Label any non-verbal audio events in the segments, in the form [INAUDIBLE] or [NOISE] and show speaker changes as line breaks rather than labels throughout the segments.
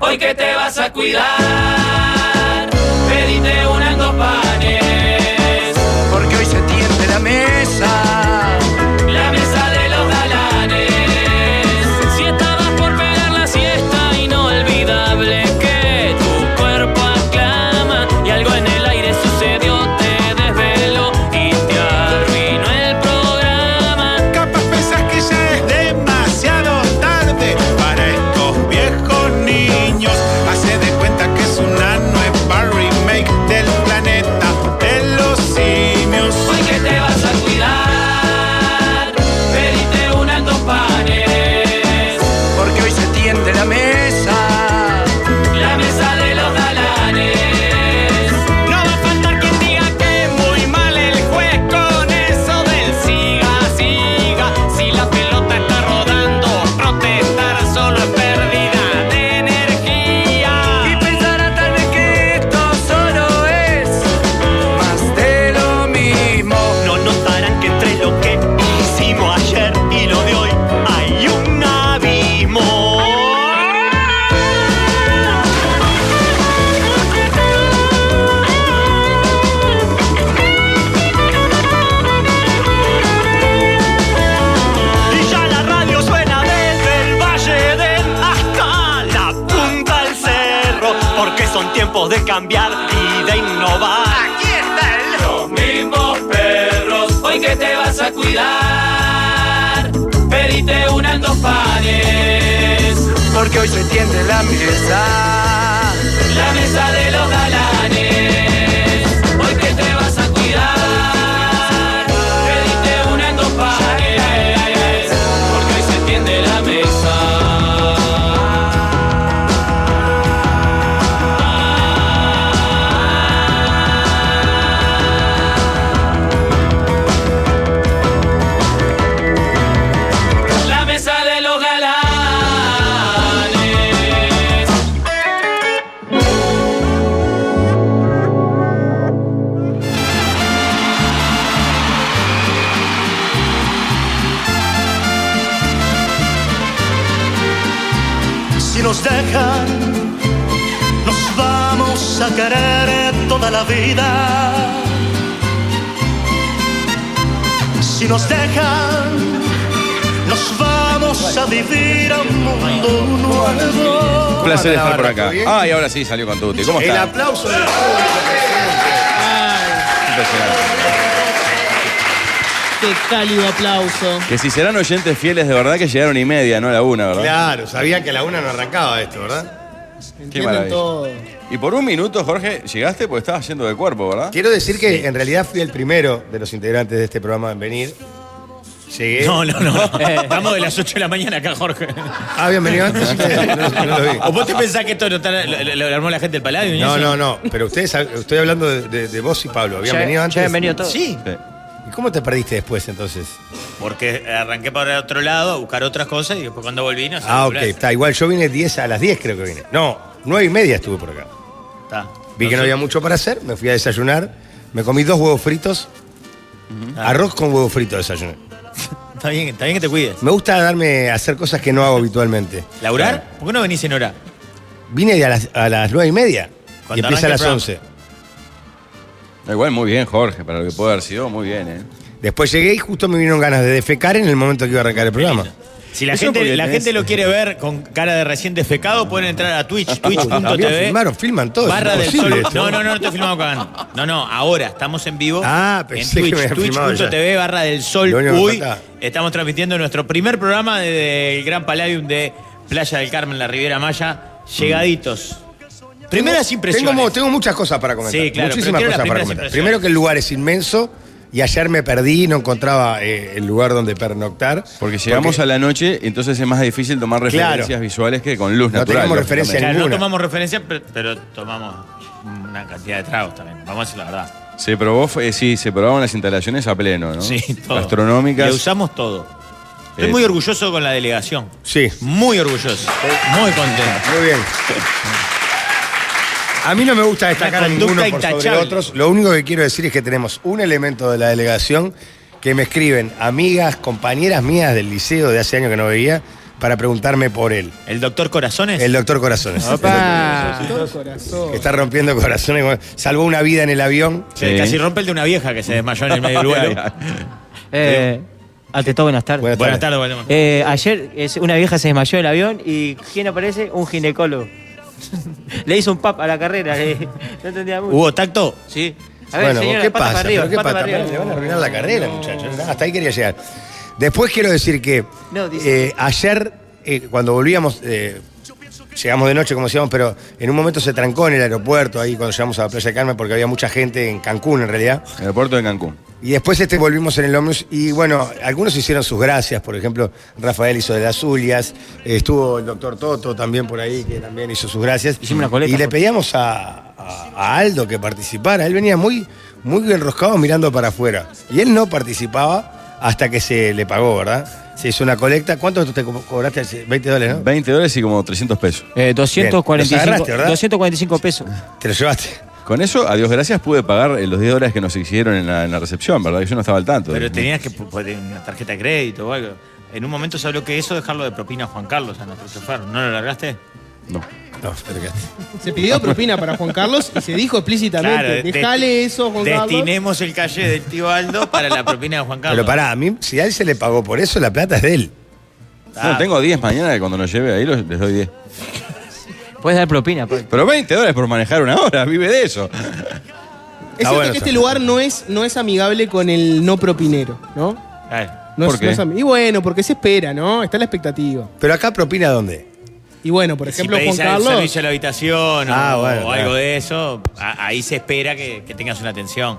Hoy que te vas a cuidar, pedite unas dos panes.
Porque hoy se tiende la mesa.
La mesa de los galanes. Si estabas por pegar la siesta, inolvidable que tu cuerpo aclama. Y algo en el aire sucedió, te desveló y te arruinó el programa.
Capaz pensás que ya es demasiado tarde para estos viejos niños. Hace de cuenta que es una nueva remake del planeta de los simios.
Hoy que te vas a cuidar, pedite unas dos panes.
Porque hoy se tiende la mesa.
La mesa de los galanes. No va a faltar quien diga que muy mal el juez con eso del siga, siga. Si la pelota está rodando, protestar solo es pérdida de
Y
energía.
pensará tal vez que esto solo es más de lo mismo.
No notarán que entre lo que hicimos ayer y lo de hoy hay un abismo. Y ya la radio suena desde el Valle del hasta la punta del cerro, porque son tiempos de cambiar y de innovar.
Los mismos perros, hoy que te vas a cuidar, pedite unas dos panes.
Porque hoy se tiende la mesa.
La mesa de los galanes, hoy que te vas a cuidar, pediste una en dos pares, eh, porque hoy se tiende la mesa. La mesa de los galanes.
Si nos dejan, nos vamos a querer toda la vida. Si nos dejan, nos vamos a vivir a un mundo nuevo.
Un placer estar por acá. Ah, y ahora sí salió con Tuti. ¿Cómo
El
está?
aplauso del público.
Impresionante.
Qué cálido aplauso.
Que si serán oyentes fieles de verdad que llegaron y media, no a la una, ¿verdad?
Claro, sabían que a la una no arrancaba esto, ¿verdad?
Qué
Entienden
maravilla.
todo.
Y por un minuto, Jorge, llegaste porque estabas yendo de cuerpo, ¿verdad?
Quiero decir que en realidad fui el primero de los integrantes de este programa en venir. Llegué.
No, no, no. no. Estamos de las 8 de la mañana acá, Jorge.
Ah, habían venido antes. No, no, no
Ah,
lo vi.
¿O vos te pensás que esto lo, está- lo- lo- lo armó la gente del Paladio?
No,
Ñazo?
no, no. Pero ustedes, estoy hablando de, de- de vos y Pablo. ¿Habían
Ya-
venido
ya
antes?
habían venido todos.
Sí.
Sí.
¿Y cómo te perdiste después entonces?
Porque arranqué para otro lado a buscar otras cosas y después cuando volví no sé.
Ah, ok.
volví.
Está igual. Yo vine 10 a las 10 creo que vine. No, 9 y media estuve por acá.
Está.
Vi que no había mucho para hacer. Me fui a desayunar. Me comí dos huevos fritos. Arroz con huevo frito desayuné.
Está bien, está bien que te cuides.
Me gusta darme hacer cosas que no hago habitualmente. Ah,
¿Laburar? ¿Por qué no venís en hora?
Vine de a las, a las 9 y media. Y
Cuando arranque
empieza a
el
las
programa.
11.
Igual, muy bien, Jorge, para lo que puede haber sido, muy bien, ¿eh?
Después llegué y justo me vinieron ganas de defecar en el momento que iba a arrancar el programa.
Si la
Eso
gente,
porque
la
tenés-
gente lo quiere ver con cara de recién desfecado, pueden entrar a
[LAUGHS]
Twitch,
También
twitch.tv.
filmaron, filman todo. es
Barra del
imposible
Sol.
esto.
No, no, no, no estoy filmado cagando. No, no, ahora estamos en vivo.
Ah, pensé
en
que me
Twitch,
había filmado ya.
Twitch.tv barra del Sol.
Lo único que me
Uy,
faltaba.
estamos transmitiendo nuestro primer programa desde el Gran Palladium de Playa del Carmen, la Riviera Maya. Llegaditos. Primeras impresiones.
Mm. Tengo, mo- tengo muchas cosas para comentar.
Sí, claro, pero
Muchísimas
quiero las
cosas para
primeras
comentar.
impresiones.
Primero que el lugar es inmenso y ayer me perdí, no encontraba eh, el lugar donde pernoctar.
Porque llegamos a la noche, entonces es más difícil tomar
Claro.
referencias visuales que con luz
No
natural.
tenemos referencia
lógicamente.
Claro, no
ninguna.
tomamos referencia, pero, pero tomamos una cantidad de tragos también. Vamos a decir la verdad.
Se probó, fue- sí, se probaban las instalaciones a pleno, ¿no?
Sí, todo.
Astronómicas.
Le usamos todo. Estoy
Eh,
Es-
muy orgulloso con la delegación.
Sí.
Muy orgulloso. Muy contento.
Muy bien. A mí no me gusta destacar a
Una conducta
ninguno por sobre
intachable.
otros. Lo único que quiero decir es que tenemos un elemento de la delegación que me escriben amigas, compañeras mías del liceo de hace años que no veía, para preguntarme por él.
¿El doctor Corazones?
El doctor Corazones.
corazón.
Está rompiendo corazones. bueno, Salvó una vida en el avión.
Sí,
Sí.
Casi rompe el de una vieja que se desmayó en
[LAUGHS]
el medio del vuelo.
Eh, ante todo, buenas tardes.
Buenas
Buenas tardes, Valdemar.
Eh, ayer es- una vieja se desmayó en el avión y ¿quién aparece? Un ginecólogo. [LAUGHS] le hizo un pap a la carrera. le- [LAUGHS] no entendía mucho.
¿Hubo tacto?
Sí. A ver,
bueno,
señora,
¿qué
pata
pasa?
para arriba,
¿Pero ¿Qué
pata
pasa?
para
Le van a
arriba.
arruinar la carrera, muchachos. Hasta ahí quería llegar. Después quiero decir que
No, dice-
eh, ayer, eh, cuando volvíamos, eh, llegamos de noche, como decíamos, pero en un momento se trancó en el aeropuerto, ahí cuando llegamos a la Playa del Carmen, porque había mucha gente en Cancún, en realidad.
Aeropuerto de Cancún.
Y después este volvimos en el ómnibus y bueno, algunos hicieron sus gracias, por ejemplo, Rafael hizo de las Ulias, eh, estuvo el doctor Toto también por ahí, que también hizo sus gracias.
Hicimos una coleta,
y le
Toto.
pedíamos a, a- a Aldo que participara, él venía muy, muy enroscado mirando para afuera. Y él no participaba hasta que se le pagó, ¿verdad? Se hizo una colecta, ¿cuánto te co- cobraste? 20 dólares, ¿no?
20 dólares y como 300 pesos.
Eh, 245,
Los agarraste, ¿verdad?
245 pesos.
Te lo llevaste.
Con eso, a Dios gracias, pude pagar eh, los 10 dólares que nos exigieron en la, en la recepción, ¿verdad? Que yo no estaba al tanto.
Pero tenías que pu- poner una tarjeta de crédito o algo. En un momento se habló que eso dejarlo de propina a Juan Carlos, a nuestro chofer. ¿No lo largaste?
No.
No, te lo quedaste.
Se pidió propina para Juan Carlos y se dijo explícitamente,
de-
dejale eso, Juan Carlos.
Destinemos el calle del tío Aldo para la propina de Juan Carlos.
Pero pará, a mí, si a él se le pagó por eso, la plata es de él.
Ah.
No, tengo 10 mañana que cuando nos lleve ahí los- les doy 10.
Puedes dar propina. pues.
Pero 20 dólares por manejar una hora, [LAUGHS] vive de eso.
Es
Ah,
cierto
bueno,
que
eso.
este lugar no es, no es amigable con el no propinero, ¿no?
A ver,
no,
¿Por
es-
qué?
no es ami- y bueno, porque se espera, ¿no? Está la expectativa.
Pero acá propina dónde?
Y bueno, por ejemplo,
si pedís
Juan
el
Carlos.
servicio a la habitación o,
Ah, bueno,
o algo
claro.
de eso, a- ahí se espera que, que tengas una atención.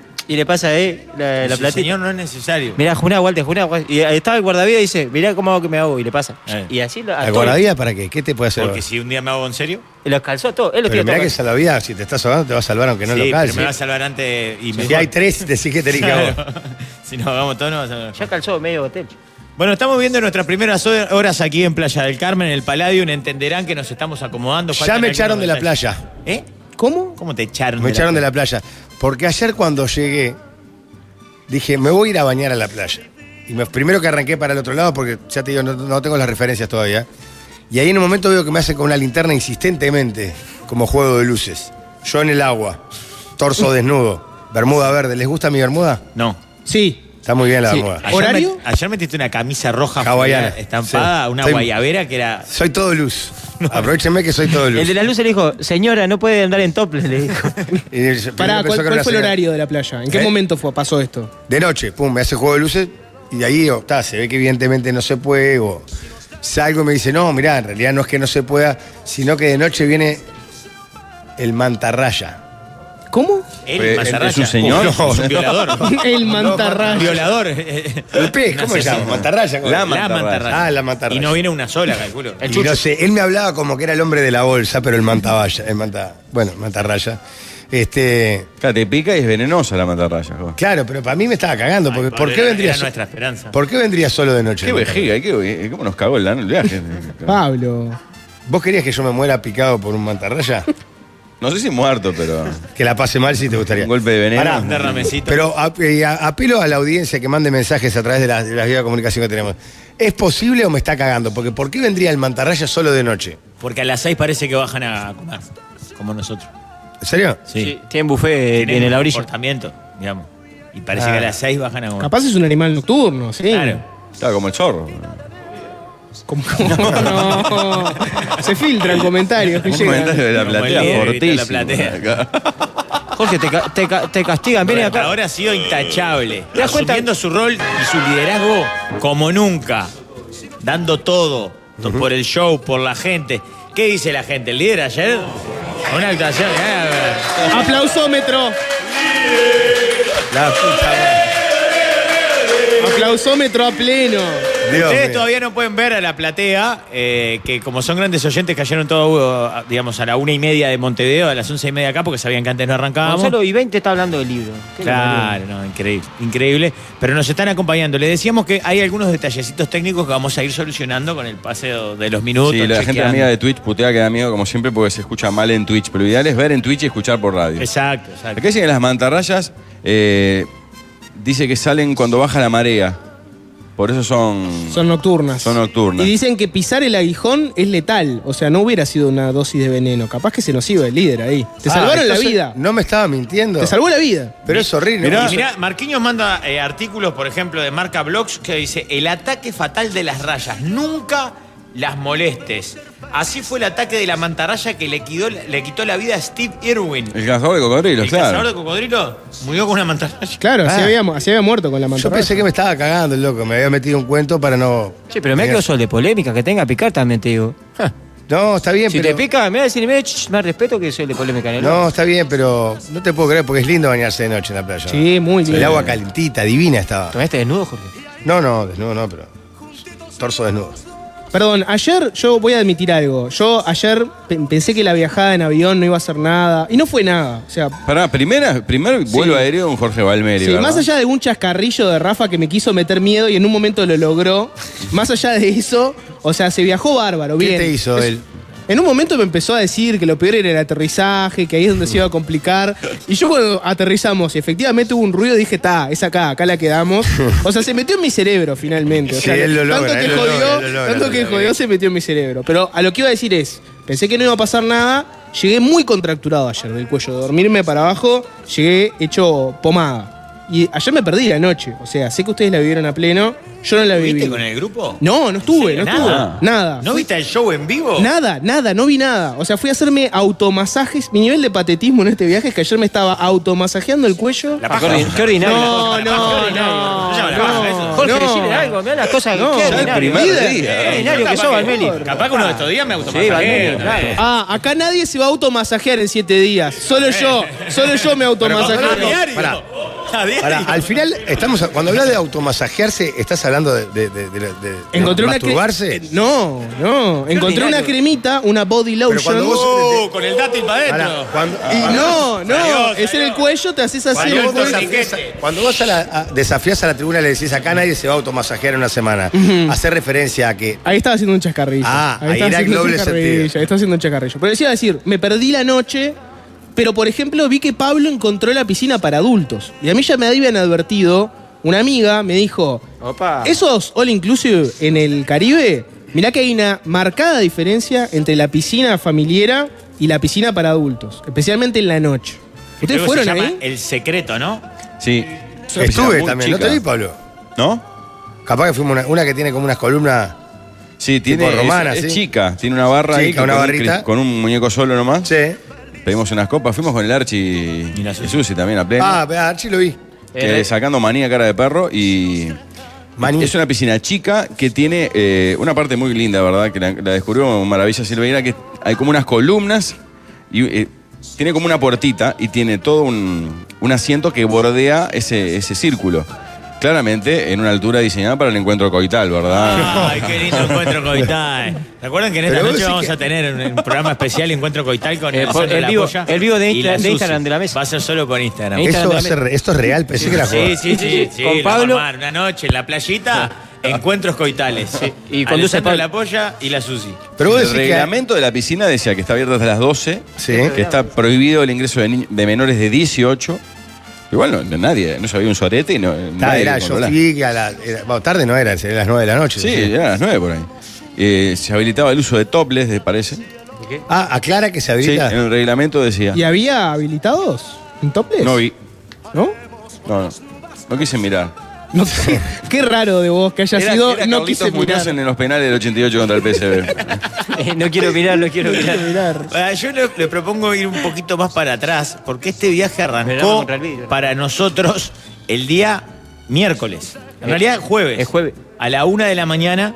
y le pasa eh, la, la
Sí,
platita.
señor, no es necesario.
Mirá, Juná, Walter, Juná, Walter. Y ahí estaba el guardavidas y dice, mirá cómo hago que me hago, y le pasa.
Eh.
Y así lo, a
¿Al
todo.
guardavía para qué? ¿Qué te puede hacer?
Porque si un día me hago en serio,
Los calzó todo, él los
pero
tiró
mirá que
todo.
salvavía, si te estás ahogando, te va a salvar aunque no
sí,
lo
pero me va a
calces.
salvar antes y
Si
mejor.
hay tres, decís que tenés que ahogar.
[LAUGHS] si nos vamos todos, nos va a salvar.
Ya calzó medio hotel.
Bueno, estamos viendo nuestras primeras hor- horas aquí en Playa del Carmen, en el Palladium. Entenderán que nos estamos acomodando.
Ya
Faltan
me echaron de
algunos
la playa.
detalles. ¿Eh?
¿Cómo?
¿Cómo te echaron?
Me echaron de la playa. Porque ayer cuando llegué, dije, me voy a ir a bañar a la playa. Y me- primero que arranqué para el otro lado, porque ya te digo, no, no tengo las referencias todavía. Y ahí en un momento veo que me hacen con una linterna insistentemente, como juego de luces. Yo en el agua, torso desnudo, bermuda verde. ¿Les gusta mi bermuda?
No.
Sí.
Está muy bien la
Sí.
bermuda.
Ayer
¿Horario?
me- ayer metiste una camisa roja
Hawaiana.
fuera, estampada,
Sí.
una
Estoy-
guayabera que era.
Soy
[LAUGHS]
todo luz. Aprovechenme que soy todo
El
luz.
de la luz le dijo, señora, no puede andar en topless, le dijo.
Y
Pará, ¿cuál,
yo- pensó que
cuál
era una
fue el
señora.
horario de la playa? ¿En qué
¿Eh?
momento fue, pasó esto?
[LAUGHS] De noche, pum, me hace juego de luces y de ahí oh, ta, se ve que evidentemente no se puede. O salgo y me dice, no, mirá, en realidad no es que no se pueda, sino que de noche viene el mantarraya.
¿Cómo?
Él,
Fue-
Mazarraya.
es un señor.
es
[LAUGHS]
un violador.
El
Un
mantarraya.
violador. [LAUGHS]
¿El
[LAUGHS]
pez? ¿Cómo se
Asesino.
llama? ¿Mantarraya? ¿cómo?
La
La
mantarraya.
mantarraya.
Ah, la
Y
mantarraya.
no viene una sola, calculo.
Y no sé, él me hablaba como que era el hombre de la bolsa, pero el mantarraya, el manta, bueno, mantarraya. Este,
Claro, te pica y es venenosa la matarraya. jo.
claro, pero para mí me estaba cagando, porque
Ay,
¿por qué
era-
vendría
era
so-
nuestra esperanza.
¿Por qué vendría solo de noche?
Qué vejiga, y qué, eh, cómo nos cagó el el viaje. Ah.
Pablo.
¿Vos querías que yo me muera picado por un mantarraya?
No sé si muerto, pero.
que la pase mal si te gustaría.
Un golpe de veneno.
Pará,
Un
derramecito.
Pero ap- eh, a- apelo a la audiencia que mande mensajes a través de, las- de las vías de comunicación que tenemos. ¿Es posible o me está cagando? Porque ¿por qué vendría el mantarraya solo de noche?
Porque a las 6 parece que bajan a comer. Como nosotros.
¿En serio?
Sí.
Tienen buffet Eh, en el orilla.
Comportamiento, digamos. Y parece
Ah.
que a las 6 bajan a comer.
Capaz es un animal nocturno, sí.
Claro.
Estaba como el zorro.
Como- no. Se filtran comentarios que
Un
llegan.
comentario de la
Como el
platea,
líder, grita la
fortísimo.
platea.
Jorge, te, ca- te ca- te castigan, vienen
Hasta
acá.
ahora ha sido intachable.
¿Te das cuenta?
Asumiendo su rol y su liderazgo como nunca. Dando todo. to- Por el show, por la gente. ¿Qué dice la gente? ¿El líder ayer? Una actuación. eh,
Aplausómetro.
La puta madre.
Aplausómetro a pleno.
Dios
Ustedes
mío.
todavía no pueden ver a la platea, eh, que como son grandes oyentes, cayeron todos, eh, digamos, a la una y media de Montevideo, a las once y media acá, porque sabían que antes no arrancábamos.
Gonzalo y 20 está hablando del libro. Qué
Claro, no, increíble, increíble. Pero nos están acompañando. Les decíamos que hay algunos detallecitos técnicos que vamos a ir solucionando con el paseo de los minutos.
Sí, la gente
chequeando.
amiga de Twitch putea que da miedo, como siempre, porque se escucha mal en Twitch. Pero lo ideal es ver en Twitch y escuchar por radio.
Exacto, exacto.
Acá dicen que las mantarrayas eh, dice que salen cuando baja la marea. Por eso son,
Son nocturnas.
son nocturnas.
Y dicen que pisar el aguijón es letal. O sea, no hubiera sido una dosis de veneno. Capaz que se nos iba el líder ahí. Te
Ah,
salvaron la
entonces
vida.
No me estaba mintiendo.
Te salvó la vida.
Pero es horrible.
Mirá,
¿no?
mirá, Marquinhos manda eh, artículos, por ejemplo, de marca Blogs que dice el ataque fatal de las rayas. Nunca las molestes. Así fue el ataque de la mantarraya que le quitó, le quitó la vida a Steve Irwin.
El cazador de cocodrilos,
el cazador de
claro.
cocodrilo murió con una mantarraya.
Claro, así,
Ah.
había, mu- así había muerto con la
Yo
mantarraya.
pensé que me estaba cagando el loco, me había metido un cuento para no.
Sí, pero me que
Mira.
sol de polémica que tenga picar también te digo.
No, está bien,
Si
pero.
te pica, me va a decir, me, ch, más respeto que soy de polémica en el
No, está bien, pero no te puedo creer porque es lindo bañarse de noche en la playa.
Sí, muy
El
bien.
agua calentita, divina estaba.
¿Tomaste este desnudo, Jorge?
No, no, desnudo no, pero. Torso desnudo.
Perdón, ayer yo voy a admitir algo. Yo ayer pe- pensé que la viajada en avión no iba a ser nada. Y no fue nada. O sea,
Pará, primera, primer vuelo aéreo de un Jorge Valmeri.
sí,
¿verdad?
más allá de un chascarrillo de Rafa que me quiso meter miedo y en un momento lo logró, [LAUGHS] más allá de eso, o sea, se viajó bárbaro.
¿Qué
bien.
te hizo
Es-
él?
En un momento me empezó a decir que lo peor era el aterrizaje, que ahí es donde se iba a complicar. Y yo cuando aterrizamos y efectivamente hubo un ruido, dije, ta, es acá, acá la quedamos. O sea, se metió en mi cerebro finalmente. O
Sí,
sea,
él lo logra,
tanto que
él lo
jodió,
logra, él lo logra,
tanto
lo
que
logra.
jodió, se metió en mi cerebro. Pero a lo que iba a decir es, pensé que no iba a pasar nada, llegué muy contracturado ayer del cuello. De dormirme para abajo, llegué hecho pomada. Y ayer me perdí la noche. O sea, sé que ustedes la vivieron a pleno, yo no la viví.
¿Viste con el grupo?
No, no estuve, no
¿En serio?
estuve.
Nada.
Nada.
¿No
Fui-
viste el show en vivo?
Nada, nada, no vi nada. O sea, fui a hacerme automasajes. Mi nivel de patetismo en este viaje es que ayer me estaba automasajeando el cuello.
La paja.
Qué ordinario.
No, no,
No llama la paja, eso.
no.
Jorge,
no.
decirle algo, mirá las cosas
No,
que
ya
qué
el
ordinario.
primer
Qué
día.
ordinario que
Capaz
sos,
que-
Valmeli.
Capaz que uno de estos días me
Sí, Valmeli,
automasajeo. [LAUGHS]
claro.
Ah, acá nadie se va a automasajear en siete días. Solo yo, solo yo me
Ah,
automasajeo.
Pará.
A diario.
Ahora, al final, estamos cuando hablas de automasajearse, estás hablando de, de, de- de- de- de
Encontré una cre-
masturbarse.
eh, No, no. Encontré una
ordinario.
cremita, una body
Pero
lotion.
cuando vos-
Uh, con el dátil para
Pará,
adentro.
cuando-
Y no, no.
Salió,
Es en
salió.
el cuello, te haces así. en el
Salió
cuello.
entonces.
Cuando vos a la- a- desafías a la tribuna y le decís acá nadie se va a automasajear en una semana, hacer referencia a que
Ahí estaba haciendo un chascarrillo.
Ah,
estaba
ahí era el
haciendo un
doble
chascarrillo,
sentido.
Ahí estaba haciendo un chascarrillo. Pero decía decir, me perdí la noche, pero por ejemplo vi que Pablo encontró la piscina para adultos. Y a mí ya me habían advertido, una amiga me dijo,
Opa.
esos all inclusive en el Caribe, mirá que hay una marcada diferencia entre la piscina familiera y la piscina para adultos, especialmente en la noche. ¿Ustedes
Luego
fueron
se llama
ahí?
El secreto, ¿no?
Sí.
estuve
Muy
también. ¿No
chica.
te vi, Pablo?
¿No?
Capaz que fuimos una, una que tiene como unas columnas.
Sí, tiene. es-
romana,
es,
sí.
chica, tiene una barra ahí.
Chica,
que
una
con un
barrita.
cris- con un muñeco solo nomás.
Sí.
Pedimos unas copas. Fuimos con el Archi y,
Y la
y
Susi.
Susi también a pleno.
Ah, a Archie lo vi.
que
Eh,
sacando manía cara de perro y.
Maní.
Es una piscina chica que tiene eh, una parte muy linda, ¿verdad? Que la, la descubrió Maravilla Silveira, que hay como unas columnas y eh, tiene como una puertita y tiene todo un, un asiento que bordea ese, ese círculo. Claramente en una altura diseñada para el encuentro coital, ¿verdad?
Ay, qué lindo encuentro coital. ¿Recuerdan que en esta
Pero vos
noche
decís
vamos
que-
a tener un, un programa especial Encuentro Coital con
Eh,
el,
por-
Sandro
el
La
vivo-
Polla
el vivo de
y
Insta-
la
de
Susi.
Instagram de la mesa.
Va a ser solo con Instagram.
Insta-
Esto, va a
también.
ser- esto es real, pensé que era
Sí,
joda.
sí, sí, sí,
[LAUGHS] sí, con
lo
Pablo.
vamos a armar una noche en la playita,
[LAUGHS]
encuentros coitales.
y conduce
Alessandro
Pablo.
la polla y la Susi.
Pero vos
el
decís que.
reglamento de la piscina decía que está abierta hasta las 12,
Sí.
que está prohibido el ingreso de, ni- de menores de 18. Igual no, no- nadie, no sabía un sorete y no.
Ta,
nadie
era,
lo
yo
controlaba.
fui que a la. era- bueno, tarde no era, sería las 9 de la noche.
Sí,
decía.
eran las 9 por ahí. Eh, se habilitaba el uso de topless, de- parece.
Ah, aclara que se
Sí,
habilita.
en el reglamento decía.
¿Y había habilitados? ¿En topless?
No vi.
¿No? [LAUGHS]
No, no. No quise mirar.
No sé. Qué raro de vos que haya
Era-
sido.
era
no
Carlitos
quise
Muñoz
mirar.
en los penales del 88 contra
[LAUGHS]
el PSV.
eh, [LAUGHS] no quiero mirar, no quiero mirar.
mirar.
Ah, Yo le, le propongo ir un poquito más para atrás, porque este viaje
Verano
arrancó
contra el vidrio.
para nosotros el día miércoles. En realidad, jueves.
Es jueves.
A la una de la mañana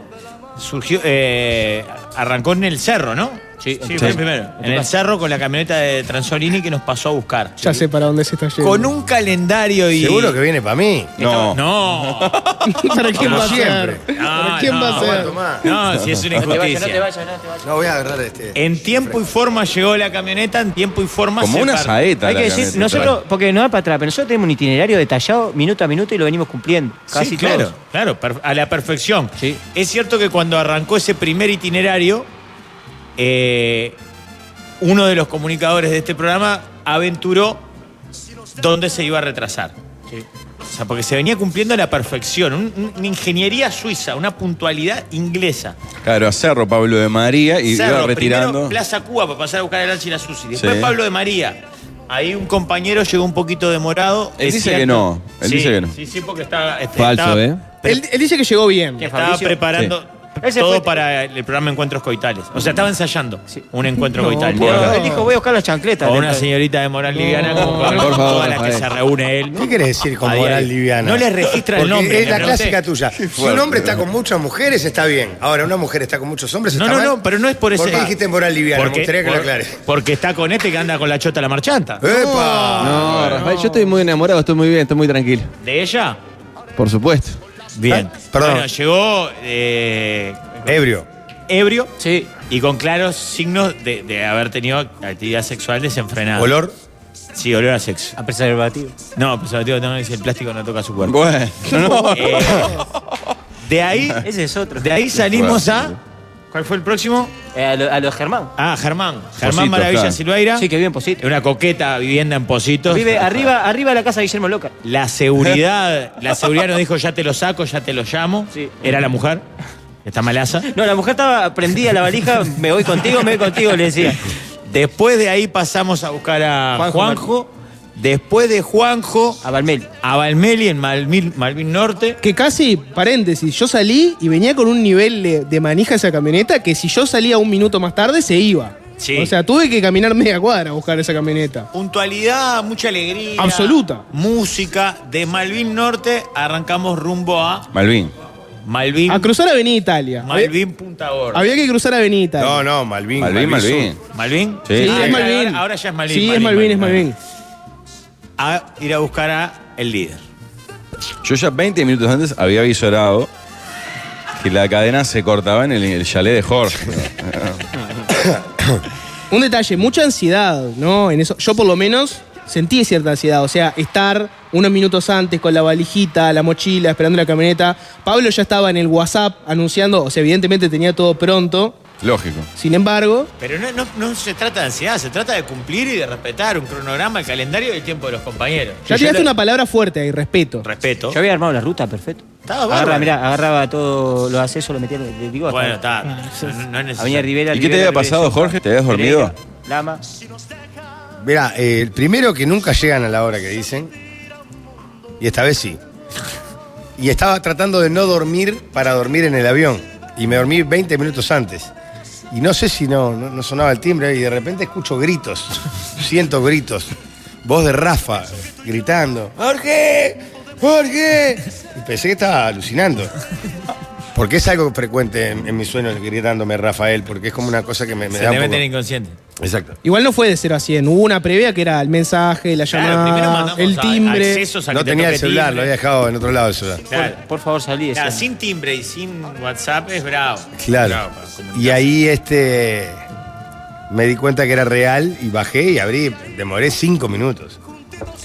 surgió, eh, arrancó en el cerro, ¿no? Sí,
Sí.
fue el primero. En el
Tucumán.
cerro con la camioneta de Transolini que nos pasó a buscar.
Ya sé para dónde se está yendo. [LAUGHS]
Con un calendario y.
Seguro que viene para mí.
No.
No.
¿Para quién
Como
va a
siempre.
ser? ¿Para quién
Ah, no,
va a
Bueno,
ser?
tomá.
No, si es una
No te vayas, no te
injusticia.
vayas, no te vayas.
No voy a agarrar este.
En tiempo y forma llegó la camioneta, en tiempo y forma
Como
se
una
partió.
saeta.
Hay
la
que decir,
camioneta.
nosotros, porque no da para atrás, pero nosotros tenemos un itinerario detallado minuto a minuto y lo venimos cumpliendo. Casi
sí, claro,
todos.
claro, per- a la perfección.
Sí.
Es cierto que cuando arrancó ese primer itinerario, eh, uno de los comunicadores de este programa aventuró dónde se iba a retrasar. O sea, porque se venía cumpliendo a la perfección, un- un- una ingeniería suiza, una puntualidad inglesa.
Claro, a Cerro Pablo de María y
Cerro,
iba
primero
retirando.
Plaza Cuba para pasar a buscar el Alci y la Susi. Después
Sí.
Pablo de María. Ahí un compañero llegó un poquito demorado.
Él
es
dice que no, él
Sí,
dice que no.
Sí, sí, porque está. este,
Falso,
estaba-
¿eh?
Él, él dice que llegó bien.
estaba
Fabricio?
preparando
Él se
todo
fue-
para el programa Encuentros Coitales. O sea, estaba ensayando un encuentro coital.
Pero
Bueno.
él dijo, voy a buscar las chancletas.
Con
de-
una señorita de moral liviana como
por
toda
favor,
la que
Rafael.
se reúne él.
¿Qué quiere decir con
A día
moral
de-
liviana?
No le registra el
Porque
nombre.
Es la
le pregunté.
clásica tuya. Si un
fuerte,
hombre está
¿no?
con muchas mujeres, está bien. Ahora, una mujer está con muchos hombres,
No,
está
no,
mal.
no, pero no es por eso.
¿Por qué dijiste moral liviana? Me gustaría que lo ¿Eh?
por-
aclares.
Porque está con este que anda con la chota a la marchanta.
¡Epa!
No, Rafael, yo estoy muy enamorado, estoy muy bien, estoy muy tranquilo.
¿De ella?
Por supuesto.
Bien.
Ah, perdón.
Bueno, llegó eh,
Ebrio.
ebrio
Sí.
y con claros signos de, de haber tenido actividad sexual desenfrenada.
Olor.
Sí, olor a sexo.
A preservativo.
No, preservativo no, dice el plástico no toca su cuerpo.
[LAUGHS]
Bueno, no.
Eh, de ahí,
[LAUGHS] Ese es otro.
de ahí salimos a. ¿Cuál fue el próximo?
Eh, a, lo- a los Germán.
Ah, Germán. Germán
Positos,
Maravilla
claro.
Silveira.
Sí, que vive en Posito.
Una coqueta vivienda en Positos.
Vive arriba, arriba de la casa de Guillermo Loca.
La seguridad, la seguridad nos dijo, ya te lo saco, ya te lo llamo.
Sí.
Era la mujer, esta malaza.
No, la mujer estaba prendida a la valija, me voy contigo, me voy contigo, le decía.
Después de ahí pasamos a buscar a Juanjo.
Juanjo
Después de Juanjo,
A Balmel.
a Valmeli en Malvin, Malvin Norte.
Que casi, paréntesis, yo salí y venía con un nivel de, de manija esa camioneta que si yo salía un minuto más tarde se iba.
Sí.
O sea, tuve que caminar media cuadra a buscar esa camioneta.
Puntualidad, mucha alegría.
Absoluta.
Música. De Malvin Norte arrancamos rumbo a
Malvin.
Malvin,
A cruzar Avenida Italia. Había,
Malvin Punta Gorda.
Ah, había que cruzar Avenida Italia.
No, no, Malvin.
Malvin, Malvin.
¿Malvin?
Sí.
Ah, es Malvin.
Ahora, ahora ya es Malvin.
Sí, es Malvin, es Malvin.
A ir a buscar a el líder.
Yo ya 20 minutos antes había avisorado que la cadena se cortaba en el, el chalet de Jorge.
Un detalle, mucha ansiedad, ¿no? En eso, yo por lo menos sentí cierta ansiedad. O sea, estar unos minutos antes con la valijita, la mochila, esperando la camioneta. Pablo ya estaba en el WhatsApp anunciando, o sea, evidentemente tenía todo pronto.
Lógico.
Sin embargo,
Pero no, no- no se trata de ansiedad, se trata de cumplir y de respetar un cronograma, el calendario y el tiempo de los compañeros.
ya
Yo
tiraste
le-
una palabra fuerte ahí, respeto.
Respeto.
Yo había armado la ruta, perfecto.
Estaba
Agarra,
bárbaro.
mirá, agarraba todos los accesos, lo metía de Vigor.
Bueno, está.
Ah,
No, no es necesario.
Avenida Rivera.
¿Y qué te
Rivera,
había pasado,
Rivera,
Jorge? ¿Te habías dormido?
Pereira, Lama.
Mirá, eh, el primero que nunca llegan a la hora que dicen, y esta vez sí. Y estaba tratando de no dormir para dormir en el avión. Y me dormí 20 minutos antes. Y no sé si no, no, no sonaba el timbre y de repente escucho gritos. [LAUGHS] Siento gritos. Voz de Rafa gritando. ¡Jorge! ¡Jorge! Y pensé que estaba alucinando. Porque es algo frecuente en, en mis sueños gritándome Rafael, porque es como una cosa que me, me
Se
da
te
un
mete
poco-
el inconsciente.
Exacto.
Igual no fue de 0 a 100, hubo una previa que era el mensaje, la
Claro, primero
llamada,
mandamos
el
a-
timbre.
accesos a que
No
te
tenía
toque
el celular,
timbre.
lo había dejado en otro lado el celular.
Claro.
Por, por favor, salí.
Claro,
decía.
sin timbre y sin WhatsApp es bravo.
Claro.
Bravo para
Y
comunicarse.
ahí este me di cuenta que era real y bajé y abrí. Demoré cinco minutos.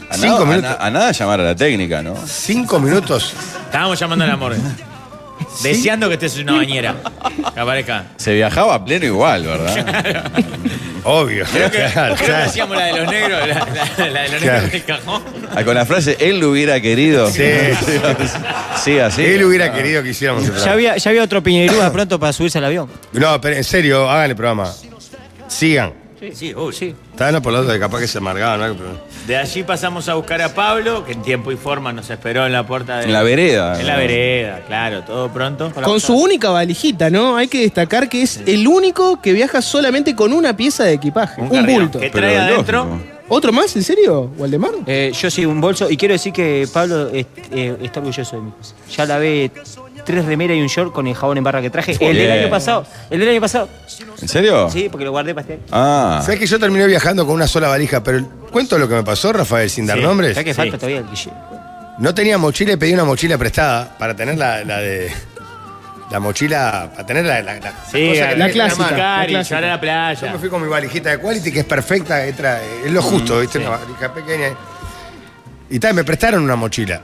A
Cinco
nada,
minutos.
A, na- a nada llamar a la técnica, ¿no?
Cinco minutos.
Estábamos llamando a la [LAUGHS] morgue. Deseando que estés en una [LAUGHS] bañera. Que aparezca.
Se viajaba a pleno igual, ¿verdad?
[LAUGHS] Obvio. [LAUGHS]
Creo que,
Claro,
creo que
claro.
hacíamos la de los negros, la, la- la de los
Claro.
negros del cajón.
Ah, Con la frase, él lo hubiera querido.
Sí.
[LAUGHS] Sí, así.
Él hubiera querido que hiciéramos el
Ya
programa.
había, ya había otro piñerúa pronto para subirse al avión.
No, pero en serio, hagan el programa. Sigan.
Sí, sí, uy. Sí.
Estaban por la otra, capaz que se amargaban. ¿no? Pero-
De allí pasamos a buscar a Pablo, que en tiempo y forma nos esperó en la puerta de.
En la vereda.
En la vereda, claro, todo pronto.
Con su única valijita, ¿no? Hay que destacar que es el único que viaja solamente con una pieza de equipaje, un,
cargador.
bulto.
¿Qué
Pero
trae
lógico.
adentro?
¿Otro más? ¿En serio? ¿Waldemar?
Eh, yo sí, un bolso. Y quiero decir que Pablo eh, eh, está orgulloso de mí. Ya la ve tres remeras y un short con el jabón en barra que traje.
Bien.
El del año pasado. El del año pasado.
¿En serio?
Sí, porque lo guardé para este año.
Ah.
¿Sabes que yo terminé viajando con una sola valija? Pero cuento lo que me pasó, Rafael, sin dar
Sí.
nombres.
¿Sabés que falta todavía el Guille?
No tenía mochila y pedí una mochila prestada para tener la, la de. La mochila, para tener la. la, la-
Sí,
cosa que
la
tenés en
clásica, la
mano.
clásica. llevar a la playa.
Yo me fui con mi valijita de quality, que es perfecta, entra- es lo justo,
Mm,
¿viste?
sí.
Una valija pequeña. Y tal, me prestaron una mochila.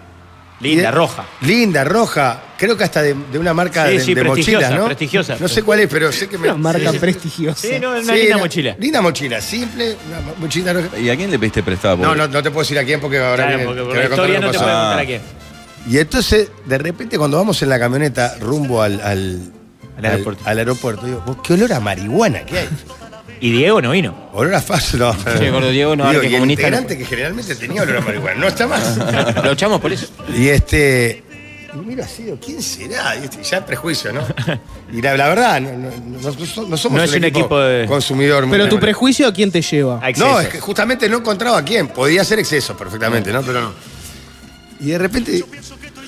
Linda,
Y de-
roja.
Linda, roja, creo que hasta de, de una marca
Sí,
de,
sí,
de
prestigiosa,
mochilas, ¿no?
prestigiosa.
No sé cuál es, pero sé que me.
Una marca
Sí, sí.
prestigiosa.
Sí, no,
Sí, era- Linda mochila, simple, una mochila roja.
¿Y a quién le pediste prestado?
No, no, no te puedo decir a quién porque ahora
Claro,
viene-
porque por
te voy
la
a contar
historia
lo
no
que
te
pasó.
puedo contar a quién.
Ah. Y entonces, de repente, cuando vamos en la camioneta rumbo al, al, al- al aeropuerto. digo, "Vos, ¿qué olor a marihuana que [LAUGHS] hay?
Y Diego no vino.
Olor a fácil. No,
Sí, gordo Diego, no, ahora
Digo,
que
y
es
el
comunista, no
integrante que generalmente tenía olor a marihuana, no está más.
Lo echamos por eso.
Y este. Y miro así, digo, ¿quién será? Y este, ya es prejuicio, ¿no? Y la, la verdad, no, no- no- no somos
No es un equipo de-
consumidor. muy
Pero tu
bueno.
prejuicio a quién te lleva.
No, es que justamente no encontraba a quién. Podía ser exceso perfectamente, ¿no? Pero no. Y de repente.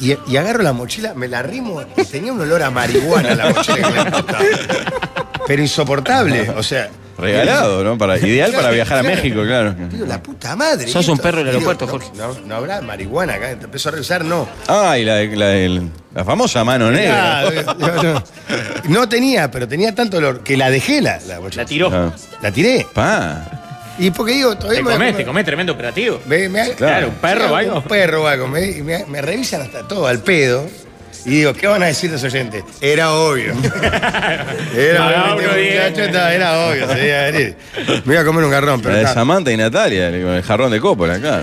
Y, y agarro la mochila, me la arrimo y tenía un olor a marihuana la mochila. que me gustaba. Pero insoportable. O sea.
Regalado, ¿no? Para, ideal para viajar a México, claro.
Digo, la puta madre.
Sos
¿y
un
esto?
perro del
Y digo,
aeropuerto,
no,
Jorge.
No, no habrá marihuana acá. Te empezó a revisar, no.
Ah, y la, de- la, del- la famosa mano negra.
Ah, no, no. No tenía, pero tenía tanto olor que la dejé la, la mochila. La tiró.
Ah.
La tiré. Y porque digo, todavía
Te
me-
comés, te comés tremendo operativo.
Me- me-
claro, un perro o algo.
Un perro o algo. Me, me- me revisan hasta todo al pedo. Y digo, ¿qué van a decir los oyentes?
[LAUGHS]
Era obvio. Era obvio.
Pagá uno
este
diez.
muchacho estaba- Era obvio. se iba a venir. Me iba a comer un garrón, pero.
La de
está.
Samantha y Natalia, con el jarrón de Coppola, claro.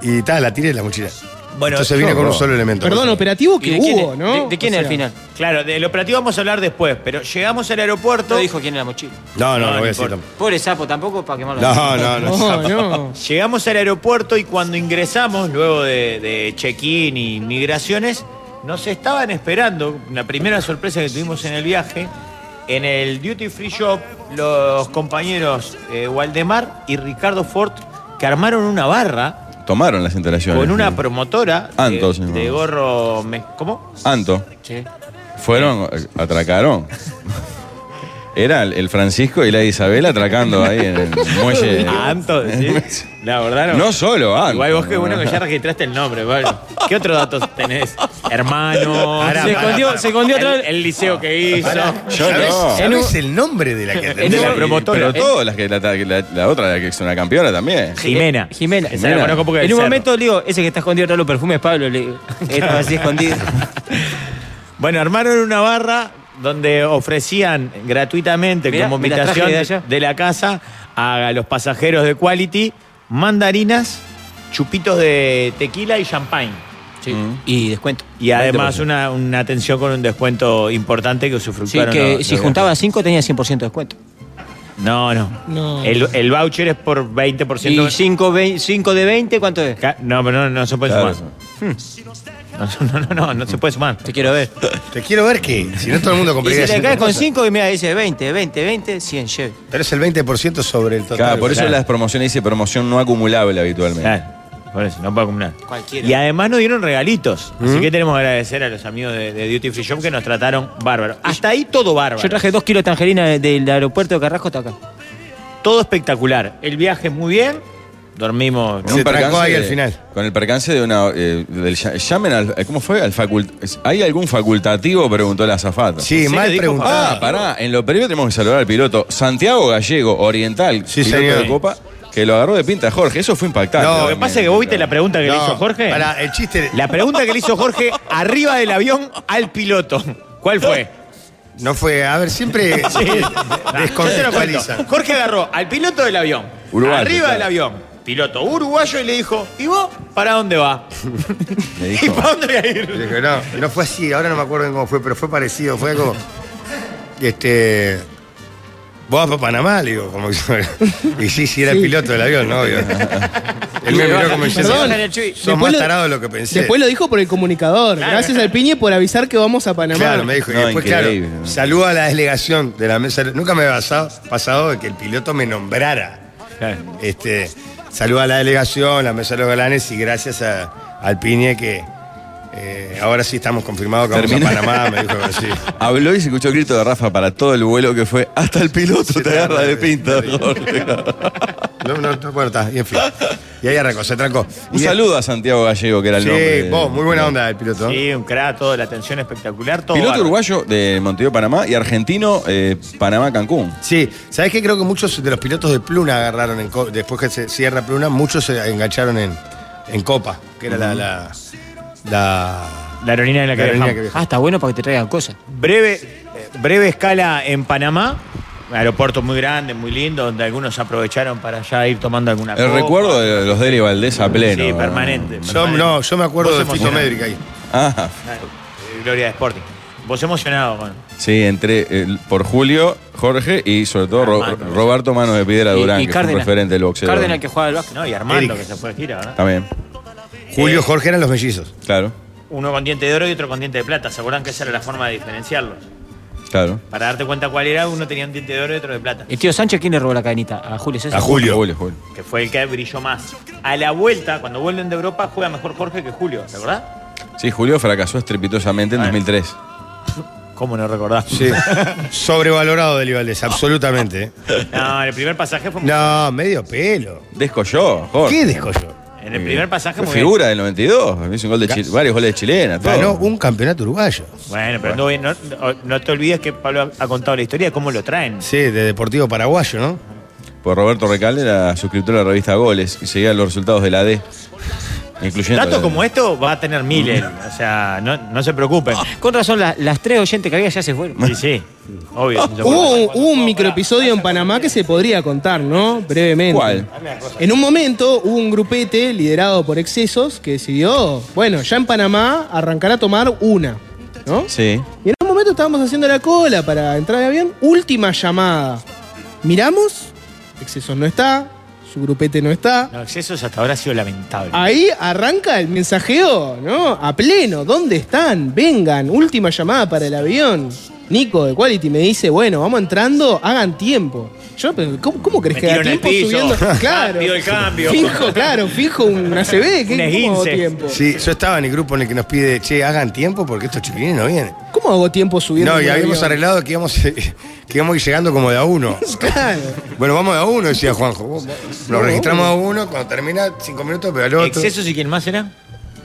Y tal, la tiré de la mochila.
Bueno,
Entonces vine
yo-
con un solo elemento.
Perdón, operativo
¿Y
que
de quién
hubo,
es?
¿no?
¿De, de quién
O sea,
es al final? Claro, del operativo vamos a hablar después, pero llegamos al aeropuerto. No dijo
quién era la mochila.
No, no, no voy a decir
importa.
Pobre sapo, tampoco para quemarlo.
[LAUGHS] Llegamos al aeropuerto y cuando ingresamos, luego de, de check-in y migraciones, nos estaban esperando, la primera sorpresa que tuvimos en el viaje, en el Duty Free Shop, los compañeros eh, Waldemar y Ricardo Ford, que armaron una barra
Tomaron las instalaciones.
con una promotora de-
Anto,
de,
señor.
gorro... me- ¿Cómo?
Anto. Fueron, eh, atracaron. [LAUGHS] Era el- el Francisco y la Isabel atracando ahí en el
[LAUGHS]
muelle.
Anto, Ah, sí. La verdad no.
No solo, ah. Anto.
Igual vos que bueno que ya registraste el nombre, Pablo. ¿Qué otros datos tenés? Hermano.
Pará, Se pará, escondió- pará. se escondió
el, el liceo que hizo.
Yo no.
¿Sabes el nombre de
[LAUGHS]
la que
En
De
un-
la
promotora. eh.
Pero todas las que la, la- la otra, la que es una campeona también.
Jimena. Jimena.
Esa la conozco porque
en
del
un
cerro.
momento le digo, ese que está escondido atrás de los perfumes, Pablo, [LAUGHS] le digo. Estaba así escondido.
Bueno, armaron una barra donde ofrecían gratuitamente
Mirá,
como
me la traje
invitación
de
de,
allá.
la casa a los pasajeros de Quality mandarinas, chupitos de tequila y champagne.
Y descuento.
Y además una, una atención con un descuento importante que
Sí,
usufructaron.
que
los-
si
los-
juntaba cinco tenía 100% de descuento.
No, no.
No.
El, el voucher es por 20%.
Y 5 de 20, ¿cuánto es?
No, pero no, no se puede
Claro.
sumar. No, no, no, no, no se puede sumar.
Te quiero ver.
Te quiero ver que, si no todo el mundo
Y
compraría
si te
ciertas
caes con
cosas.
5 y mira, dice 20, 20, 20, 100, lleve.
Pero es el 20% sobre el total.
Claro, por eso las promociones dice promoción no acumulable habitualmente.
por eso, no puede acumular.
Cualquiera.
Y además nos dieron regalitos. Así
¿Mm?
que tenemos que agradecer a los amigos de, de Duty Free Shop que nos trataron bárbaro. Hasta ahí todo bárbaro.
Yo traje 2 kilos de tangerina del aeropuerto de Carrasco hasta acá.
Todo espectacular. El viaje muy bien. Dormimos.
Con un percance de- Con el percance de una. eh, del ya- llamen al. eh, ¿Cómo fue? Al facult- es- ¿Hay algún facultativo? Preguntó la azafata.
Sí, ¿En serio mal dijo preguntado.
Ah, pará. En lo previo tenemos que saludar al piloto Santiago Gallego, Oriental,
Sí,
piloto
señor.
de Copa, que lo agarró de pinta a Jorge. Eso fue impactante.
No, Ah, lo que pasa es que vos viste la pregunta que le
No,
Ah, hizo Jorge.
pará,
el chiste.
La pregunta que le hizo Jorge arriba del avión al piloto. ¿Cuál fue?
No fue, a ver,
[LAUGHS]
siempre
Sí. Yo
[LAUGHS]
te lo
descontextualizan.
cuento. Jorge agarró al piloto del avión.
Uruguayo,
arriba
claro.
del avión. Piloto uruguayo y le dijo, ¿y vos para dónde va?
Me
[LAUGHS] ¿Y para dónde voy a ir?
Dije, no, no fue así, ahora no me acuerdo bien cómo fue, pero fue parecido, fue como. Este. Vos vas para Panamá, le digo, como que- [LAUGHS] Y sí, sí, era el piloto del avión,
[LAUGHS]
no, obvio. Él me miró como diciendo,
Perdón,
sos más tarado de lo que pensé.
Después lo dijo por el comunicador. Gracias al piñe por avisar que vamos a Panamá.
Claro, me dijo. Y después, claro, saludo a la delegación de la mesa. Nunca me había pasado, pasado de que el piloto me nombrara. Este, saludo a la delegación, la mesa de los galanes y gracias a, al Piñe que Eh, ahora sí estamos confirmados que vamos a Panamá, me dijo así.
Habló y se escuchó el grito de Rafa para todo el vuelo que fue hasta el piloto te agarra de pinta, Jorge.
[LAUGHS]
No, no, no, bueno, está, y en fin. Y ahí arrancó, se trancó.
Un saludo a Santiago Gallego, que era el
Sí,
nombre. de-
vos, muy buena onda el piloto.
Sí, un crack, todo, la atención espectacular, todo.
Piloto
bárbaro.
uruguayo de Montevideo, Panamá y argentino, eh, Panamá-Cancún.
Sí, ¿sabés qué? Creo que muchos de los pilotos de Pluna agarraron, en co- después que se cierra Pluna, muchos se engancharon en, en Copa, que era la, la, la,
la aerolínea en la que viajamos.
Ah, está bueno para que te traigan cosas.
Breve, eh, breve escala en Panamá. Un aeropuerto muy grande, muy lindo, donde algunos aprovecharon para ya ir tomando alguna
El
copa.
recuerdo de los Deli Valdés a pleno.
Sí, permanente.
Yo, no, yo me acuerdo
Vos
de Fito
emocionado.
Médrica ahí.
Ah,
Eh, Gloria de Sporting. Vos emocionado, mano.
sí, entre eh, por Julio, Jorge y sobre todo Ro- Roberto Mano de Piedra
Y- y
Durán, que fue un
Cárdenas.
referente del boxeo.
Cárdenas que juega al básquet.
No, y Armando,
Eric.
que se fue de gira, ¿verdad?
También,
Julio Jorge eran los mellizos.
claro,
Uno con diente de oro y otro con diente de plata. ¿Se acuerdan que esa era la forma de diferenciarlos?
claro.
Para darte cuenta cuál era, uno tenía un diente de oro y otro de plata.
El tío Sánchez, ¿quién le robó la cadenita? A Julio César.
Julio, Julio.
Que fue el que brilló más. A la vuelta, cuando vuelven de Europa, juega mejor Jorge que Julio, ¿te acordás?
Sí, Julio fracasó estrepitosamente en
Ah.
2003.
¿Cómo no recordás?
Sí. Sobrevalorado del Ibaldés, absolutamente. ¿eh?
[LAUGHS] No, en el primer pasaje fue muy
No, medio pelo.
Descolló, Jorge.
¿Qué descollo?
En el primer pasaje
Fue
muy bien.
figura del 92. Hizo un gol de Chile- varios goles de chilena. Todo.
Ganó un campeonato uruguayo.
Bueno, pero no, no- no te olvides que Pablo ha ha contado la historia de cómo lo traen.
Sí, de Deportivo Paraguayo, ¿no?
Pues Roberto Recalde era suscriptor de la revista Goles y seguía los resultados de la D. Incluyendo.
Datos
la-
como esto va a tener miles. O sea, no, no se preocupen.
Con razón, la- las tres oyentes que había ya se fueron.
Sí, sí. Obvio.
Hubo un, hubo un microepisodio en Panamá que se podría contar, ¿no?
este.
Brevemente.
¿Cuál?
En un momento hubo un grupete liderado por excesos que decidió, bueno, ya en Panamá arrancar a tomar una, ¿no?
Sí.
Y en un momento estábamos haciendo la cola para entrar al avión. Última llamada. Miramos, excesos no está, su grupete no está.
Los excesos hasta ahora ha sido lamentable.
Ahí arranca el mensajeo, ¿no? A pleno, ¿dónde están? Vengan, última llamada para el avión. Nico de Quality me dice, bueno, vamos entrando, hagan tiempo. Yo, pero ¿cómo, cómo crees
Me
que da
tiro en el
tiempo
piso.
subiendo?
[LAUGHS]
Claro.
Rápido el cambio.
Fijo, claro, fijo un ACB,
Un
¿qué ¿cómo hago
esguince.
tiempo?
Sí, yo estaba en el grupo en el que nos pide, che, hagan tiempo porque estos chiquilines no vienen.
¿Cómo hago tiempo subiendo?
No, y
un
habíamos
avión?
arreglado que íbamos, [LAUGHS] eh, que íbamos llegando como de a uno.
Claro.
Bueno, vamos de a uno, decía Juanjo. Vos- vos- Lo registramos a uno, cuando termina, cinco minutos, pero al otro.
¿Excesos y quién más era?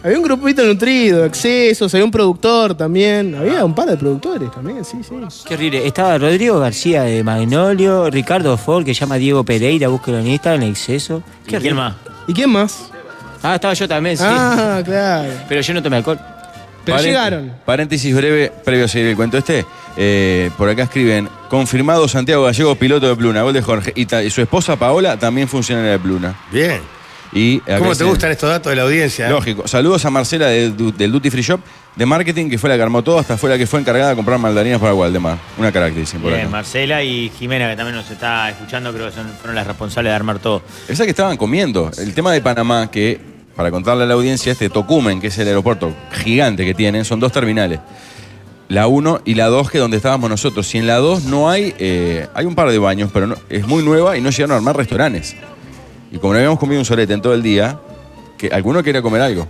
Había un grupito nutrido, excesos, había un productor también. Había un par de productores también, sí, sí.
Qué horrible. Estaba Rodrigo García de Magnolio, Ricardo Ford, que llama a Diego Pereira, búsquelo en Instagram, en exceso.
¿Y quién más?
¿Y quién más?
Ah, estaba yo también, sí.
Ah, claro.
Pero yo no tomé alcohol.
Pero
Paren-
llegaron.
Paréntesis breve, previo a seguir el cuento este. eh, por acá escriben, confirmado Santiago Gallego, piloto de Pluna, gol de Jorge. Y, ta- y su esposa Paola también funcionaria de Pluna.
Bien.
Y acá
¿Cómo te
dicen-
gustan estos datos de la audiencia? eh?
Lógico. Saludos a Marcela de Du- del Duty Free Shop de marketing, que fue la que armó todo, hasta fue la que fue encargada de comprar mandarinas para Waldemar. Una característica por
Bien,
acá.
Marcela y Jimena, que también nos está escuchando, creo que son, fueron las responsables de armar todo.
Esa que estaban comiendo. El tema de Panamá, que para contarle a la audiencia, este Tocumen, que es el aeropuerto gigante que tienen, son dos terminales. La 1 y la 2, que es donde estábamos nosotros. Y en la 2 no hay. eh, hay un par de baños, pero no- es muy nueva y no llegaron a armar restaurantes. Y como no habíamos comido un solete en todo el día, que alguno quería comer algo.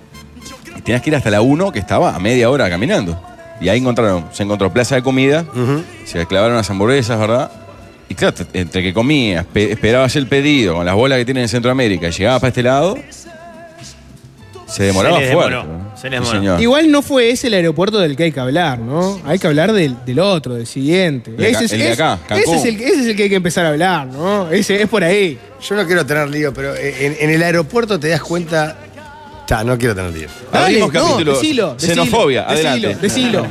Y tenías que ir hasta la 1, que estaba a media hora caminando. Y ahí encontraron, se encontró plaza de comida, se clavaron las hamburguesas, ¿verdad? Y claro, te- entre que comías, pe- esperabas el pedido con las bolas que tienen en Centroamérica y llegabas para este lado, se demoraba
Se les
fuerte.
demoró,
¿no?
se les
Sí,
demoró.
señor.
Igual no fue ese el aeropuerto del que hay que hablar, ¿no? Hay que hablar del, del otro, del siguiente.
De acá-
ese, es,
el de acá,
ese,
Cancún.
es el, ese es el que hay que empezar a hablar, ¿no? Ese es por ahí.
Yo no quiero tener lío, pero en, en el aeropuerto te das cuenta. Ta, no quiero tener lío.
Dale,
Abrimos
no,
capítulo.
decilo, decilo,
Xenofobia,
decilo,
adelante.
Decilo,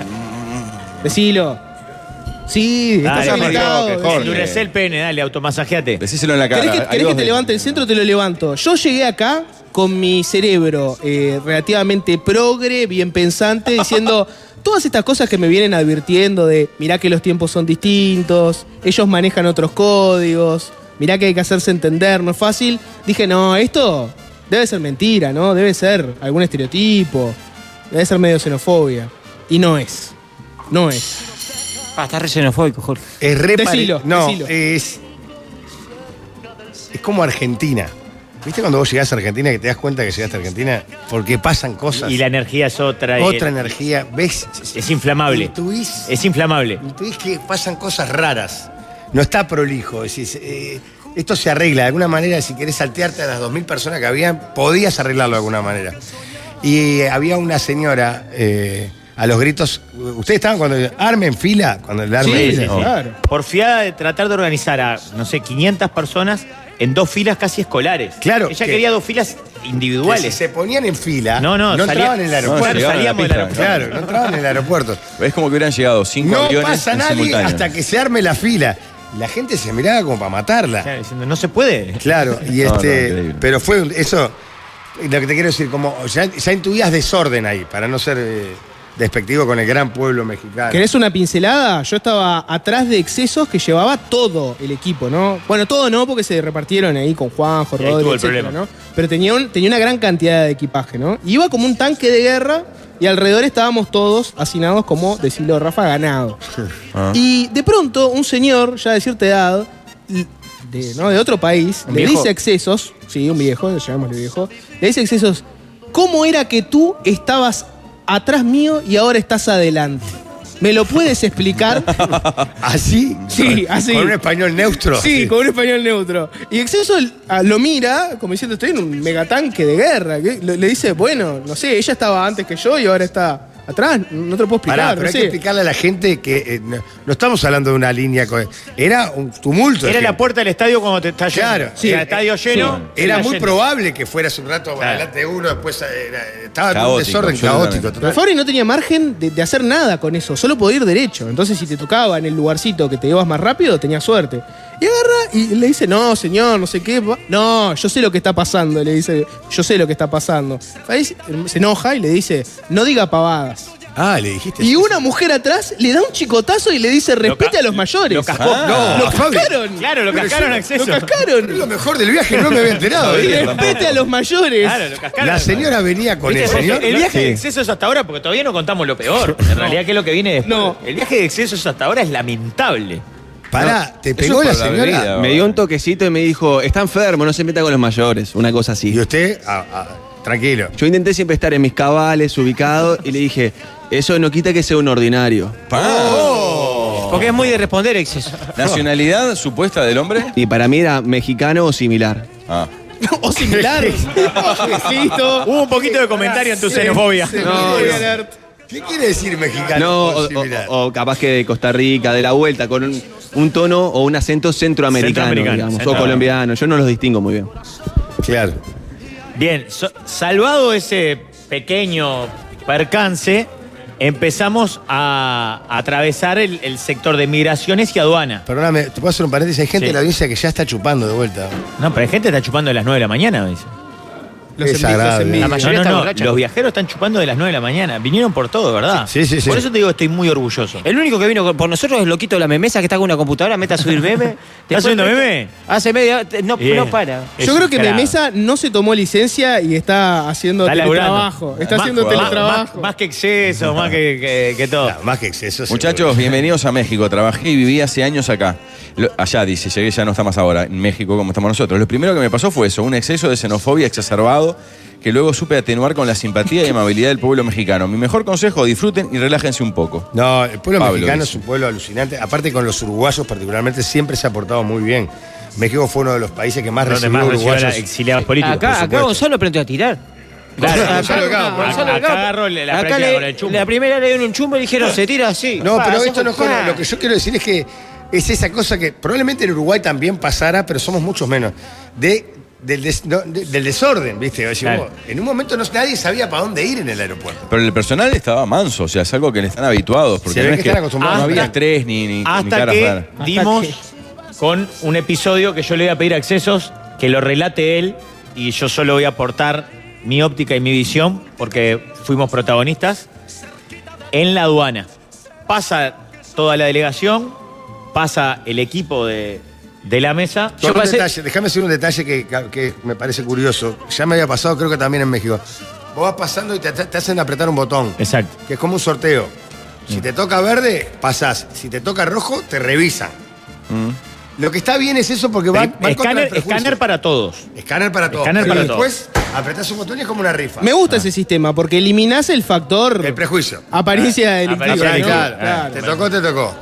decilo. Sí, estás
Dale,
habilitado.
Jorge, Jorge.
Endurecé el pene, dale, automasajeate.
Decíselo en la cara.
¿Querés que,
Hay
querés
dos
que te
de-
levante el centro? Te lo levanto. Yo llegué acá con mi cerebro eh, relativamente progre, bien pensante, diciendo todas estas cosas que me vienen advirtiendo de mirá que los tiempos son distintos, ellos manejan otros códigos, mirá que hay que hacerse entender, no es fácil. Dije, no, esto debe ser mentira, ¿no? Debe ser algún estereotipo, debe ser medio xenofobia. Y no es. No es.
Ah, está re xenofóbico, Jorge.
Es re pare-
Decilo,
No,
decilo.
es. Es como Argentina. ¿Viste cuando vos llegás a Argentina que te das cuenta que llegaste a Argentina? Porque pasan cosas.
Y la energía es otra. eh,
Otra energía. ¿Ves?
Es inflamable.
Intuís.
Es inflamable.
Intuís que pasan cosas raras. No está prolijo. Decís, eh, esto se arregla. De alguna manera, si querés saltearte a las 2.000 personas que habían, podías arreglarlo de alguna manera. Y eh, había una señora eh, a los gritos. ¿Ustedes estaban cuando el arme en fila? Cuando el arme en
Sí, sí,
fila.
sí. Porfiada de tratar de organizar a, no sé, 500 personas en dos filas casi escolares. Claro. Ella
que-
quería dos filas individuales.
Que si se ponían en fila.
No, no,
no
salía-
entraban en el
No,
aeropuerto.
llegaban a la
salíamos del
pista,
aeropuerto. Claro, no entraban en el aeropuerto.
Es como que hubieran llegado cinco
No
aviones
pasa
en
nadie
simultáneo.
hasta que se arme la fila. La gente se miraba como para matarla.
Claro, diciendo, no se puede.
Claro, y
No, no,
este.
increíble.
pero fue un- eso. Lo que te quiero decir, como ya, ya intuías desorden ahí, para no ser eh, despectivo con el gran pueblo mexicano.
¿Querés una pincelada? Yo estaba atrás de excesos que llevaba todo el equipo, ¿no? Bueno, todo no, porque se repartieron ahí con Juan,
Y ahí
Rodríguez,
tuvo el
etcétera,
problema.
¿no? Pero tenía, un- tenía una gran cantidad de equipaje, ¿no? Iba como un tanque de guerra y alrededor estábamos todos hacinados como, decirlo Rafa, ganado.
Ah.
Y de pronto un señor ya de cierta edad, y- de, ¿no? de otro país,
¿Un
le
viejo?
dice a Excesos, sí, un viejo, llamémosle viejo, le dice a Excesos, ¿cómo era que tú estabas atrás mío y ahora estás adelante? ¿Me lo puedes explicar?
[LAUGHS] ¿Así?
Sí, así.
Con un español neutro.
Sí, con un español neutro. Y Exceso ah, lo mira, como diciendo, estoy en un megatanque de guerra. que Le le dice, bueno, no sé, ella estaba antes que yo y ahora está atrás. No te lo puedo explicar.
Pará,
no
pero hay
sé.
que explicarle a la gente que eh, no, no estamos hablando de una línea. co- Era un tumulto.
Era
gente.
la puerta del estadio cuando te está lleno.
Claro.
O sea, estadio lleno.
Era muy
lleno.
probable que fueras un rato para
Claro.
adelante de uno, después eh, era- estaba todo un
Caótico,
desorden
absolutamente.
caótico.
Pero
total.
Fabri no tenía margen de, de hacer nada con eso, solo podía ir derecho. Entonces, si te tocaba en el lugarcito que te ibas más rápido, tenía suerte. Y agarra y le dice, no, señor, no sé qué. va- No, yo sé lo que está pasando, le dice, yo sé lo que está pasando. Fabri se em, se enoja y le dice, no diga pavadas.
Ah, le dijiste.
Y una mujer atrás le da un chicotazo y le dice, respete a los mayores. Lo
cascó.
Ah.
lo
Fabri.
cascaron.
Claro, lo
Pero
cascaron
yo-
a
Lo
exceso.
cascaron.
Es lo mejor del viaje, no me había
[LAUGHS]
enterado.
Y
¿eh?
respete a los mayores.
Claro, lo cascaron.
La señora venía con
Viste,
el señor.
El viaje
Sí.
de exceso es hasta ahora, porque todavía no contamos lo [LAUGHS] peor. En realidad, ¿qué es lo que viene después?
No.
El viaje de exceso es hasta ahora es lamentable.
Pará, te
Eso es
pegó
por
la
la bebida.
señora.
Me dio un toquecito y me dijo, está enfermo, no se meta con los mayores, una cosa así.
Y usted, ah, ah, tranquilo.
Yo intenté siempre estar en mis cabales, ubicado, y le dije, eso no quita que sea un ordinario.
Oh. Porque es muy de responder exceso.
¿Nacionalidad supuesta del hombre?
Y para mí era mexicano o similar.
Ah.
o
[LAUGHS]
similar. Ojecito.
Hubo un poquito de comentario en tu xenofobia.
Se
No,
me dio
no.
alert. ¿Qué quiere decir mexicano?
No, o,
similar?
o- o capaz que de Costa Rica, de la vuelta, con un, un tono o un acento centroamericano,
Centroamericano,
digamos,
centroamericano.
o colombiano. Yo no los distingo muy bien.
Claro.
Bien, so- salvado ese pequeño percance, empezamos a, a atravesar el, el sector de migraciones y aduana.
Perdóname, te puedo hacer un paréntesis. Hay gente
Sí.
en la audiencia que ya está chupando de vuelta.
No, pero hay gente que está chupando de las 9 de la mañana, me dice.
Los
Es
envidios, los
agradable.
envidios.
No,
mayoría
no,
está
no,
borracha.
Los viajeros están chupando de las 9 de la mañana. Vinieron por todo, ¿verdad?
Sí, sí, sí.
Por eso te digo, estoy muy orgulloso.
El único que vino con- por nosotros es Loquito de la Memesa, que está con una computadora, mete a subir [LAUGHS] meme. Después
subiendo
mete-
meme?
Hace media. te- No,
Bien.
no para.
Yo creo que
Claro.
Memesa no se tomó licencia y está haciendo
Está laburando.
teletrabajo. Está
Más-
haciendo
más- Más,
teletrabajo.
más que exceso, más que, que- que todo.
Claro, más que exceso. seguro.
Muchachos, bienvenidos a México. Trabajé y viví hace años acá. Lo- allá dice, llegué ya no está más ahora, en México como estamos nosotros. Lo primero que me pasó fue eso, un exceso de xenofobia exacerbado que luego supe atenuar con la simpatía y amabilidad del pueblo mexicano. Mi mejor consejo, disfruten y relájense un poco.
No, el pueblo
Pablo
mexicano
dice.
es un pueblo alucinante. Aparte con los uruguayos particularmente siempre se ha portado muy bien. México fue uno de los países que más
Donde
recibió
más recibió a
uruguayos.
la- exiliados políticos.
por
Acá, acá
supuesto.
Gonzalo aprendió a tirar.
Claro,
acá,
Gonzalo Delgado, por
acá,
Delgado-
agarró la, la
acá
práctica
le-
con el chumbo.
la primera le dieron un chumbo y dijeron, se tira así.
No,
Pa,
pero
se
esto no
fue,
joda.
pa.
Lo que yo quiero decir es que es esa cosa que probablemente en Uruguay también pasara, pero somos muchos menos. De, del, des- no, de- del desorden, ¿viste? O sea,
Claro.
vos, en un momento no, nadie sabía para dónde ir en el aeropuerto.
Pero el personal estaba manso, o sea, es algo que le están habituados. Porque
Se ve que
no es
están
no
acostumbrados.
había
Hasta-
estrés ni, ni, ni
Hasta
caras
que
raras.
dimos con un episodio que yo le voy a pedir a accesos, que lo relate él y yo solo voy a aportar mi óptica y mi visión, porque fuimos protagonistas, en la aduana. Pasa toda la delegación, pasa el equipo de, de la mesa.
Con
Yo
un
pasé-
detalle, déjame decir un detalle que, que me parece curioso. Ya me había pasado, creo que también en México. Vos vas pasando y te, te hacen apretar un botón,
Exacto.
que es como un sorteo.
Mm.
Si te toca verde, pasás. Si te toca rojo, te revisan. Lo que está bien es eso porque va, va en contra del
Mm. Escáner,
prejuicio.
escáner para todos.
Escáner para todos.
Escáner
Pero
para
después apretás un botón y es como una rifa.
Me
Ah.
gusta ese sistema porque eliminás el factor. El
prejuicio.
Ah,
Apariencia del
Apariencia delictiva, claro. Te tocó, te tocó.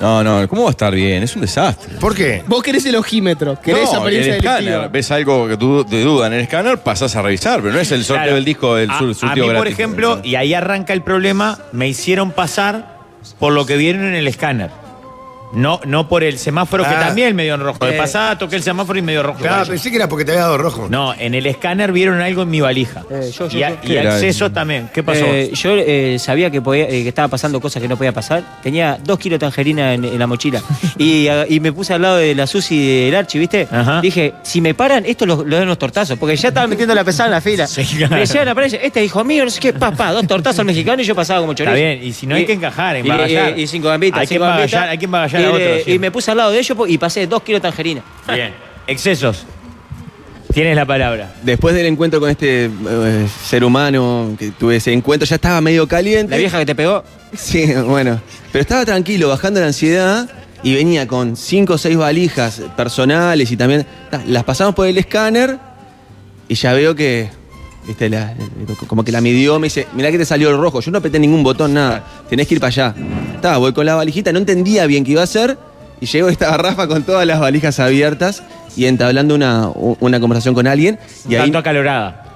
No, no, ¿cómo va a estar bien? Es un desastre.
¿Por qué?
Vos querés el ojímetro, querés
No,
apariencia
el escáner,
delictiva.
ves algo que tú te duda en el escáner, pasás a revisar, pero no es el sorteo
Claro.
del disco del
A-
sur,
a, mí,
surtido
por
gratis. Ah.
ejemplo, y ahí arranca el problema, me hicieron pasar por lo que vieron en el escáner. No, no por el semáforo, que
Ah.
también me dio en rojo. De
Eh.
pasada toqué el semáforo y me dio rojo.
Claro, Ah, pensé que era porque te había dado rojo.
No, en el escáner vieron algo en mi valija.
Eh, yo,
y
yo.
a- y
¿Qué era?
accesos también. ¿Qué pasó?
Eh, yo eh, sabía que, podía, eh, que estaba pasando cosas que no podía pasar. Tenía dos kilos de tangerina en, en la
[LAUGHS]
mochila. y, a- y me puse al lado de la Susi del Archi, ¿viste? Dije, si me paran, esto lo, lo dan unos tortazos. Porque ya estaban metiendo la pesada en
[LAUGHS]
la fila.
claro.
Me decían, aparece, este hijo mío, no sé qué, papá, dos tortazos al mexicano y yo pasaba como chorizo.
Está bien, y si no hay que encajar,
y-
embagallar.
Y, y cinco gambitas.
Hay que
cinco gambitas.
embagallar- hay que embagallar
y,
a
le-
otros, sí.
Y me puse al lado de ellos po- y pasé dos kilos de tangerina.
Bien. Excesos. Tienes la palabra.
Después del encuentro con este eh, ser humano, que tuve ese encuentro, ya estaba medio caliente.
La vieja que te pegó.
Sí, bueno. Pero estaba tranquilo, bajando la ansiedad y venía con cinco o seis valijas personales y también. ta, Las pasamos por el escáner y ya veo que. Viste, la- como que la midió, me dice, mirá que te salió el rojo, yo no apreté ningún botón, nada, tenés que ir para allá. Ta, voy con la valijita, no entendía bien qué iba a hacer, y llegó [LAUGHS] esta garrafa con todas las valijas abiertas y entablando una, u- una conversación con alguien. Y ahí,
Tanto acalorada.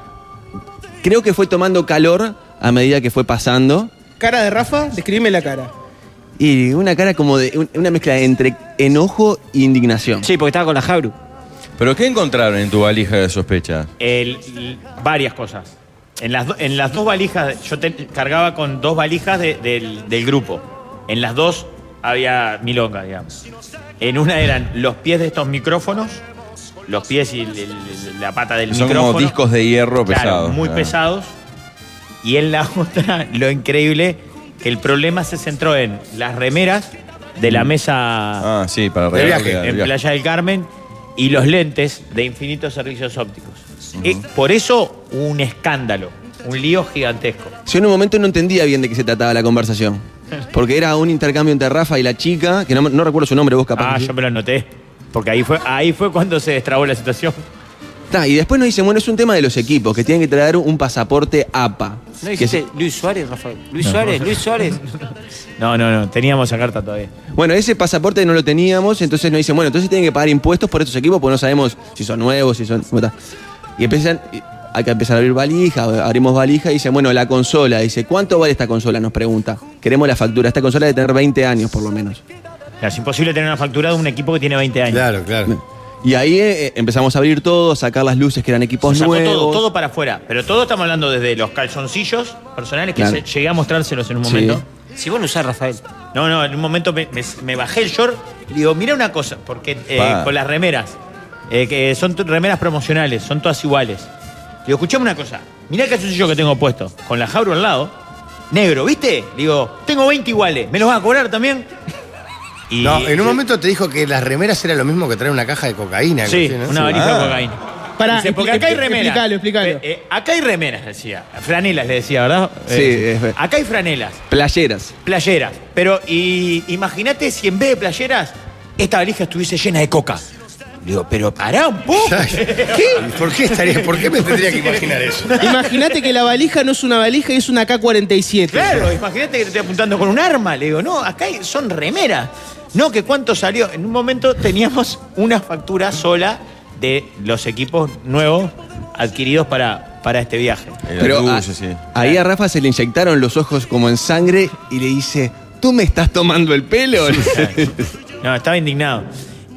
Creo que fue tomando calor a medida que fue pasando.
Cara de Rafa, describime la cara.
Y una cara como de. un- una mezcla entre enojo e indignación.
Sí, porque estaba con la Jabru.
¿Pero qué encontraron en tu valija de sospecha?
El- l- varias cosas. En las, do- en las dos valijas, yo te- cargaba con dos valijas de- del, del grupo. En las dos había milonga, digamos. En una eran los pies de estos micrófonos, los pies y el- el- la pata del
Son
micrófono.
como discos de hierro
Claro,
pesados.
muy
claro.
pesados. Y en la [LAUGHS] otra, lo increíble, que el problema se centró en las remeras de la mesa
Ah, sí, para
en-
regalar.
en Playa del Carmen y los lentes de infinitos servicios ópticos. Eh, por eso, un escándalo, un lío gigantesco.
Yo en un momento no entendía bien de qué se trataba la conversación. Porque era un intercambio entre Rafa y la chica, que no, no recuerdo su nombre, vos capaz.
Ah, yo me lo anoté. Porque ahí fue, ahí fue cuando se destrabó la situación.
Ta, y después nos dicen, bueno, es un tema de los equipos, que tienen que traer un pasaporte APA.
¿No
Que se-
dijiste Luis Suárez, Rafael? Luis
No.
Suárez,
[LAUGHS]
Luis Suárez.
No, no, no, teníamos esa carta todavía.
Bueno, ese pasaporte no lo teníamos, entonces nos dicen, bueno, entonces tienen que pagar impuestos por estos equipos, porque no sabemos si son nuevos, si son. bueno, ta. Y empiezan, y hay que empezar a abrir valija, abrimos valija y dicen, bueno, la consola, dice, ¿cuánto vale esta consola? Nos pregunta. Queremos la factura, esta consola debe tener 20 años por lo menos.
Claro, es imposible tener una factura de un equipo que tiene 20 años.
Claro, claro.
Y ahí eh, empezamos a abrir todo, sacar las luces que eran equipos
sacó
nuevos.
todo, todo para afuera. Pero todo estamos hablando desde los calzoncillos personales que
Claro.
se- llegué a mostrárselos en un
Sí.
momento.
Si vos no usás, Rafael.
No, no, en un momento me, me- me bajé el short y digo, mira una cosa, porque eh,
Pa.
con las remeras, eh, que son tu- remeras promocionales, son todas iguales. Digo, escuchame una cosa, mirá el calzoncillo que tengo puesto, con la jauro al lado, negro, ¿viste? Digo, tengo 20 iguales, ¿me los vas a cobrar también?
No, en un momento te dijo que las remeras era lo mismo que traer una caja de cocaína.
Sí,
algo así, ¿no? Ah.
una valija de cocaína.
Pará,
Dice, porque
expli-
acá hay
expli-
remeras.
explicalo, explicalo.
Eh, eh, acá hay remeras, decía. Franelas le decía, ¿verdad?
Sí,
Eh,
es-
Acá hay franelas.
Playeras.
Playeras. Pero y, imagínate si en vez de playeras, esta valija estuviese llena de coca. Digo, pero pará un poco. [LAUGHS] ¿Qué?
¿Por qué estaría? ¿Por qué me tendría que imaginar eso?
eh.
Imagínate que la valija no es una valija y es una K-47.
Claro, imagínate que te estoy apuntando con un arma. Le digo, no, acá hay- son remeras. No, que cuánto salió. En un momento teníamos una factura sola de los equipos nuevos adquiridos para, para este viaje.
Pero ah, a- ahí a Rafa se le inyectaron los ojos como en sangre y le dice, ¿tú me estás tomando el pelo? [LAUGHS]
No, estaba indignado.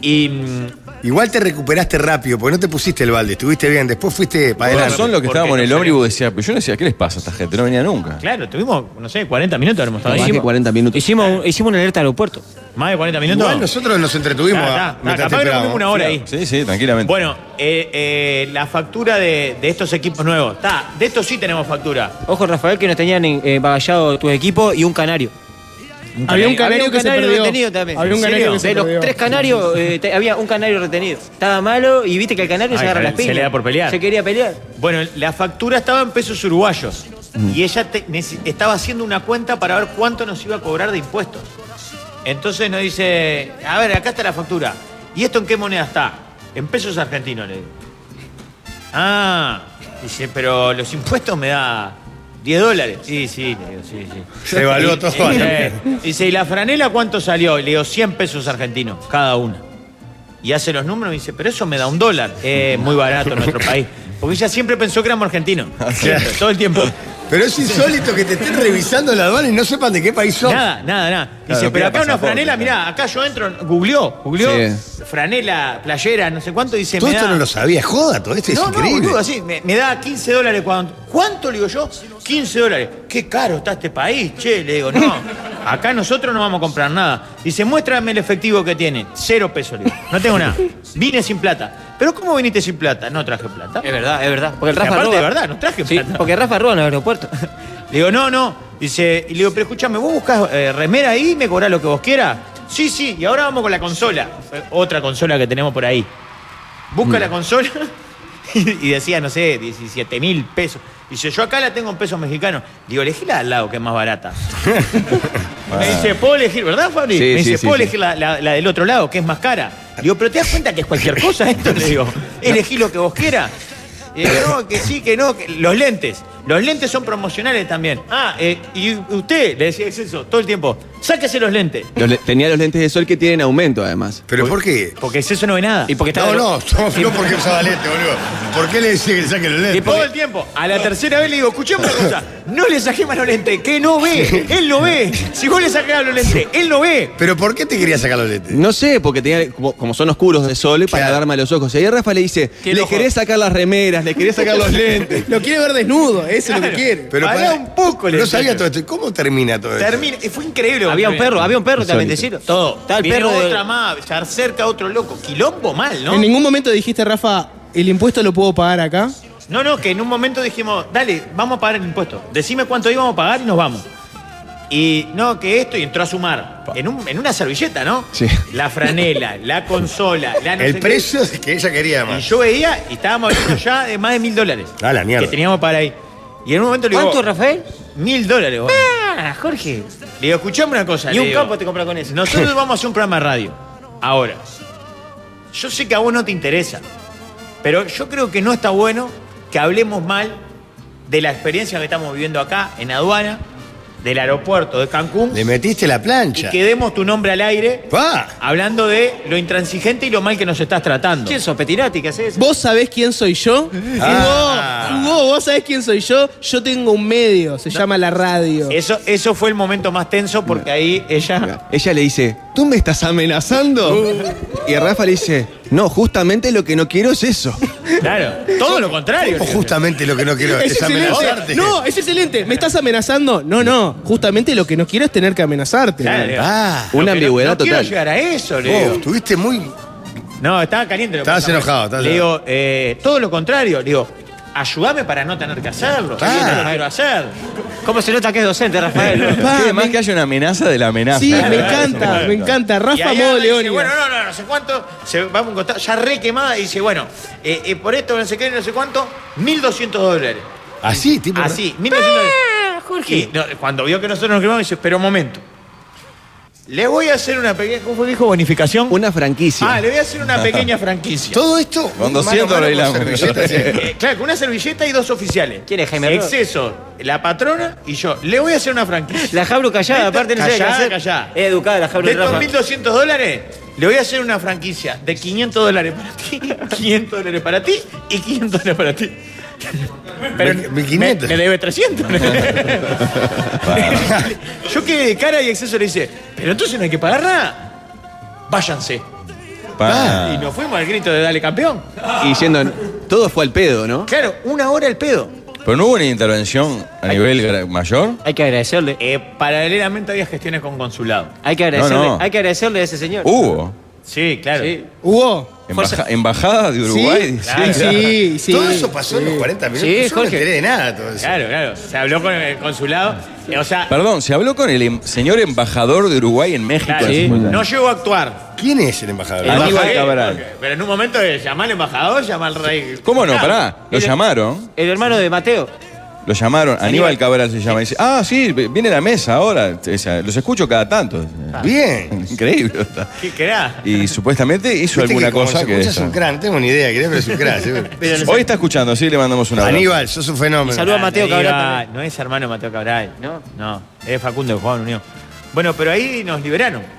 Y, mm,
Igual te recuperaste rápido, porque no te pusiste el balde, estuviste bien, después fuiste para
Con
adelante.
razón los que estábamos en el ómnibus decía, pero yo decía, ¿qué les pasa a esta gente? No venía nunca.
Claro, tuvimos, no sé, 40 minutos habremos estado ahí.
40 minutos.
Hicimos, un- hicimos una alerta al aeropuerto.
Más de 40 minutos.
Igual nosotros nos entretuvimos
Está, está,
a-
está,
mientras
capaz que nos
esperábamos.
comimos una hora ahí.
Sí, sí, tranquilamente.
Bueno, eh, eh, la factura de, de estos equipos nuevos. Está, de estos sí tenemos factura.
Ojo, Rafael, que nos tenían eh, bagallado tu equipo y un canario.
Había un canario que se perdió.
retenido también.
Había un
¿En
canario
serio?
que se
De los
perdió.
tres canarios, eh, te- había un canario retenido. Estaba malo y viste que el canario se
Ay,
agarra las
se
pilas.
le da por pelear.
Se quería pelear.
Bueno, la factura estaba en pesos uruguayos. Y ella te- nece- estaba haciendo una cuenta para ver cuánto nos iba a cobrar de impuestos. Entonces nos dice, a ver, acá está la factura. ¿Y esto en qué moneda está? En pesos argentinos, le digo. Ah, dice, pero los impuestos me da 10 dólares. Sí, sí, le digo, sí, sí.
Se evaluó
Y-
todo
y-
también.
Dice, ¿y la franela cuánto salió? Le digo, 100 pesos argentinos, cada una. Y hace los números y dice, pero eso me da un dólar. Eh, muy barato en
[LAUGHS]
nuestro país. Porque ella siempre pensó que éramos argentinos.
Ah,
Siempre, todo el tiempo.
Pero es insólito que te estén revisando la aduana y no sepan de qué país sos.
Nada, nada, nada. Dice,
Claro,
pero
pida
acá una
pasaporte,
franela,
claro.
mirá, acá yo entro, googleó, googleó, franela, playera, no sé cuánto, dice,
Todo
Este, me
esto
da-
no lo sabía, es joda, todo esto es
no,
increíble.
No, boludo, así, me, me da 15 dólares cuando. ¿Cuánto le digo yo? 15 dólares. Qué caro está este país, che. Le digo,
[LAUGHS]
no. Acá nosotros no vamos a comprar nada. Dice, muéstrame el efectivo que tiene. Cero pesos, le digo. No tengo nada. Vine sin plata. ¿Pero cómo viniste sin plata? No traje plata.
Es verdad, es verdad. Porque el
Y
Rafa
aparte,
roba.
de verdad, no traje plata.
Porque Rafa roba en el
[LAUGHS]
aeropuerto.
Le digo, no, no. Dice, y le digo, pero escúchame, vos buscas remera ahí y me cobrás lo que vos quieras. Sí, sí, y ahora vamos con la consola. Fue Otra consola que tenemos por ahí. Busca la consola [LAUGHS] y decía, no sé, 17 mil pesos. Dice, yo acá la tengo en pesos mexicanos. Digo, elegí la de al lado, que es
[LAUGHS]
más barata. Y me dice, ¿puedo elegir, verdad, Fabri?
Sí,
me
sí,
dice,
sí,
¿puedo
sí.
elegir la, la- la del otro lado, que es más cara? Digo, pero ¿te das cuenta que es cualquier cosa esto? Le
[LAUGHS]
digo, elegí lo que vos quieras. Eh, no, que sí, que no. que- Los lentes. Los lentes son promocionales también. Ah, eh, y usted, le decía es eso, todo el tiempo, sáquese los lentes.
Los le- tenía los lentes de sol que tienen aumento, además.
¿Pero por qué?
Porque eso no ve nada.
Y porque
No, no, no, no porque usaba lente, boludo. ¿Por qué le decía que le saque los lentes?
Todo el tiempo. A la tercera vez le digo, escuchame una cosa, no le saqué más los lentes, que no ve, él no ve. Si vos le sacás los lentes, él no ve.
¿Pero por qué te quería sacar los lentes?
No sé, porque tenía, como, como son oscuros de sol, para darme a los ojos. Y ahí Rafa le dice, le
ojo?
querés sacar las remeras, le querés sacar los lentes.
Lo quiere ver desnudo, eso es lo que quiere.
Pero
Pará
pará,
un poco, le
No
decía
sabía
yo.
todo esto. ¿Cómo termina todo esto?
Termina, y fue increíble.
Había un perro, había un perro también,
decirlo.
decilo.
Todo.
Estaba el
Viene
perro de-
otra más, ya cerca otro loco. Quilombo mal, ¿no?
En ningún momento dijiste, Rafa, el impuesto lo puedo pagar acá.
No, no, que en un momento dijimos, dale, vamos a pagar el impuesto. Decime cuánto íbamos a pagar y nos vamos. Y no, que esto, y entró a sumar. En, un- en una servilleta, ¿no?
Sí.
La franela, la consola, la no sé
El
qué.
precio que ella quería
Y
más.
yo veía, y estábamos hablando ya de más de mil dólares.
A Ah, la mierda.
Que teníamos para ahí. Y en un momento le digo.
[LAUGHS] ¿Cuánto, Rafael?
Mil dólares, vos.
Ah, Jorge.
Le digo, escuchame una cosa.
Ni
le
un
digo.
campo te compra con eso. [LAUGHS]
Nosotros vamos a hacer un programa de radio. Ahora. Yo sé que a vos no te interesa. Pero yo creo que no está bueno que hablemos mal de la experiencia que estamos viviendo acá, en aduana, del aeropuerto de Cancún.
Le metiste la plancha.
Y que demos tu nombre al aire.
Pa.
Hablando de lo intransigente y lo mal que nos estás tratando. ¿Quién sos, Petinati? ¿Qué haces?
¿Vos sabés quién soy yo?
Ah.
Jugó, jugó, vos sabés quién soy yo. Yo tengo un medio, se llama la radio.
Eso, eso fue el momento más tenso porque ahí ella.
Ella le dice, ¿tú me estás amenazando?
Uh.
Y Rafa le dice, no, justamente lo que no quiero es
[LAUGHS]
eso.
Claro, todo lo contrario.
O justamente lo que no
[LAUGHS]
quiero
Es
es
excelente.
amenazarte.
No, es excelente. ¿Me estás amenazando? No, no. Justamente lo que no quiero es tener que amenazarte.
Claro.
Ah.
Una ambigüedad
no quiero
total.
llegar a eso, le
Vos
digo.
estuviste muy.
No, estaba caliente. lo que
Oh. Estabas
pasa,
enojado, estabas
Le digo, eh, todo lo contrario. Le digo, ayúdame para no tener que hacerlo.
Ah.
Yo no lo quiero hacer.
¿Cómo se nota que es docente,
[LAUGHS]
Rafael?
Pa,
Y además que haya una amenaza de la amenaza.
Sí, me
Eso
encanta,
me
me encanta.
Y
Rafa
ahí
Modo
Ana dice,
León.
Bueno, no, no, no sé cuánto. Se va a un costado, ya re quemada. Y dice, bueno, eh, eh, por esto, no sé qué, no sé cuánto, 1.200 dólares.
Así, tipo.
Así, 1.200 dólares. Y no, cuando vio que nosotros nos quemamos, dice, pero un momento. Le voy a hacer una pequeña. ¿Cómo fue que dijo? Bonificación.
Una franquicia.
Ah, le voy a hacer una pequeña franquicia.
Todo esto.
Con 200
mano a mano con
bailamos.
servilleta, sí.
Eh, claro, con una servilleta y dos oficiales.
¿Quién es Jaime Ross?
Exceso, la patrona y yo. Le voy a hacer una franquicia.
La Jabru callada, aparte no sabe qué
Callada,
hacer.
callada.
Es educada la Jabru
De
de
estos
Rafa.
1.200 dólares, le voy a hacer una franquicia de 500 dólares para ti, 500 dólares para ti y 500 dólares para ti.
Mil- 1500.
Me, me debe 300. yo que de cara y exceso le dice, pero entonces no hay que pagar nada. Váyanse.
Pa.
Y nos fuimos al grito de Dale Campeón.
Y yendo, todo fue al pedo, ¿no?
Claro, una hora el pedo.
Pero no hubo una intervención a nivel gra- mayor.
Hay que agradecerle.
Eh, paralelamente había gestiones con consulado.
Hay que agradecerle.
No, no.
Hay que agradecerle a ese señor.
Hubo.
Sí, claro.
Sí.
Hugo.
Embaja- embajada de Uruguay.
claro.
Sí, sí.
Todo eso pasó en los 40 minutos.
Sí,
Yo no me
Jorge.
enteré de nada. Todo eso.
Claro, claro. Se habló con el consulado. eh, O sea,
Perdón, se habló con el em- señor embajador de Uruguay en México.
claro,
hace
sí.
mucho
no llegó a actuar.
¿Quién es el embajador?
El
Aníbal
Bajé,
Cabral.
porque- Pero en un momento eh, llamá al embajador, llamá al rey.
¿Cómo no?
Claro.
Pará, lo
Mira.
llamaron.
El hermano de Mateo.
Lo llamaron, Aníbal, Cabral se llama. Y dice, ah, sí, viene la mesa ahora. O sea, los escucho cada tanto.
Ah.
Bien. Increíble. está.
¿Qué querá?
Y supuestamente hizo
Viste
alguna
que como
cosa
se
que.
escucha
esa.
es un crán, no tengo ni idea, querés, pero es un crán. seguro.
Hoy está escuchando, sí, le mandamos una.
Aníbal, sos un fenómeno.
Aníbal, No es hermano Mateo Cabral. No. No. Es Facundo de Juan Unión. Bueno, pero ahí nos liberaron.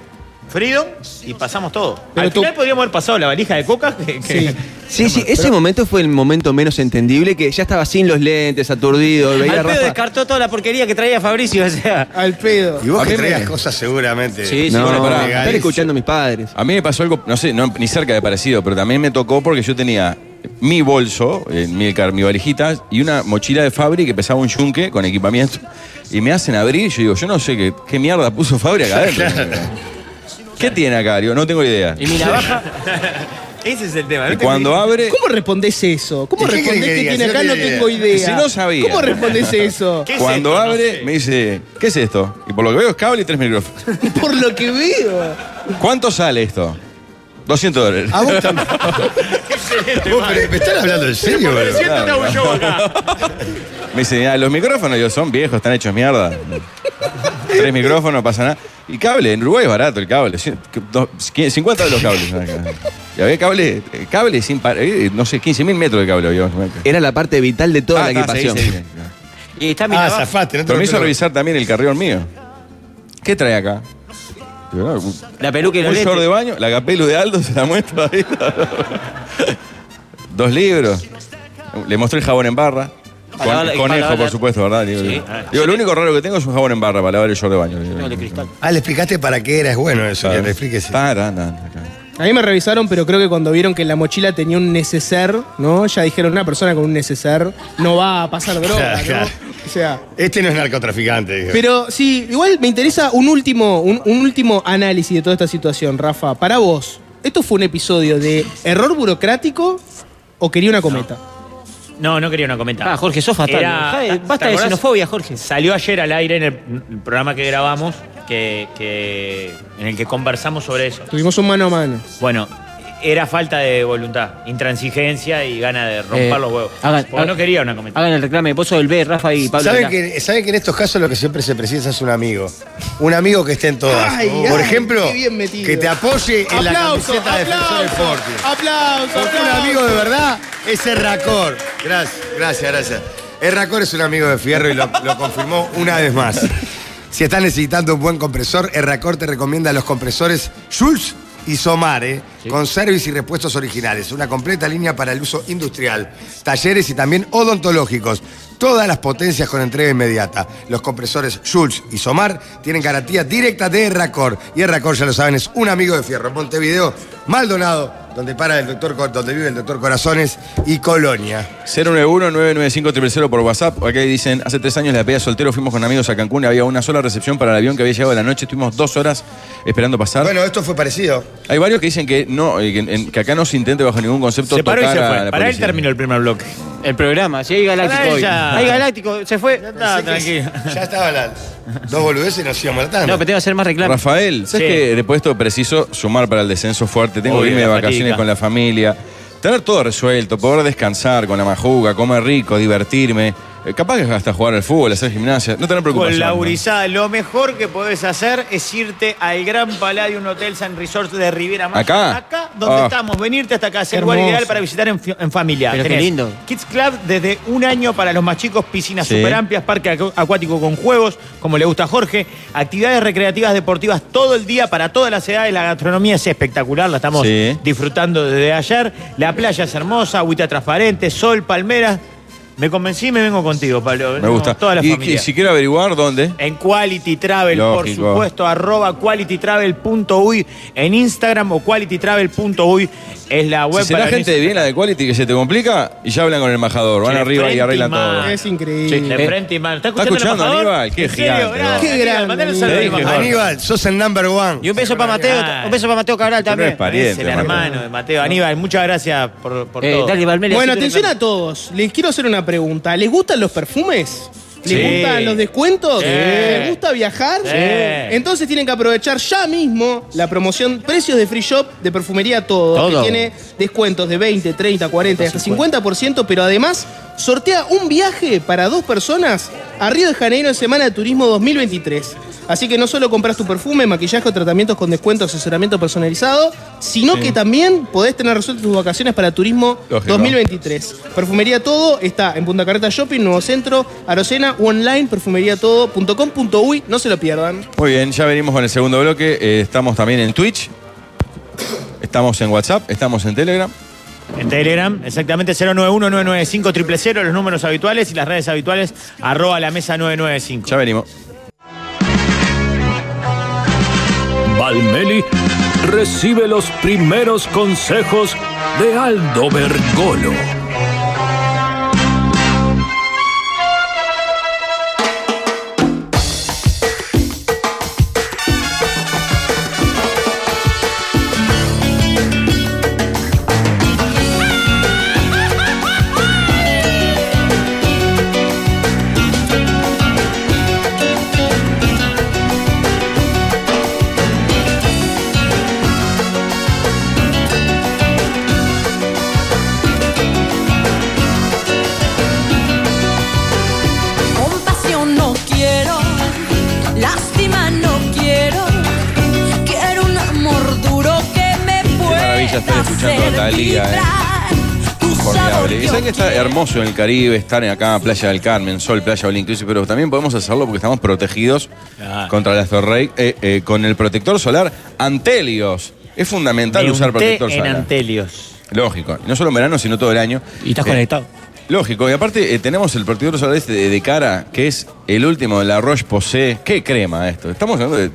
Freedom y pasamos todo. Al final podríamos haber pasado la valija de coca. que- que-
Sí, sí, ese momento fue el momento menos entendible que ya estaba sin los lentes, aturdido, y veía
Al pedo
Rafa.
descartó toda la porquería que traía Fabricio, o sea.
Al pedo.
Y vos que traías cosas seguramente.
Sí, sí,
No,
bueno,
no,
para
legales.
estar escuchando a mis padres.
A mí me pasó algo, no sé, no, ni cerca de parecido, pero también me tocó porque yo tenía mi bolso, eh, mi, car- mi varijita, y una mochila de Fabri que pesaba un yunque con equipamiento. Y me hacen abrir y yo digo, yo no sé qué, qué mierda puso Fabri acá adentro. ¿Qué tiene acá? Digo, no tengo idea.
Y mi navaja.
[LAUGHS] Ese es el tema.
Y cuando abre.
¿Cómo respondés eso? ¿Cómo
¿Y qué
respondés
querés
que
que diga?
tiene
Si
acá?
no
No
tiene
tengo
idea.
idea.
Si no sabía.
¿Cómo respondés
[LAUGHS]
eso?
Cuando abre, me dice, ¿qué es esto? Y por lo que veo es cable y tres micrófonos.
Por lo que veo.
¿Cuánto sale esto? 200 dólares.
A vos [LAUGHS] también. Vos, pero, ¿Me están hablando en serio, boludo?
[LAUGHS] Me dice, "Ah, los micrófonos, yo, son viejos, están hechos mierda. Tres micrófonos, pasa nada. Y cable, en Uruguay es barato el cable. cien- que- dos- quin- 50 de los cables. acá. Y había cable, eh, cable sin par- eh, no sé, 15.000 metros de cable había.
[LAUGHS] Era la parte vital de toda
Ah,
la
está,
equipación.
seguí, seguí.
Y está mi
Ah,
navaja.
zafaste, no te
Pero me hizo
lo
revisar también el carrión mío. ¿Qué trae acá? Digo, "No, un-
La peluca y los
un short
lentes.
de baño, la capelu de Aldo, se la muestro ahí. [LAUGHS] Dos libros. Le mostré el jabón en barra. Con,
Para lavar-
conejo,
para lavar-
por supuesto, ¿verdad? Digo,
Sí.
digo,
Ah,
Digo, lo único raro que tengo es un jabón en barra para lavar el short de baño. Digo,
de cristal.
Ah, le explicaste para qué era, es bueno eso, que le expliques.
Para, nada.
A mí me revisaron, pero creo que cuando vieron que en la mochila tenía un neceser, ¿no? Ya dijeron, una persona con un neceser no va a pasar droga, ¿no?
Claro.
O sea.
Este no es narcotraficante, dijo.
Pero sí, igual me interesa un último, un, un último análisis de toda esta situación, Rafa. Para vos, ¿esto fue un episodio de error burocrático o quería una cometa?
No, no quería una cometa.
Ah, Jorge, sos fatal. Dejá de-
¿te
basta de
acordás?
xenofobia, Jorge.
Salió ayer al aire en el, el programa que grabamos, que, que- en el que conversamos sobre eso.
Tuvimos un mano a mano.
Bueno, era falta de voluntad, intransigencia y gana de romper
Eh,
los huevos.
hagan-
Porque no quería una cometa.
Hagan el reclame. Vos sos el B, Rafa y Pablo.
¿Saben
Verá.
que, ¿Saben que en estos casos lo que siempre se precisa es un amigo? Un amigo que esté en todas.
Ay,
Por
ay,
ejemplo,
qué bien metido.
que te apoye en la
Aplauso,
camiseta de Defensor
aplauso,
Sporting.
aplauso,
Porque un
aplauso.
amigo de verdad es Erracor. Gracias, gracias, gracias. Erracor es un amigo de Fierro y lo, lo confirmó una vez más. Si estás necesitando un buen compresor, Erracor te recomienda los compresores Schultz y Somare con service y repuestos originales. Una completa línea para el uso industrial, talleres y también odontológicos. Todas las potencias con entrega inmediata. Los compresores Schultz y Somar tienen garantía directa de Erracor. Y Erracor, ya lo saben, es un amigo de Fierro. En Montevideo, Maldonado, donde para el doctor, Co- donde vive el doctor Corazones y Colonia.
091-995-300 por WhatsApp. Acá dicen, hace tres años la pedía soltero, fuimos con amigos a Cancún, había una sola recepción para el avión que había llegado de la noche, estuvimos dos horas esperando pasar.
Bueno, esto fue parecido.
Hay varios que dicen que no, eh, que, en- que acá no se intente bajo ningún concepto
Se paró y
tocar
se
a
fue.
la
Para él
policía.
terminó el primer bloque.
El programa, si hay
Pará,
galáctico hoy.
ya.
Hay galáctico, se fue.
No, tranquilo.
Ya estaba la. Dos boludeces y nos íbamos la tanda.
No, pero tengo que hacer más reclame.
Rafael, ¿sabes
Sí.
que después esto preciso sumar para el descenso fuerte? Tengo
Obvio,
que irme de
la
vacaciones
fatiga.
con la familia, tener todo resuelto, poder descansar con la majuga, comer rico, divertirme. Eh, capaz que hasta jugar al fútbol, hacer gimnasia, no tener preocupación.
Con la
¿no?
gurizada, lo mejor que podés hacer es irte al Gran Palladium Hotel San Resort de Riviera Maya.
¿Acá?
Acá, donde
Ah.
estamos. Venirte hasta acá. Es el
Qué
lugar
hermoso.
ideal para visitar en, fi- en familia.
Pero qué
Tenés
lindo.
Kids Club desde un año para los más chicos, piscinas
Sí.
super amplias, parque acu- acuático con juegos, como le gusta a Jorge, actividades recreativas deportivas todo el día para todas las edades. La gastronomía es espectacular, la estamos
Sí.
disfrutando desde ayer. La playa es hermosa, agüita transparente, sol, palmeras. Me convencí, me vengo contigo, Pablo.
Me gusta.
Toda la
y,
familia. Eh,
y si quiero averiguar dónde.
En Quality Travel, por
Lógico.
supuesto, arroba qualitytravel.uy en Instagram o qualitytravel.uy es la web
Si será
para
gente de
venirse-
bien la de Quality que se te complica y ya hablan con el embajador, van
De
arriba y
frente
arreglan
y más.
todo.
Es increíble.
de frente y mano. ¿Está
Eh, ¿Está
escuchando,
escuchando,
el embajador?
Aníbal? Qué
¿En serio?
gigante,
Gracias,
vos. Qué
Aníbal.
grande,
Mandale un
boludo.
saludo al
Te dije,
embajador.
Aníbal, sos el number one.
Y un beso para Mateo,
Ah.
un beso para Mateo Cabral
Este no
también.
es pariente,
Es el
Marco.
hermano de Mateo. Aníbal, muchas gracias por, por
Eh,
todo.
dale, Valmelia,
Bueno,
hacete
atención
reclame.
a todos. Les quiero hacer una pregunta. ¿Les gustan los perfumes? ¿Les
Sí.
gustan los descuentos?
Sí.
¿Les gusta viajar?
Sí.
Entonces tienen que aprovechar ya mismo la promoción Precios de Free Shop de Perfumería Todo,
Todo.
que tiene descuentos de 20, 30, 40, hasta 50%, pero además sortea un viaje para dos personas a Río de Janeiro en Semana de Turismo 2023. Así que no solo compras tu perfume, maquillaje o tratamientos con descuento, asesoramiento personalizado, sino
Sí.
que también podés tener resueltas tus vacaciones para turismo
Lógico.
2023. Perfumería Todo está en Punta Carreta Shopping, Nuevo Centro, Arocena, o online perfumeriatodo.com.uy. No se lo pierdan.
Muy bien, ya venimos con el segundo bloque. Eh, estamos también en Twitch. Estamos en WhatsApp, estamos en Telegram.
En Telegram, exactamente 091-995-000, los números habituales y las redes habituales, arroba la mesa 995. Ya
venimos.
Valmeli recibe los primeros consejos de Aldo Bergolo.
Compasión no quiero, lástima no quiero. Quiero un amor duro que me
Qué
pueda
maravilla estar escuchando a
hacer
Talía, eh.
vibrar.
Formidable. Y saben que está hermoso en el Caribe, estar acá, Playa del Carmen, Sol, Playa All Inclusive, pero también podemos hacerlo porque estamos protegidos contra las Ferrey eh, eh, con el protector solar Antelios. Es fundamental
Me
usar
unté
protector
en
solar.
Antelios.
Lógico. Y No solo en verano, sino todo el año. Eh,
Y estás conectado.
Lógico. Y aparte, eh, tenemos el protector solar este de, de cara, que es el último de la Roche Posay. Qué crema esto. Estamos hablando de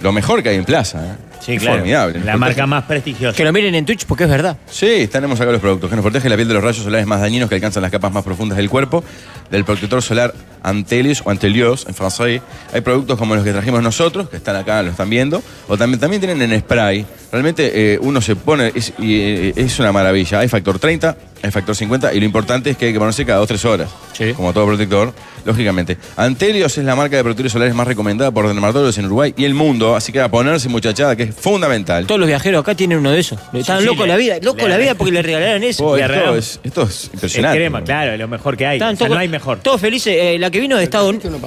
lo mejor que hay en plaza. ¿eh?
Sí,
Es
claro.
formidable.
La marca más prestigiosa. Que lo miren en Twitch porque es verdad.
Sí, tenemos acá los productos que nos protege la piel de los rayos solares más dañinos que alcanzan las capas más profundas del cuerpo. Del protector solar Antelius o Antelios en francés. Hay productos como los que trajimos nosotros, que están acá, lo están viendo. O también, también tienen en spray. Realmente eh, uno se pone, es, y, eh, es una maravilla. Hay factor 30, hay factor 50 y lo importante es que hay que ponerse cada 2-3 horas. Como todo protector, lógicamente. Antelios es la marca de protectores solares más recomendada por dermatólogos en Uruguay y el mundo. Así que a ponerse muchachada, que es fundamental.
Todos los viajeros acá tienen uno de esos. Están
sí,
locos
le-
la vida, locos
le-
la vida porque le regalaron eso.
Oh,
Le
esto,
regalaron.
es, esto es impresionante.
El crema, claro, lo mejor que hay.
Estaban
O sea,
todos-
no hay mejor.
Todos felices. Eh, la que vino de Estados Unidos.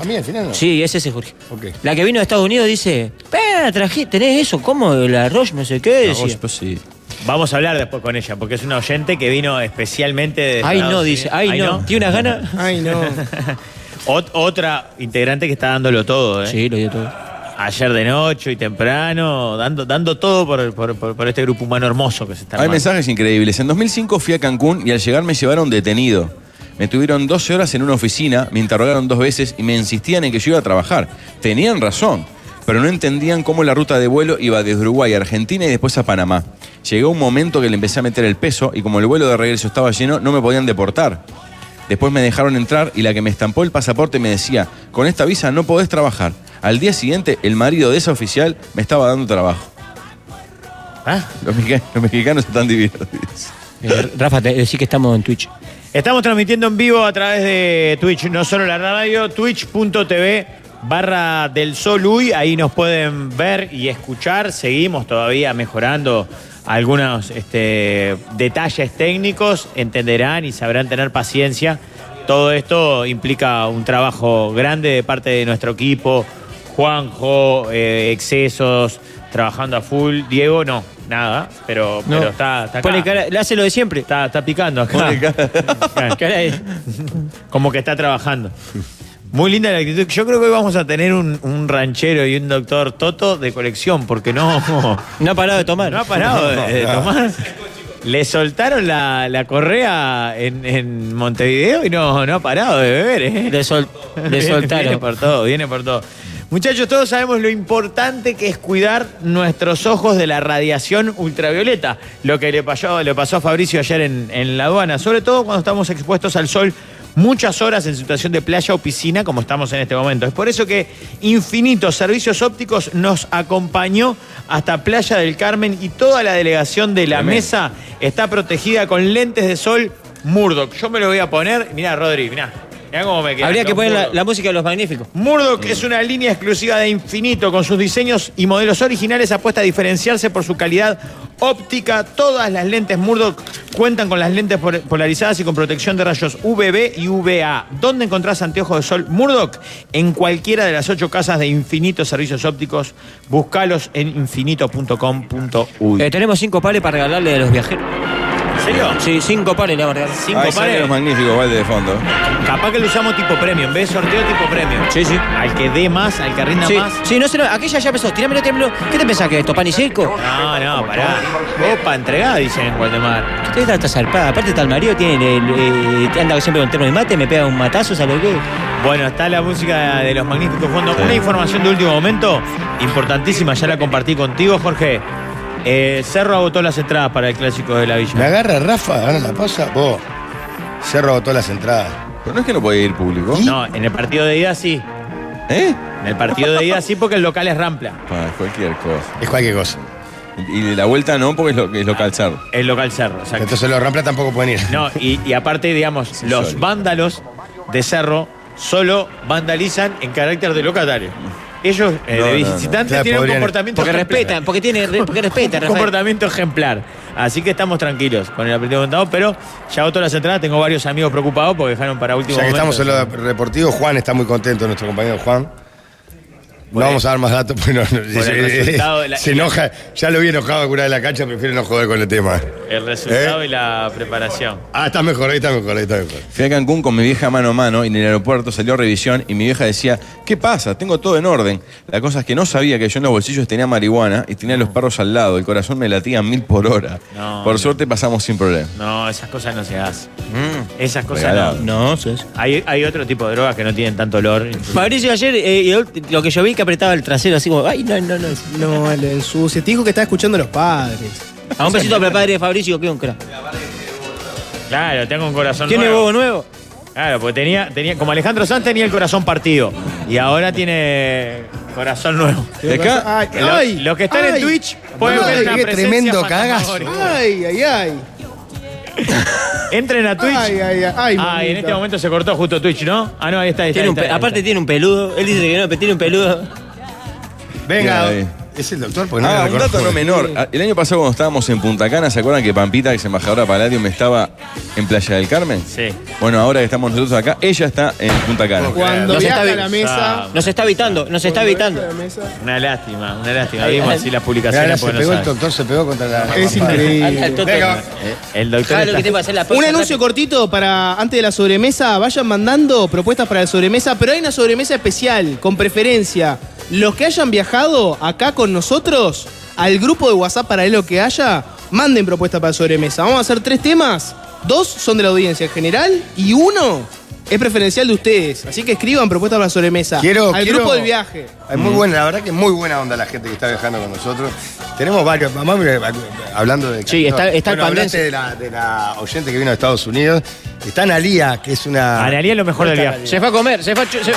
Sí, es ese, Jorge. La que vino de Estados Unidos dice: "Pa, traje, tenés eso, ¿cómo? La Roche, no sé qué.
La Roche
Decía.
Vamos a hablar después con ella, porque es una oyente que vino especialmente de.
Ay,
Estados
no,
Unidos.
dice, ay, no. ¿Tiene unas ganas?
Ay, no.
Ot- otra integrante que está dándolo todo, ¿eh? Sí,
lo dio todo.
Ayer de noche y temprano, dando, dando todo por, por- por- por este grupo humano hermoso que se está
Hay
armando.
mensajes increíbles. En 2005 fui a Cancún y al llegar me llevaron detenido. Me tuvieron 12 horas en una oficina, me interrogaron dos veces y me insistían en que yo iba a trabajar. Tenían razón, pero no entendían cómo la ruta de vuelo iba desde Uruguay a Argentina y después a Panamá. Llegó un momento que le empecé a meter el peso y como el vuelo de regreso estaba lleno, no me podían deportar. Después me dejaron entrar y la que me estampó el pasaporte me decía, con esta visa no podés trabajar. Al día siguiente, el marido de esa oficial me estaba dando trabajo.
¿Ah?
Los, mexica- los mexicanos están divididos.
Eh, Rafa, te decís que estamos en Twitch.
Estamos transmitiendo en vivo a través de Twitch, no solo la radio, twitch.tv barra del sol Uy, ahí nos pueden ver y escuchar, seguimos todavía mejorando algunos este, detalles técnicos, entenderán y sabrán tener paciencia. Todo esto implica un trabajo grande de parte de nuestro equipo, Juanjo, eh, excesos, trabajando a full, Diego no, nada, pero,
No.
pero está, está acá.
Ponle cara- le hace lo de siempre.
Está, está picando acá. Como que está trabajando. Muy linda la actitud. Yo creo que hoy vamos a tener un, un ranchero y un doctor Toto de colección, porque [LAUGHS] no.
No ha parado de tomar.
No ha parado de, de tomar. Le soltaron la, la correa en, en Montevideo y no, no ha parado de beber, ¿eh? Le,
soltaron.
Viene por todo, viene por todo. Muchachos, todos sabemos lo importante que es cuidar nuestros ojos de la radiación ultravioleta. Lo que le pasó, le pasó a Fabricio ayer en, en la aduana, sobre todo cuando estamos expuestos al sol muchas horas en situación de playa o piscina, como estamos en este momento. Es por eso que Infinitos Servicios Ópticos nos acompañó hasta Playa del Carmen y toda la delegación de la mesa está protegida con lentes de sol Murdoch. Yo me lo voy a poner. Mirá, Rodri, mirá. Mirá cómo me queda.
Habría que poner la-
música de los magníficos. Murdoch es una línea exclusiva de Infinito. Con sus diseños y modelos originales apuesta a diferenciarse por su calidad óptica. Todas las lentes Murdoch cuentan con las lentes por- polarizadas y con protección de rayos UVB y UVA. ¿Dónde encontrás anteojos de sol Murdoch? En cualquiera de las ocho casas de Infinito Servicios Ópticos. Buscalos en infinito.com.uy.
Eh, tenemos cinco pares para regalarle a los viajeros.
¿En serio?
Sí, cinco pares le vamos a regalar.
Cinco Ahí sale pares. los
magníficos, Valde de fondo.
Capaz que lo usamos tipo premium, ¿ves? Sorteo tipo premium. Sí, sí. Al que dé más, al que rinda
Sí,
más.
sí, no se lo. Aquella ya empezó. Tíramelo, tíramelo. ¿Qué te pensás que es esto? ¿Pan y circo?
No, no, pará. Opa, entregada, dicen en Guatemala.
Usted está zarpada. Aparte está el marido, tiene el, el- eh, anda siempre con terno de mate, me pega un matazo, ¿sabes lo que?
Bueno, está la música de los magníficos fondos. Una información de último momento, importantísima, ya la compartí contigo, Jorge. Eh, Cerro agotó las entradas para el clásico de la villa.
Me agarra Rafa, ahora la pasa. Vos, se todas las entradas.
Pero no es que no puede ir público.
No, en el partido de ida sí.
¿Eh?
En el partido de ida sí, porque el local es Rampla.
Pa, es cualquier cosa.
Es cualquier cosa.
Y de la vuelta no, porque es, lo, es local cerro.
Es local cerro, exacto.
Entonces los Rampla tampoco pueden ir.
No, y, y aparte, digamos, los
sorry.
vándalos de Cerro solo vandalizan en carácter de locatario. Ellos, eh,
No,
de
no, no.
visitantes,
Claro,
tienen un
podrían-
comportamiento
Porque respetan, porque tiene, re- porque
[LAUGHS]
respetan,
un
Rafael.
comportamiento ejemplar. Así que estamos tranquilos con el apellido contado, pero ya otras las entradas. Tengo varios amigos preocupados porque dejaron para último
Ya que
momento.
estamos en lo deportivo, Juan está muy contento, nuestro compañero Juan. No vamos a dar más datos, [LAUGHS] pero no-
el resultado de la-
se enoja. Ya lo vi enojado a curar de la cancha, prefiero no joder con el tema.
El resultado
¿Eh?
y la preparación.
Ah, está mejor, ahí está mejor, ahí está mejor.
Fui a Cancún con mi vieja mano a mano y en el aeropuerto salió revisión y mi vieja decía, ¿qué pasa? Tengo todo en orden. La cosa es que no sabía que yo en los bolsillos tenía marihuana y tenía los perros al lado. El corazón me latía a mil por hora.
No,
por
no.
suerte pasamos sin problema.
No, esas cosas no se hacen. Esas cosas
Regalado.
no. Hay, hay otro tipo de drogas que no tienen tanto olor.
Fabricio ayer, eh, y el- lo que yo vi que apretaba el trasero así como, ay, no, no, no.
No, lo ensucia. Te dijo que estaba escuchando a los padres.
A un besito para el padre de Fabricio, que es un crack.
Claro, tengo un corazón
¿Tiene
nuevo.
huevo nuevo?
Claro, porque tenía, tenía, como Alejandro Sanz tenía el corazón partido. Y ahora tiene corazón nuevo.
De acá- Ay,
Lo-
ay,
los que están
ay.
en Twitch pueden
Ay,
ver la
qué
presencia
tremendo
fantasmagórica.
Ay, ay, ay.
Entren a Twitch.
Ay, ay, ay, ay, mamita.
en este momento se cortó justo Twitch, ¿no? Ah, no, ahí está, ahí está.
Tiene un
ahí
pe-
está, ahí
aparte tiene un peludo. Él dice que no, pero tiene un peludo.
Venga,
Bien ahí.
es el doctor, porque no
Ah,
me
un
reconozco.
dato no menor. Ah, El año pasado cuando estábamos en Punta Cana, ¿se acuerdan que Pampita, que es embajadora Palladium, estaba en Playa del Carmen?
Sí.
Bueno, ahora que estamos nosotros acá, ella está en Punta Cana.
Cuando
Nos
viaja
está
a
vi-
la mesa.
Nos está evitando, nos está evitando.
está. Ah, Una lástima, una lástima.
Ahí,
Vimos
ahí.
así las
Mirá,
publicaciones.
se
porque no
pegó el
saben.
doctor, se pegó contra la.
Es
rampa.
increíble.
Al- al
Venga,
Eh, El doctor.
Dejá lo
está-
que te pasa, la
Un
pausa,
anuncio cortito para antes de la sobremesa. Vayan mandando propuestas para la sobremesa, pero hay una sobremesa especial, con preferencia. Los que hayan viajado acá con nosotros, al grupo de WhatsApp para lo que haya, manden propuestas para la sobremesa. Vamos a hacer tres temas. Dos son de la audiencia en general y uno es preferencial de ustedes. Así que escriban propuestas para la sobremesa.
Quiero-
al
quiero-
grupo del viaje.
Es muy buena, la verdad que es muy buena onda la gente que está viajando con nosotros. Tenemos varios, mamá, mira, hablando de...
Sí, está- está el
Bueno, hablaste
pandense.
de la, de la oyente que vino de Estados Unidos. Está Analía, que es una...
Analía es Ah, lo mejor del viaje.
Se fue a comer, se fue a. chu- Se...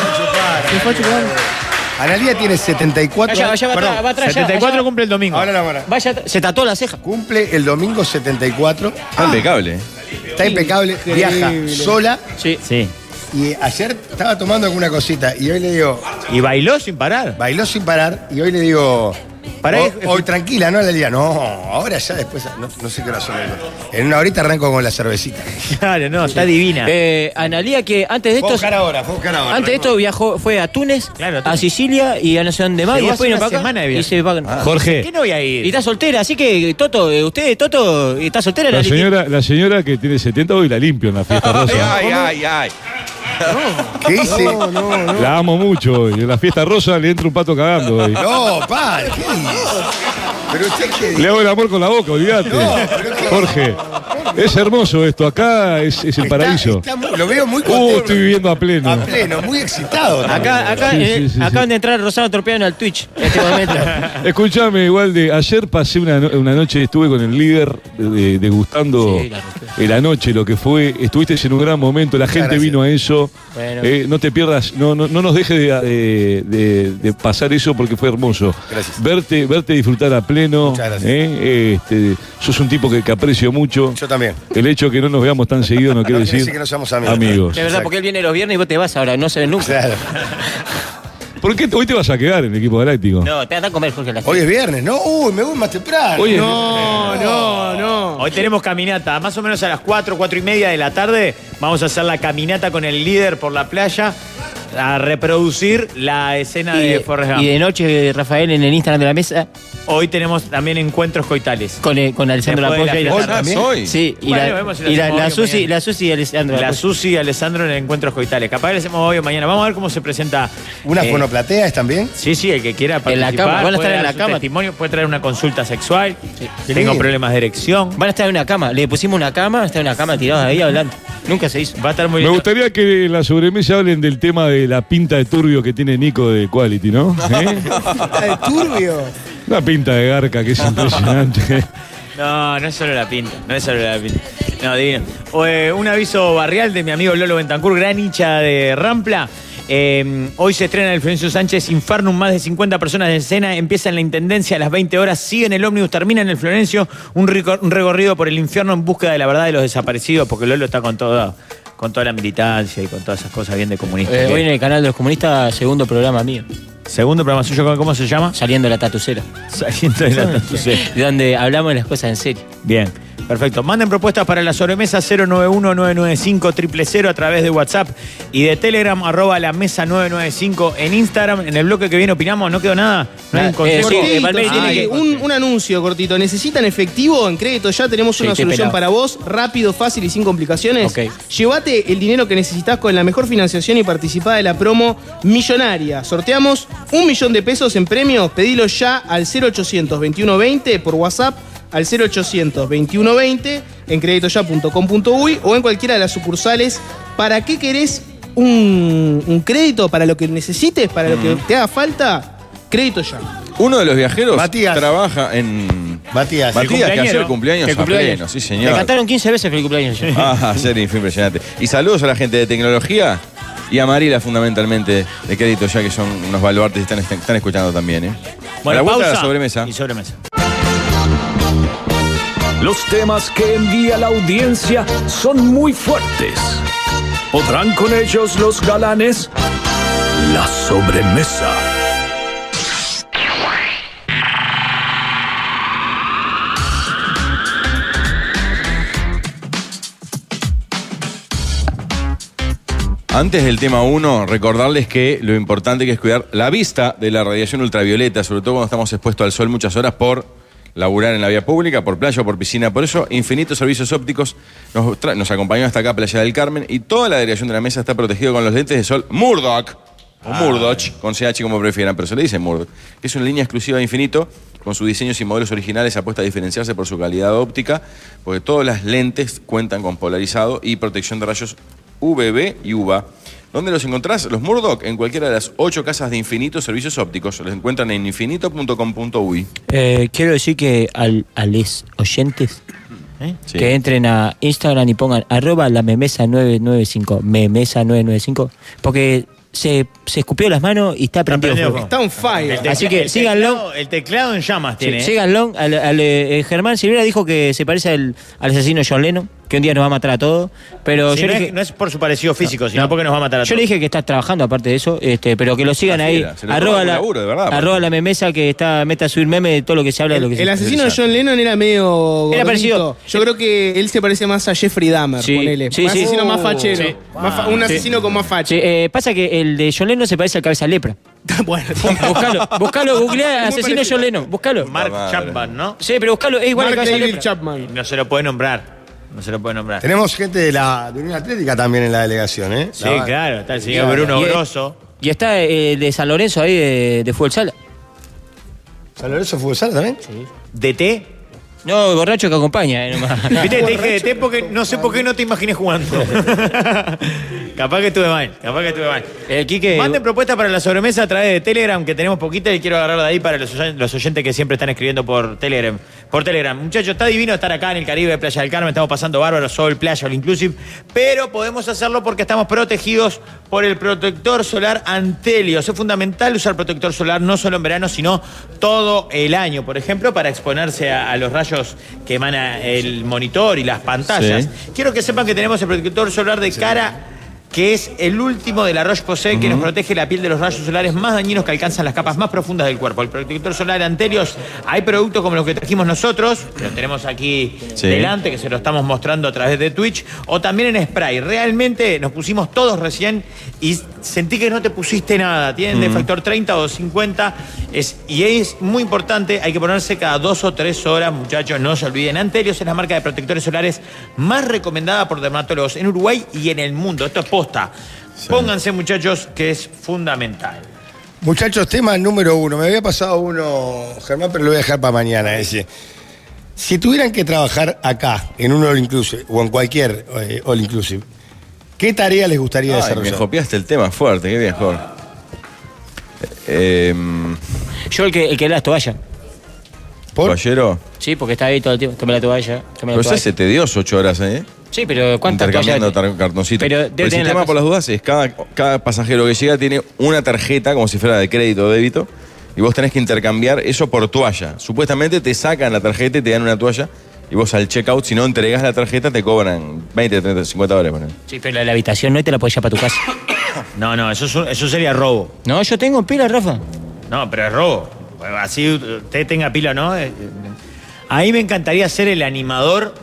Analía tiene 74
Allá, allá va
perdón,
atrás, va atrás, allá,
74
allá.
cumple el domingo.
Ahora la hora.
Vaya, se tatuó la ceja.
Cumple el domingo 74.
Está impecable. ¿eh?
Está impecable, viaja sola.
Sí.
Sí.
Y ayer estaba tomando alguna cosita y hoy le digo...
Y bailó sin
[LAUGHS]
parar.
Bailó sin parar y hoy le digo...
Pará,
hoy,
es-
hoy tranquila, ¿no? Analía, no, ahora ya después... No, no sé qué hora son. En una horita arranco con la cervecita.
Claro, no, está divina.
Eh, Analía, que antes de
Fue a
esto.
buscar ahora, fue a buscar ahora.
Antes de esto viajó, fue a Túnez,
Claro, a
a
Túnez.
Sicilia y a no sé dónde más.
Llegó
Y después
hace
vino
una
para
semana Ah,
acá
de
y
viaje.
se va.
¿Qué no voy a
Y
ir?
está soltera, así que Toto, eh, usted, Toto, está soltera.
La
Analía.
señora, la señora que tiene 70 hoy la limpio en la fiesta rosa.
[LAUGHS] Ay, ay, ay.
¿Qué hice? No,
La amo mucho hoy. En la fiesta rosa le entra un pato cagando hoy.
pa, ¿qué hice? Pero usted qué
Le hago el amor con la boca, olvídate. Jorge, es hermoso esto. Acá es, es el paraíso.
Está muy- lo veo muy
Uh,
contento,
estoy viviendo a pleno.
a pleno, muy excitado.
Acá, acá,
Sí,
eh,
sí, sí,
acaban de entrar Rosana Torpeano al Twitch en este
[LAUGHS]
momento.
Escúchame, Walde, ayer pasé una, no- una noche, estuve con el líder eh, degustando
Sí, la
eh, la noche, lo que fue, estuviste en un gran momento, la gente
gracias.
vino a eso,
Bueno.
Eh, no te pierdas, no, no, no nos dejes de, eh, de- de pasar eso porque fue hermoso.
Gracias.
Verte, verte disfrutar a pleno,
Muchas gracias.
eh, este, sos un tipo que, que aprecio mucho,
Yo también.
El hecho de que no nos veamos tan seguido no quiere decir amigos.
De verdad, porque él viene los viernes y vos te vas ahora, no se ven nunca.
¿Por qué hoy te vas a quedar en el equipo galáctico?
No, te vas a comer, Jorge. a las
Hoy es viernes, ¿no? Uy, me voy más temprano.
Oye,
No,
no, no.
Hoy tenemos caminata. Más o menos a las 4, 4 y media de la tarde vamos a hacer la caminata con el líder por la playa a reproducir la escena
Y
de
de-
Forrest Gump.
y de noche, Rafael, en el Instagram de la mesa.
Hoy tenemos también encuentros coitales.
Con, eh, con Alessandro
Después de
Lapolla
la
y la
fiesta. ¿Hoy también? Hoy.
Sí, y
Bueno,
la,
vemos si lo
y la-
hacemos
la
hoy o
Susi,
mañana.
la Susi y Alessandro.
La
Lapolla.
Susi y Alessandro en encuentros coitales. Capaz que lo hacemos hoy o mañana. Vamos a ver cómo se presenta.
¿Unas
eh,
fonoplateas también?
Sí, sí, el que quiera
En la
participar.
cama, van a estar
puede
en
dar
la
su
cama.
Testimonio, puede traer una consulta sexual. Tengo
lindo.
problemas de erección.
Van a estar en una cama. Le pusimos una cama, está en una cama tirada ahí hablando. Nunca se hizo.
Va a estar muy
Me gustaría que en la sobremesa hablen del tema de la pinta de turbio que tiene Nico de Quality, ¿no? ¿Eh?
de turbio.
Una pinta de garca que es impresionante.
No, no es solo la pinta, no es solo la pinta. No, divino. O, eh, un aviso barrial de mi amigo Lolo Bentancur, gran hincha de Rampla. Eh, hoy se estrena el Florencio Sánchez Infernum, más de 50 personas de escena, empieza en la Intendencia a las 20 horas, sigue en el ómnibus, termina en el Florencio, un, rico- un recorrido por el infierno en búsqueda de la verdad de los desaparecidos, porque Lolo está con todo, con toda la militancia y con todas esas cosas bien de comunista.
Eh, hoy en el canal de los comunistas, segundo programa mío.
Segundo programa suyo, ¿cómo se llama?
Saliendo de la tatucera.
Saliendo [LAUGHS] de la tatucera.
Donde hablamos de las cosas en serio.
Bien, perfecto. Manden propuestas para la sobremesa 091-995-000 a través de WhatsApp y de Telegram, arroba la mesa 995 en Instagram. En el bloque que viene opinamos, ¿no quedó nada? ¿No hay un consejo?
Eh,
Ah,
Cortito, Eh, sí, un, un anuncio cortito. ¿Necesitan efectivo en crédito? Ya tenemos
Sí,
una
estoy
solución
pelado.
para vos, rápido, fácil y sin complicaciones.
Ok.
Llévate el dinero que necesitas con la mejor financiación y participá de la promo millonaria. Sorteamos un millón de pesos en premios. Pedilo ya al 0800 2120 por WhatsApp al 0800 2120 en creditoya.com.uy o en cualquiera de las sucursales. ¿Para qué querés un, un crédito? ¿Para lo que necesites? ¿Para lo que
Mm.
te haga falta? Crédito ya.
Uno de los viajeros trabaja en.
[LAUGHS] Matías.
Matías, que hace el cumpleaños,
El
a
cumpleaños.
pleno, sí,
Me
señor.
cantaron 15 veces el cumpleaños.
[LAUGHS]
yo.
Ah, serio, fue impresionante. Y saludos a la gente de tecnología y a Marila, fundamentalmente, de crédito, ya que son unos baluartes y están, están- están escuchando también, ¿eh?
Bueno,
a la vuelta de
pausa
la sobremesa. Y
sobremesa.
Los temas que envía la audiencia son muy fuertes. ¿Podrán con ellos los galanes? La sobremesa.
Antes del tema 1, recordarles que lo importante que es cuidar la vista de la radiación ultravioleta, sobre todo cuando estamos expuestos al sol muchas horas por laburar en la vía pública, por playa o por piscina. Por eso, infinitos servicios ópticos nos, tra- nos acompañó hasta acá, Playa del Carmen, y toda la delegación de la mesa está protegida con los lentes de sol Murdoch, o Murdoch, con CH como prefieran, pero se le dice Murdoch, que es una línea exclusiva de infinito, con sus diseños y modelos originales apuesta a diferenciarse por su calidad óptica, porque todas las lentes cuentan con polarizado y protección de rayos VB y UVA. ¿Dónde los encontrás? Los Murdoch en cualquiera de las ocho casas de Infinito Servicios Ópticos. Los encuentran en infinito.com.uy.
Eh, quiero decir que al, a los oyentes que entren a Instagram y pongan arroba la memesa 995, memesa 995, porque se, se escupió las manos y está prendido. fuego.
Está on fire.
Así que
el
síganlo.
teclado- El teclado en llamas tiene.
Sí,
¿eh?
síganlo. Al, al, eh, Germán Silvera dijo que se parece al, al asesino John Lennon, que un día nos va a matar a todos. Pero
Si
yo
no,
le
es,
dije,
no es por su parecido físico, sino
no.
porque nos va a matar a
yo le dije que está trabajando aparte de eso, este, pero que lo sigan
La
ahí.
fiera, se le toma
Arroba
un
la,
laburo, de verdad,
arroba la memesa que está meta a subir meme de todo lo que se habla de lo que se
El asesino de John Lennon era medio.
Era
gordito.
parecido.
Yo creo que él se parece más a Jeffrey Dahmer,
Sí,
ponele.
sí,
un
sí. Uh,
asesino más fachero.
Sí.
Más fa- un
Sí.
asesino con más facha.
Sí, eh, pasa que el de John Lennon se parece al cabeza lepra.
[LAUGHS] bueno,
buscalo, buscalo, googlea asesino John Lennon, buscalo.
Mark Chapman, ¿no?
Sí, pero buscalo, es igual al cabeza lepra.
Chapman.
No se lo puede nombrar. No se lo puede nombrar.
Tenemos gente de la de Unión Atlética también en la delegación, ¿eh?
Sí, claro, está el señor Bruno
Y- eh,
Grosso.
Y está eh, el de San Lorenzo ahí de, de Fútbol Sala.
¿San Lorenzo Fútbol Sala también?
Sí.
¿DT?
No, borracho que acompaña, eh,
[LAUGHS]
nomás.
[LAUGHS] Viste, te dije DT porque no sé por qué no te
[LAUGHS]
imaginé jugando. capaz que estuve mal, capaz que estuve mal.
Eh,
Manden propuestas para la sobremesa a través de Telegram, que tenemos poquita y quiero agarrar de ahí para los, oyen- los oyentes que siempre están escribiendo por Telegram. Por Telegram. Muchachos, está divino estar acá en el Caribe, Playa del Carmen, estamos pasando bárbaro, sol, playa, all inclusive, pero podemos hacerlo porque estamos protegidos por el protector solar Antelios. Es fundamental usar protector solar no solo en verano, sino todo el año, por ejemplo, para exponerse a, a los rayos rayos que emana el monitor y las pantallas.
Sí.
Quiero que sepan que tenemos el protector solar de cara que es el último de la Roche-Posay que nos protege la piel de los rayos solares más dañinos que alcanzan las capas más profundas del cuerpo. El protector solar Anterios, hay productos como los que trajimos nosotros, que lo tenemos aquí
Sí.
delante, que se lo estamos mostrando a través de Twitch, o también en spray. Realmente nos pusimos todos recién y sentí que no te pusiste nada. Tienen de
Mm.
factor 30 o 50 es, y es muy importante, hay que ponerse cada dos o tres horas, muchachos, no se olviden. Anterios es la marca de protectores solares más recomendada por dermatólogos en Uruguay y en el mundo. Esto es posta. Pónganse, muchachos, que es fundamental.
Muchachos, tema número uno. Me había pasado uno, Germán, pero lo voy a dejar para mañana ese. Si tuvieran que trabajar acá, en un All Inclusive, o en cualquier eh, All Inclusive, ¿qué tarea les gustaría
Ay, me
desarrollar?
copiaste el tema fuerte, qué bien, Jorge. Eh,
Yo el que, el que da las toallas.
Caballero,
Sí, porque está ahí todo el tiempo. Tome la toalla, tome la
pero
toalla.
se te dio ocho horas, ¿eh?
Sí, pero ¿cuántas toallas?
Intercambiando tar- cartoncitos.
Pero debe tener
el
la
sistema,
cosa-
por las dudas, es cada, cada pasajero que llega tiene una tarjeta, como si fuera de crédito o débito, y vos tenés que intercambiar eso por toalla. Supuestamente te sacan la tarjeta y te dan una toalla, y vos al checkout, si no entregás la tarjeta, te cobran 20, 30, 50 dólares. ponele.
Sí, pero la de la habitación no te la podés llevar para tu casa.
No, no, eso, es un- eso sería robo.
[COUGHS] No, yo tengo pila, Rafa.
No, pero es robo. Así usted tenga pila o no. eh, eh, A mí me encantaría ser el animador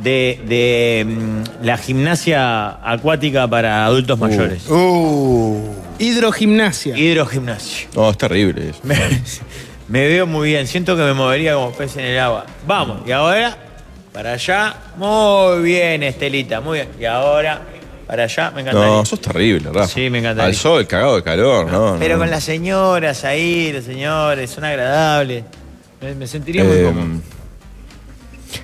de, de, mm, la gimnasia acuática para adultos mayores.
Uh.
Hidrogimnasia.
Hidrogimnasia.
No, es terrible eso.
[LAUGHS] Me, me veo muy bien, siento que me movería como pez en el agua. Vamos, y ahora para allá. Muy bien, Estelita, muy bien. Y ahora para allá, me encantaría.
No, sos terrible, Rafa.
Sí, me encantaría.
Al sol, cagado de calor, ¿no?
Pero
no.
con las señoras ahí, los señores, son agradables. Me, me sentiría muy
Eh,
cómodo.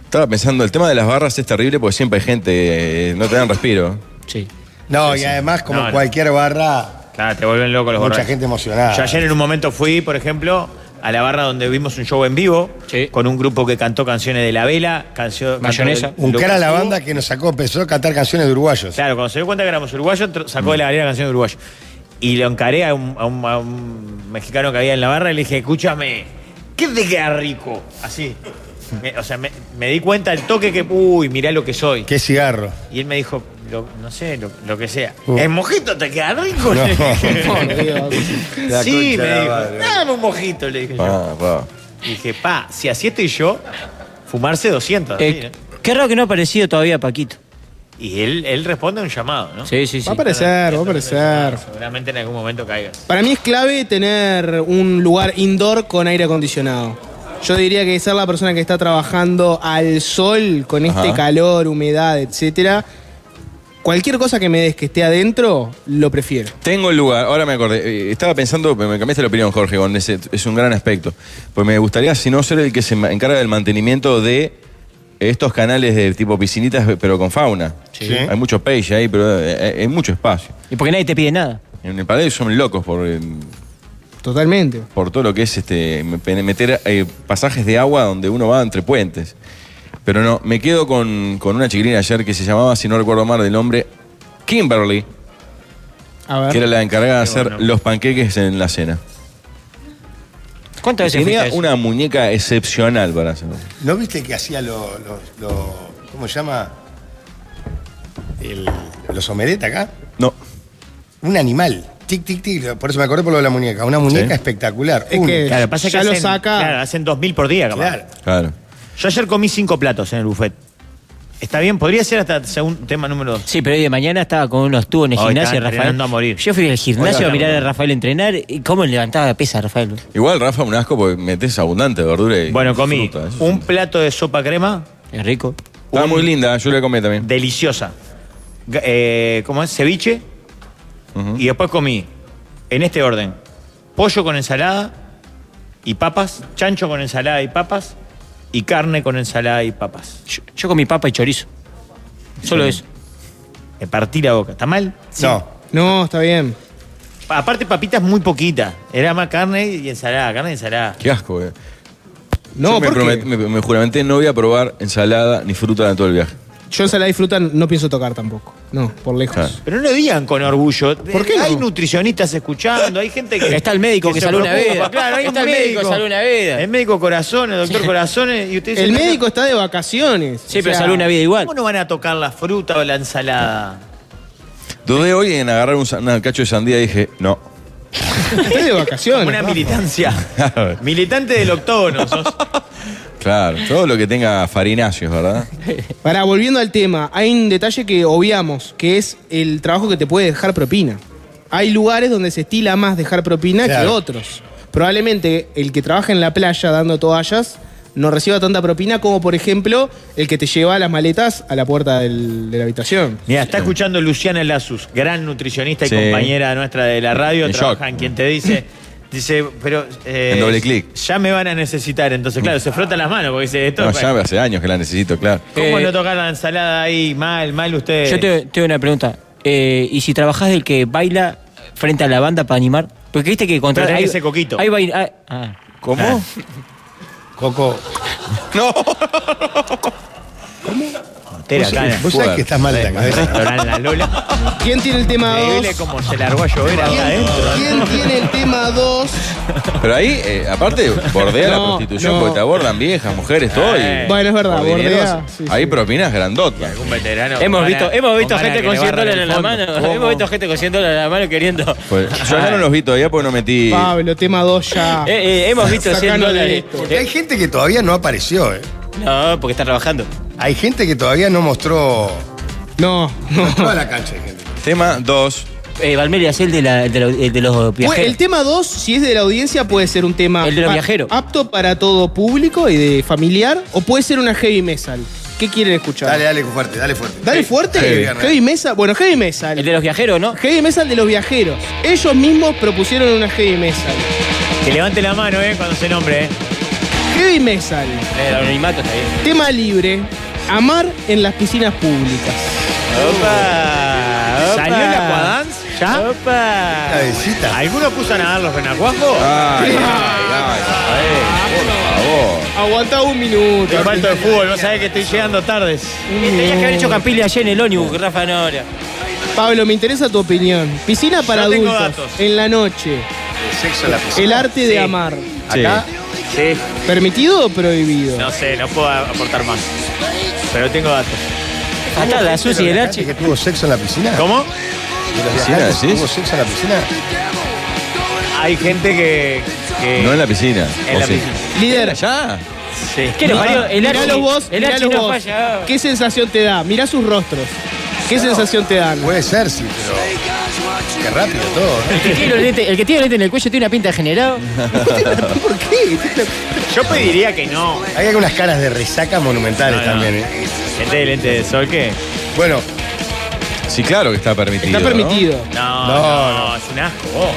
Estaba pensando, el tema de las barras es terrible porque siempre hay gente, eh, no te dan respiro.
Sí.
No, y además, como
No, no.
cualquier barra,
Claro, te vuelven loco los
mucha
borrachos.
gente emocionada.
Yo ayer en un momento fui, por ejemplo, a la barra donde vimos un show en vivo con un grupo que cantó canciones de la vela, canciones.
Un cara a la banda que nos sacó, empezó a cantar canciones de uruguayos.
Claro, cuando se dio cuenta que éramos uruguayos, entró- sacó de la galera canción de uruguayo. Y lo encaré a un, a un- a un mexicano que había en la barra y le dije, escúchame, ¿qué te queda rico? Así. Me- o sea, me, me di cuenta al toque que, uy, mirá lo que soy.
Qué cigarro.
Y él me dijo, lo- no sé, lo, lo que sea.
Uh.
¿El mojito te queda rico?
No.
Le [LAUGHS] dije.
Por Dios. La
sí,
concha
me
de la
dijo.
madre.
Dame un mojito, le dije yo.
Ah, va.
Y dije, pa, si así estoy yo, fumarse 200. así,
Eh, qué raro que no ha aparecido todavía Paquito.
¿no? Y él, él responde a un llamado, ¿no?
Sí, sí, sí.
Va a aparecer, va a aparecer.
Seguramente en algún momento caiga.
Para mí es clave tener un lugar indoor con aire acondicionado. Yo diría que ser la persona que está trabajando al sol, con este
Ajá.
calor, humedad, etcétera. Cualquier cosa que me des que esté adentro, lo prefiero.
Tengo el lugar, ahora me acordé. eh, Estaba pensando, me me cambiaste la opinión, Jorge, con ese- es un gran aspecto. Pues me gustaría, si no, ser el que se ma- encarga del mantenimiento de estos canales de tipo piscinitas, pero con fauna.
Sí.
Hay mucho page ahí, pero eh, eh, hay mucho espacio.
Y porque nadie te pide nada.
En el Paraguay son locos por, eh,
Totalmente.
por todo lo que es este me- pe- meter eh, pasajes de agua donde uno va entre puentes. Pero no, me quedo con, con una chiquilina ayer que se llamaba, si no recuerdo mal, del nombre Kimberly,
A
que era
ver.
la encargada de hacer los panqueques en la cena.
¿Cuántas veces fuiste a
Tenía
eso?
una muñeca excepcional para hacerlo.
¿No viste que hacía los. Lo, lo- ¿Cómo se llama? El- los omelette acá.
No.
Un animal. Tic, tic, tic. Por eso me acordé por lo de la muñeca. Una muñeca espectacular.
Es que
Claro, pasa que hacen, Claro, hacen 2.000 por día, capaz.
Claro.
Claro.
Yo ayer comí cinco platos en el buffet. Está bien, podría ser hasta segun- tema número 2.
Sí, pero hoy de mañana estaba con unos tubos en el
Hoy
gimnasio,
estaba
Rafael.
entrenando a morir.
Yo fui al
Hoy
gimnasio a
estaba
mirar a
entrenando.
Rafael entrenar y cómo levantaba pesa Rafael.
Igual, Rafa, un asco porque metes abundante verdura y
Bueno, comí
fruta, eso.
un plato de sopa crema.
Es rico.
Estaba muy linda, yo la comí también.
Deliciosa. Ga- eh, ¿Cómo es? Ceviche. Y después comí, en este orden, pollo con ensalada y papas, chancho con ensalada y papas, y carne con ensalada y papas.
Yo, yo comí papa y chorizo. Solo eso.
Me partí la boca. ¿Está mal?
No.
No, está bien.
Aparte, papitas muy poquitas. Era más carne y ensalada, carne y ensalada.
Qué asco, eh.
No,
Yo me,
¿por qué?
promet- me, me juramenté no voy a probar ensalada ni fruta en todo el viaje.
Yo ensalada y fruta no pienso tocar tampoco. No, por lejos.
Pero no lo digan con orgullo. Hay nutricionistas escuchando, hay gente
[LAUGHS]
que.
Está el médico que
se
salvó una
preocupa.
vida.
Claro, hay
Está
un
el médico que salvó una vida.
El médico corazón, el doctor corazones. Y usted dice,
El médico está de vacaciones.
Sí,
O sea,
¿Cómo no van a tocar la fruta o la ensalada?
Dudé hoy en agarrar un, sa- un cacho de sandía y dije, no.
Estoy de vacaciones.
Una militancia.
[LAUGHS]
Militante del octógono. sos.
claro, todo lo que tenga
[LAUGHS]
farináceos, ¿verdad?
Para, volviendo al tema, hay un detalle que obviamos, que es el trabajo que te puede dejar propina. Hay lugares donde se estila más dejar propina que
Claro.
otros. Probablemente el que trabaja en la playa dando toallas no reciba tanta propina como, por ejemplo, el que te lleva las maletas a la puerta del- de la habitación.
Mira, está escuchando Luciana Lazus, gran nutricionista y
Sí.
compañera nuestra de la radio,
En
trabaja en quien te
[LAUGHS]
dice. Dice, pero. eh,
En doble clic.
Ya me van a necesitar. Entonces, claro, se frotan las manos porque dice esto.
No,
es
ya
para-
hace años que la necesito, claro.
¿Cómo no tocar la ensalada ahí? Mal, mal usted.
Eh, Yo te, te doy una pregunta. Eh, ¿Y si trabajás del que baila frente a la banda para animar? Porque viste que contra.
Pero tenés que ser coquito.
Hay bail- hay- ah.
¿Cómo?
[LAUGHS]
Coco.
No.
Tera,
Vos-
cana.
vos sabés que estás mal de la cabeza.
Restaurante
[LAUGHS]
La Lola.
¿Quién tiene el tema
Increíble
2?
cómo se largó a llover ahora adentro.
¿Quién tiene el tema
[LAUGHS]
2?
Pero ahí, eh, aparte, bordea la
No,
prostitución
no.
porque te abordan viejas, mujeres, todo. y-
Eh. Bueno, es verdad,
por
bordea,
dineros.
sí,
Hay propinas grandotas.
Hemos visto, hemos visto gente con 100 dólares en la mano. [LAUGHS] Hemos visto gente con 100 dólares en la mano queriendo.
Pues, yo ya no los vi todavía porque no metí.
Pablo, tema 2 ya.
Eh,
[LAUGHS]
eh, hemos visto 100
Sacanos de
dólares.
esto.
Porque hay gente que todavía no apareció, ¿eh?
No, porque está trabajando.
Hay gente que todavía no mostró.
No, no.
Toda la cancha hay gente.
Tema 2.
Eh, Valmeria, es el de, la, el de, la- el de los
Bueno,
viajeros.
el tema 2, si es de la audiencia, puede ser un tema
El de los
pa-
viajeros.
apto para todo público y de familiar, o puede ser una heavy metal. ¿Qué quieren escuchar?
Dale, dale fuerte, dale fuerte.
¿Dale fuerte? Heavy,
Heavy.
metal. Bueno, heavy metal. El
de los viajeros, ¿no?
Heavy metal de los viajeros. Ellos mismos propusieron una heavy metal.
Que levante la mano, eh, cuando se nombre, eh.
Heavy metal.
El anonimato está bien.
Tema libre. Amar en las piscinas públicas.
Opa, ¿Salió el Aquadance? ¿Ya? ¡Opa! ¿Alguno puso a nadar los renacuajos?
Ah.
Ay, ay, ay. Eh,
Aguanta un minuto.
Te falta de fútbol, vos sabés que estoy llegando tardes.
Eh, Tenías que haber hecho Campile ayer en el ónibus, Rafa Nora.
Pablo, me interesa tu opinión. Piscina para
Yo tengo
adultos.
datos.
En la noche.
Sexo en la piscina.
El arte
Sí.
de amar.
Sí.
Acá,
Sí.
¿Permitido o prohibido?
No sé, no puedo aportar más. Pero tengo datos.
Acá la Susi y el Archi.
que tuvo sexo en la piscina?
¿Cómo?
¿De los
¿Piscina,
viajantes
decís?
tuvo sexo en la piscina?
Hay gente que. que-
No en la piscina.
En
¿o
la
sí?
piscina.
Líder.
¿Allá?
Sí.
¿Qué le parió? El
Mirá
Archi-
los vos,
el
mirá
Archi
los
no
vos.
falla. ah.
¿Qué sensación te da? Mirá sus rostros. ¿Qué sensación te dan?
Puede ser, sí, pero. Qué rápido todo.
El que tiene los lentes- el que tiene los lentes en el cuello tiene una pinta de generado.
¿Por qué?
Yo pediría que no.
Hay algunas caras de resaca monumentales
No, no.
también, ¿eh?
Gente de lente de sol, ¿qué?
Bueno,
Sí, claro que está permitido.
Está
¿no?
permitido.
No, no,
No,
es un asco. vos.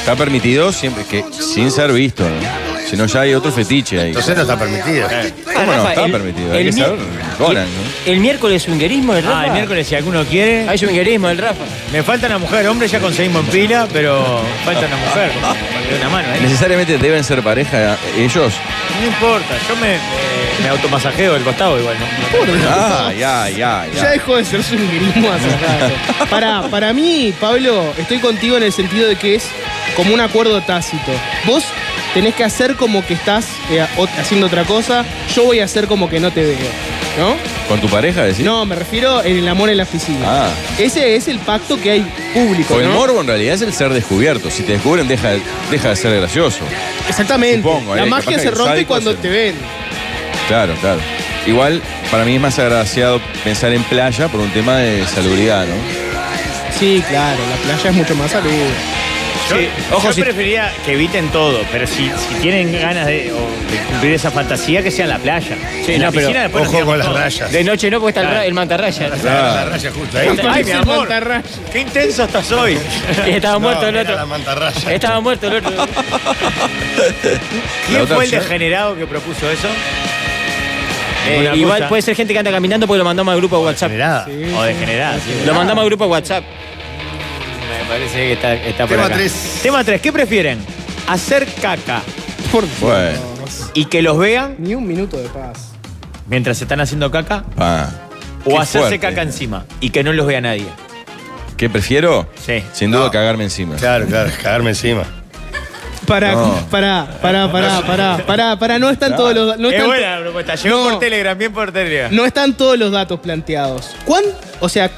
Está permitido siempre que sin ser visto. ¿no? Si no, ya hay otro fetiche ahí.
entonces no está permitido.
Eh,
¿Cómo no?
Rafa,
Está
el-
permitido. Hay
el
que
mi-
saber. Conan, ¿no?
El miércoles swingerismo del Rafa. Ah,
Ah, el miércoles, si alguno quiere.
Hay swingerismo del Rafa.
Me falta una mujer, hombre, ya conseguimos en pila, pero falta una mujer. Falta una mano, ¿eh?
¿Necesariamente deben ser pareja ¿eh? ellos?
No importa, yo me, eh, me automasajeo el costado igual, ¿no?
Ay, ay, ay.
Ya dejó de ser swingerismo hace
[LAUGHS]
rato. Para, para mí, Pablo, estoy contigo en el sentido de que es como un acuerdo tácito. Vos tenés que hacer como que estás eh, o- haciendo otra cosa, yo voy a hacer como que no te veo. ¿No?
¿Con tu pareja decís?
No, me refiero en el amor en las piscinas.
Ah.
Ese es el pacto que hay público.
O el
¿no?
morbo en realidad es el ser descubierto. Si te descubren, deja, deja de ser gracioso.
Exactamente.
Supongo,
La
eh, capaz
magia
que
se
el
rompe
sádico
cuando
se-
te ven.
Claro, claro. Igual, para mí es más agraciado pensar en playa por un tema de salubridad, ¿no?
Sí, claro, la playa es mucho más saludable.
Yo, yo preferiría que eviten todo, pero si, si tienen ganas de, o de cumplir esa fantasía, que sea en la playa.
Sí,
en la
no, pero
piscina después nos
Ojo con
tiramos
las
todo.
rayas.
De noche no, porque está el ra-
[LAUGHS]
el, mantarraya. [LAUGHS]
La raya
eh,
justo ahí.
Ay, mi amor,
Mantarraya.
qué intenso estás [LAUGHS] hoy.
Y estaba muerto el
era
otro.
La mantarraya.
Estaba muerto
[LAUGHS]
el otro.
¿Quién
otra
fue el
opción?
degenerado que propuso eso?
Eh,
Ninguna
igual
cosa.
puede ser gente que anda caminando porque lo mandamos al grupo de WhatsApp.
O degenerado. sí.
Lo mandamos al grupo de WhatsApp.
Me parece que está, está por
Tema
acá.
tres.
Tema 3. ¿Qué prefieren? ¿Hacer caca
Por
Bueno,
y que los vean
Ni un minuto de paz.
mientras están haciendo caca?
pa. Qué
o hacerse
fuerte.
caca encima y que no los vea nadie.
¿Qué prefiero?
Sí.
Sin duda cagarme encima.
Claro, claro, cagarme encima.
Para,
No.
para, para,
[LAUGHS]
para, para, para, para, no están todos los. No
es
están
buena la propuesta. Llegó por Telegram, bien por Telegram.
No están todos los datos planteados. ¿Cuán, o sea,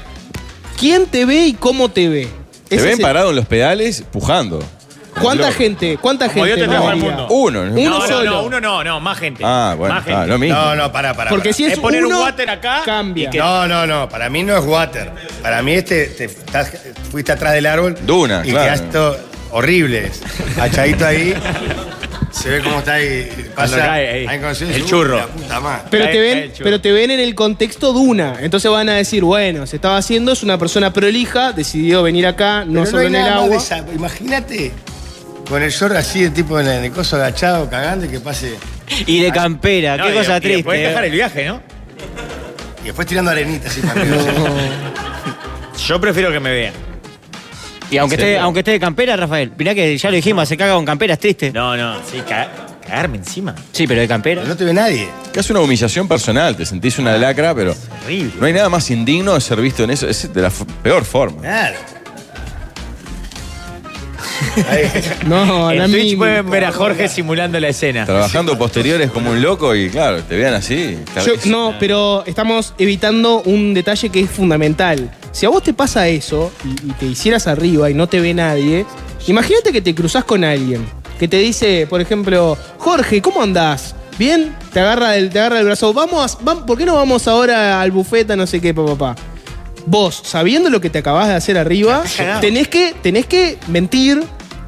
quién te ve y cómo te ve?
Te
Ese
ven
es el-
parado en los pedales, pujando. Como
¿Cuánta
loco.
gente? ¿Cuánta
Como Dios
gente?
te trajo al
María?
mundo.
Uno, ¿no?
No,
Uno
no,
solo.
No, uno no, no, más gente.
Ah, bueno,
Más gente.
ah, lo mismo.
No, no, pará, pará.
Porque
pará.
si es Es poner un uno, water acá, cambia. y que-
No, no, no. Para mí no es water. Para mí este, te estás- fuiste atrás del árbol.
Duna,
y
claro.
Y esto horrible. Achadito ahí. Se ve cómo está ahí. Pasa,
Cuando cae, eh. ahí.
hay condiciones,
El
uy,
churro.
la puta madre.
Pero te, ven, pero te ven en el contexto Duna. Entonces van a decir, bueno, se estaba haciendo, es una persona prolija, decidió venir acá,
Pero
no solo en el
nada más de
agua.
esa- Imagínate con el short así, el tipo en el en el coso agachado, cagando y que pase.
Y de campera,
No,
qué
y-
cosa
y
triste. eh.
eh.
después dejar el
viaje, ¿no?
Y después tirando arenitas
[LAUGHS]
así para arriba.
Yo prefiero que me vean.
Y aunque
Sí.
esté, aunque esté de campera, Rafael, mirá que ya lo dijimos, se caga con campera, es triste.
No, no, sí, cagarme encima.
Sí, pero de campera.
No te ve nadie.
Casi una humillación personal, te sentís una lacra, pero
horrible.
no hay nada más indigno de ser visto en eso, es de la f- peor forma.
Claro.
No,
en
la
Twitch
mimi,
pueden ver a
por
Jorge simulando la escena.
[LAUGHS] Trabajando posteriores como un loco y claro, te vean así.
Yo- no, pero estamos evitando un detalle que es fundamental. Si a vos te pasa eso y, y te hicieras arriba y no te ve nadie, imagínate que te cruzás con alguien que te dice, por ejemplo, Jorge, ¿cómo andás? ¿Bien? Te agarra el, te agarra el brazo. Vamos, a- vam- ¿Por qué no vamos ahora al bufeta, no sé qué, papá? papá? Vos, sabiendo lo que te acabás de hacer arriba,
cagado.
tenés que, tenés que mentir.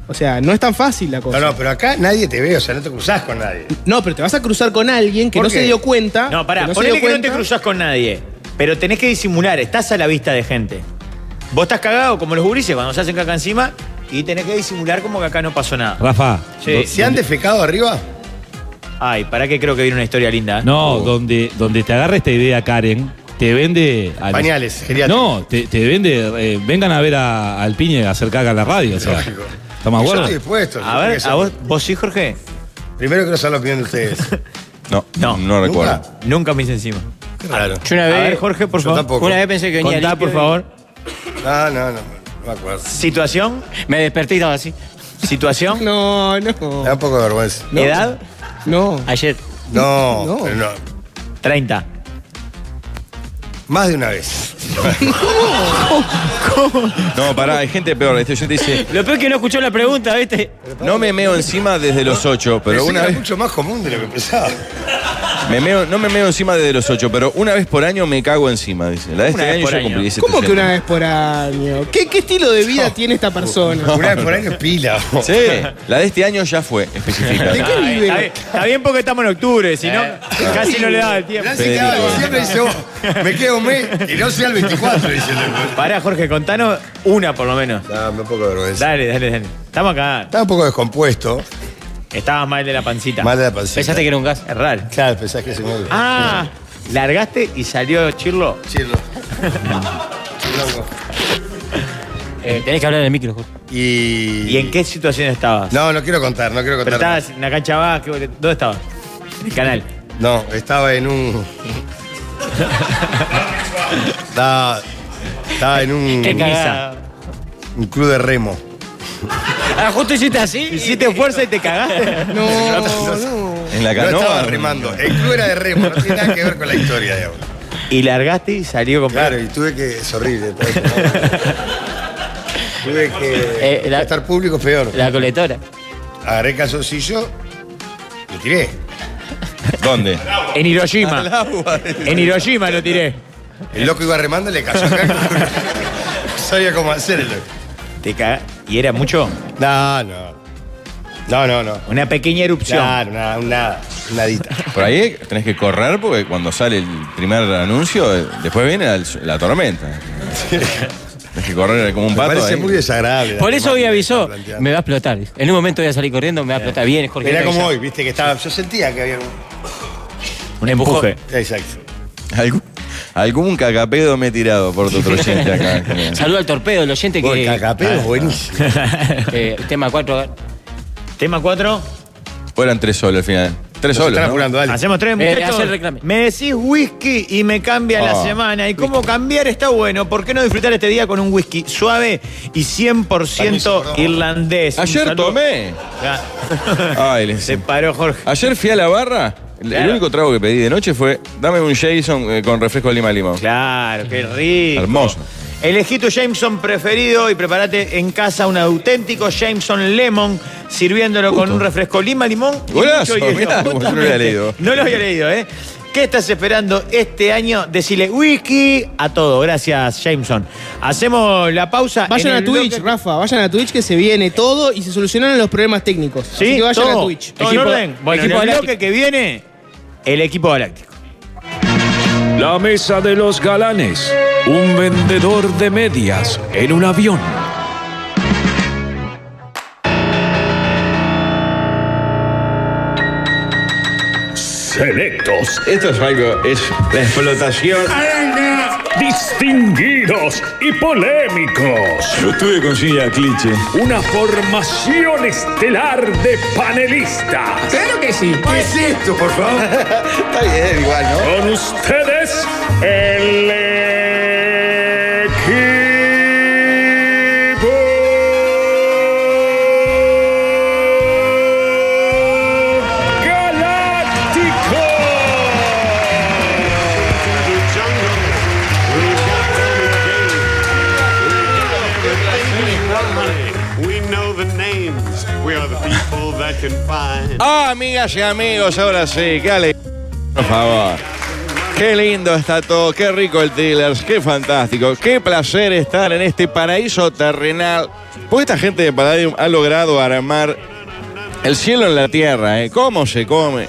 O sea, no es tan fácil la cosa.
No, no, pero acá nadie te ve, o sea, no te cruzás con nadie.
No, pero te vas a cruzar con alguien que
¿Por
no
qué?
se dio cuenta.
No, pará,
que se
ponele
dio
que no te
cuenta.
cruzás con nadie. Pero tenés que disimular, estás a la vista de gente. Vos estás cagado como los gurises cuando se hacen caca encima y tenés que disimular como que acá no pasó nada.
Rafa.
Sí.
¿Se han defecado arriba?
Ay, ¿para qué creo que viene una historia linda? ¿eh?
No, donde, donde te agarra esta idea, Karen, te vende. a los-
Pañales, geriátricos.
No, te, te vende. eh, vengan a ver a, al Piñe a hacer caga en la radio. O sea, ¿Estamos de
Yo
acuerdo?
estoy dispuesto.
A ver, a vos-
¿Vos sí, Jorge?
Primero quiero saber la opinión de ustedes.
No, no, recuerdo.
Nunca me hice encima.
[LAUGHS] Qué raro.
Yo una
A
vez,
ver, Jorge, por favor.
Una vez pensé que venía
Contá,
limpio
por
y-
favor.
No, no, no. No me acuerdo.
¿Situación?
Me desperté y estaba así.
¿Situación?
No, no.
Da un poco de vergüenza.
[LAUGHS] ¿Edad?
No.
Ayer.
No,
No.
pero no.
30.
Más de una vez.
No, pará, hay gente peor. Este yo te dice,
Lo peor es que no escuchó la pregunta, ¿viste?
no me meo encima desde los ocho, pero
Pensé
una
que
vez
era mucho más común de lo que pensaba.
me meo, no me meo encima desde los ocho, pero una vez por año me cago encima, dice. La de
Una
este
vez
año
por
yo
año.
cumplí 17
¿Cómo que
años.
una vez por año? ¿Qué, qué estilo de vida tiene esta persona?
[LAUGHS] Una vez por año es [LAUGHS] pila.
Sí, la de este año ya fue, especifica.
¿De qué vive?
Está bien, está bien porque estamos en octubre, si no, casi no le daba el tiempo.
Nancy quedaba Federico. en diciembre y dice,
"Oh, me quedo un mes y no sea el 24, dice
Pará, Jorge, contanos una por lo menos.
Da, me da un poco de vergüenza.
Dale, dale, dale. Estamos acá.
Estaba un poco descompuesto.
Estabas mal de la pancita.
Mal de la pancita. Pensaste que
era un gas.
Es raro.
Claro, pensás que se mueve.
Ah, largaste y salió Chirlo.
[LAUGHS] Chirlo.
Eh, tenés que hablar en el micro, Jorge.
Y...
¿Y Eh. en qué situación estabas?
No, no quiero contar, no quiero
Pero
contar.
estabas en la cancha baja, ¿qué- ¿dónde estabas? En el canal.
No, estaba
[LAUGHS]
en un. estaba, estaba en un.
Qué cagada.
Un club de remo.
Ah, justo hiciste así.
Hiciste fuerza y te
[LAUGHS]
cagaste.
[LAUGHS]
No,
En la
No
canoa.
estaba remando. El club era de remo, no tiene nada que ver con la historia, digamos.
Y largaste y salió con
Claro, y tuve que. Es horrible. pobre. tuve
Eh,
que. estar público es peor.
La colectora.
Agarré el calzoncillo. Lo tiré.
¿Dónde?
En
Al
Hiroshima.
agua.
En Hiroshima lo tiré.
El loco iba remando y le cayó acá. [LAUGHS] No sabía cómo hacerlo.
Te caga- ¿Y era mucho?
No, no. No, no, no.
Una pequeña erupción.
Claro, nada, nada.
[LAUGHS]
Nadita.
Por ahí tenés que correr porque cuando sale el primer anuncio, eh, después viene la, la tormenta. Tenés que correr como un
Me
pato.
parece
ahí.
muy desagradable.
Por eso hoy avisó, me va a explotar. dijo. En un momento voy a salir corriendo, me va a explotar. Bien, Jorge.
Era
no
como
avisa.
hoy, viste, que estaba. Yo sentía que había un.
Un
empuje.
Exacto.
Algún, algún cacapedo me he tirado por tu otro oyente acá.
[LAUGHS]
Saludo al torpedo, el oyente
Vos,
que. eh,
el cacapedo
Ah,
es
buenísimo.
tema 4.
Tema 4.
O eran tres solo al final. Tres solos. ¿no?
[LAUGHS] Hacemos tres,
Eh,
muchachos.
hace el
me decís whisky y me cambia la
Ah,
semana. ¿Y cómo cambiar está bueno? ¿Por qué no disfrutar este día con un whisky suave y 100% irlandés? Ah,
Ayer tomé. Ay, les-
Se paró Jorge.
Ayer fui a la barra. el- El
Claro.
único trago que pedí de noche fue dame un Jason eh, con refresco de lima limón.
Claro, qué rico.
Hermoso.
Elegí tu Jameson preferido y prepárate en casa un auténtico Jameson Lemon, sirviéndolo con un refresco lima limón. y
Golazo,
mucho hielo.
mirá, como yo no lo había leído.
No lo había leído, ¿eh? ¿Qué estás esperando este año? Decile whisky a todo. Gracias, Jameson. Hacemos la pausa.
Vayan
en
a
el
Twitch,
bloque-
Rafa, vayan a Twitch que se viene todo y se solucionan los problemas técnicos. Así que vayan
todo,
a Twitch.
todo en orden. Bueno, en el bloque que viene, el equipo galáctico.
La mesa de los galanes. Un vendedor de medias en un avión. Selectos.
Esto es algo, es la explotación.
Distinguidos y polémicos.
Lo tuve con Gina Cliche.
Una formación estelar de panelistas. Claro que sí. ¿Qué es esto, por favor? Está bien, igual, ¿no? Con ustedes, el
We know the names. We are the people that can find.
Ah, amigas y amigos, ahora sí, qué ale- Por favor. Qué lindo está todo, qué rico el Tillers, qué fantástico, qué placer estar en este paraíso terrenal. Pues esta gente de Palladium ha logrado armar el cielo en la tierra, ¿eh? ¿Cómo se come?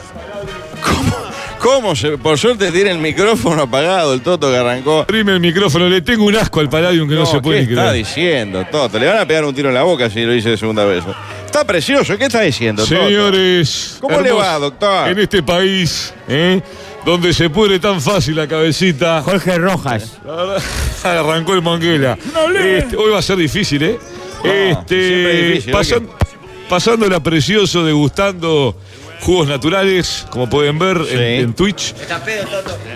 ¿Cómo? ¿Cómo se.? Por suerte tiene el micrófono apagado, el Toto que arrancó.
Prime el micrófono, le tengo un asco al Palladium que no, se puede
¿Qué
ni
está
creer.
diciendo, Toto? Le van a pegar un tiro en la boca si lo dice de segunda vez. Está precioso, ¿qué está diciendo, Toto?
Señores,
¿Cómo le
hermoso,
va, doctor?
En este país, ¿eh? donde se pudre tan fácil la cabecita.
Jorge Rojas.
[LAUGHS] Arrancó el Manguela. Este, hoy va a ser difícil, ¿eh?
siempre
este,
es difícil,
pasan- pasándola precioso, degustando jugos naturales, como pueden ver en- en Twitch.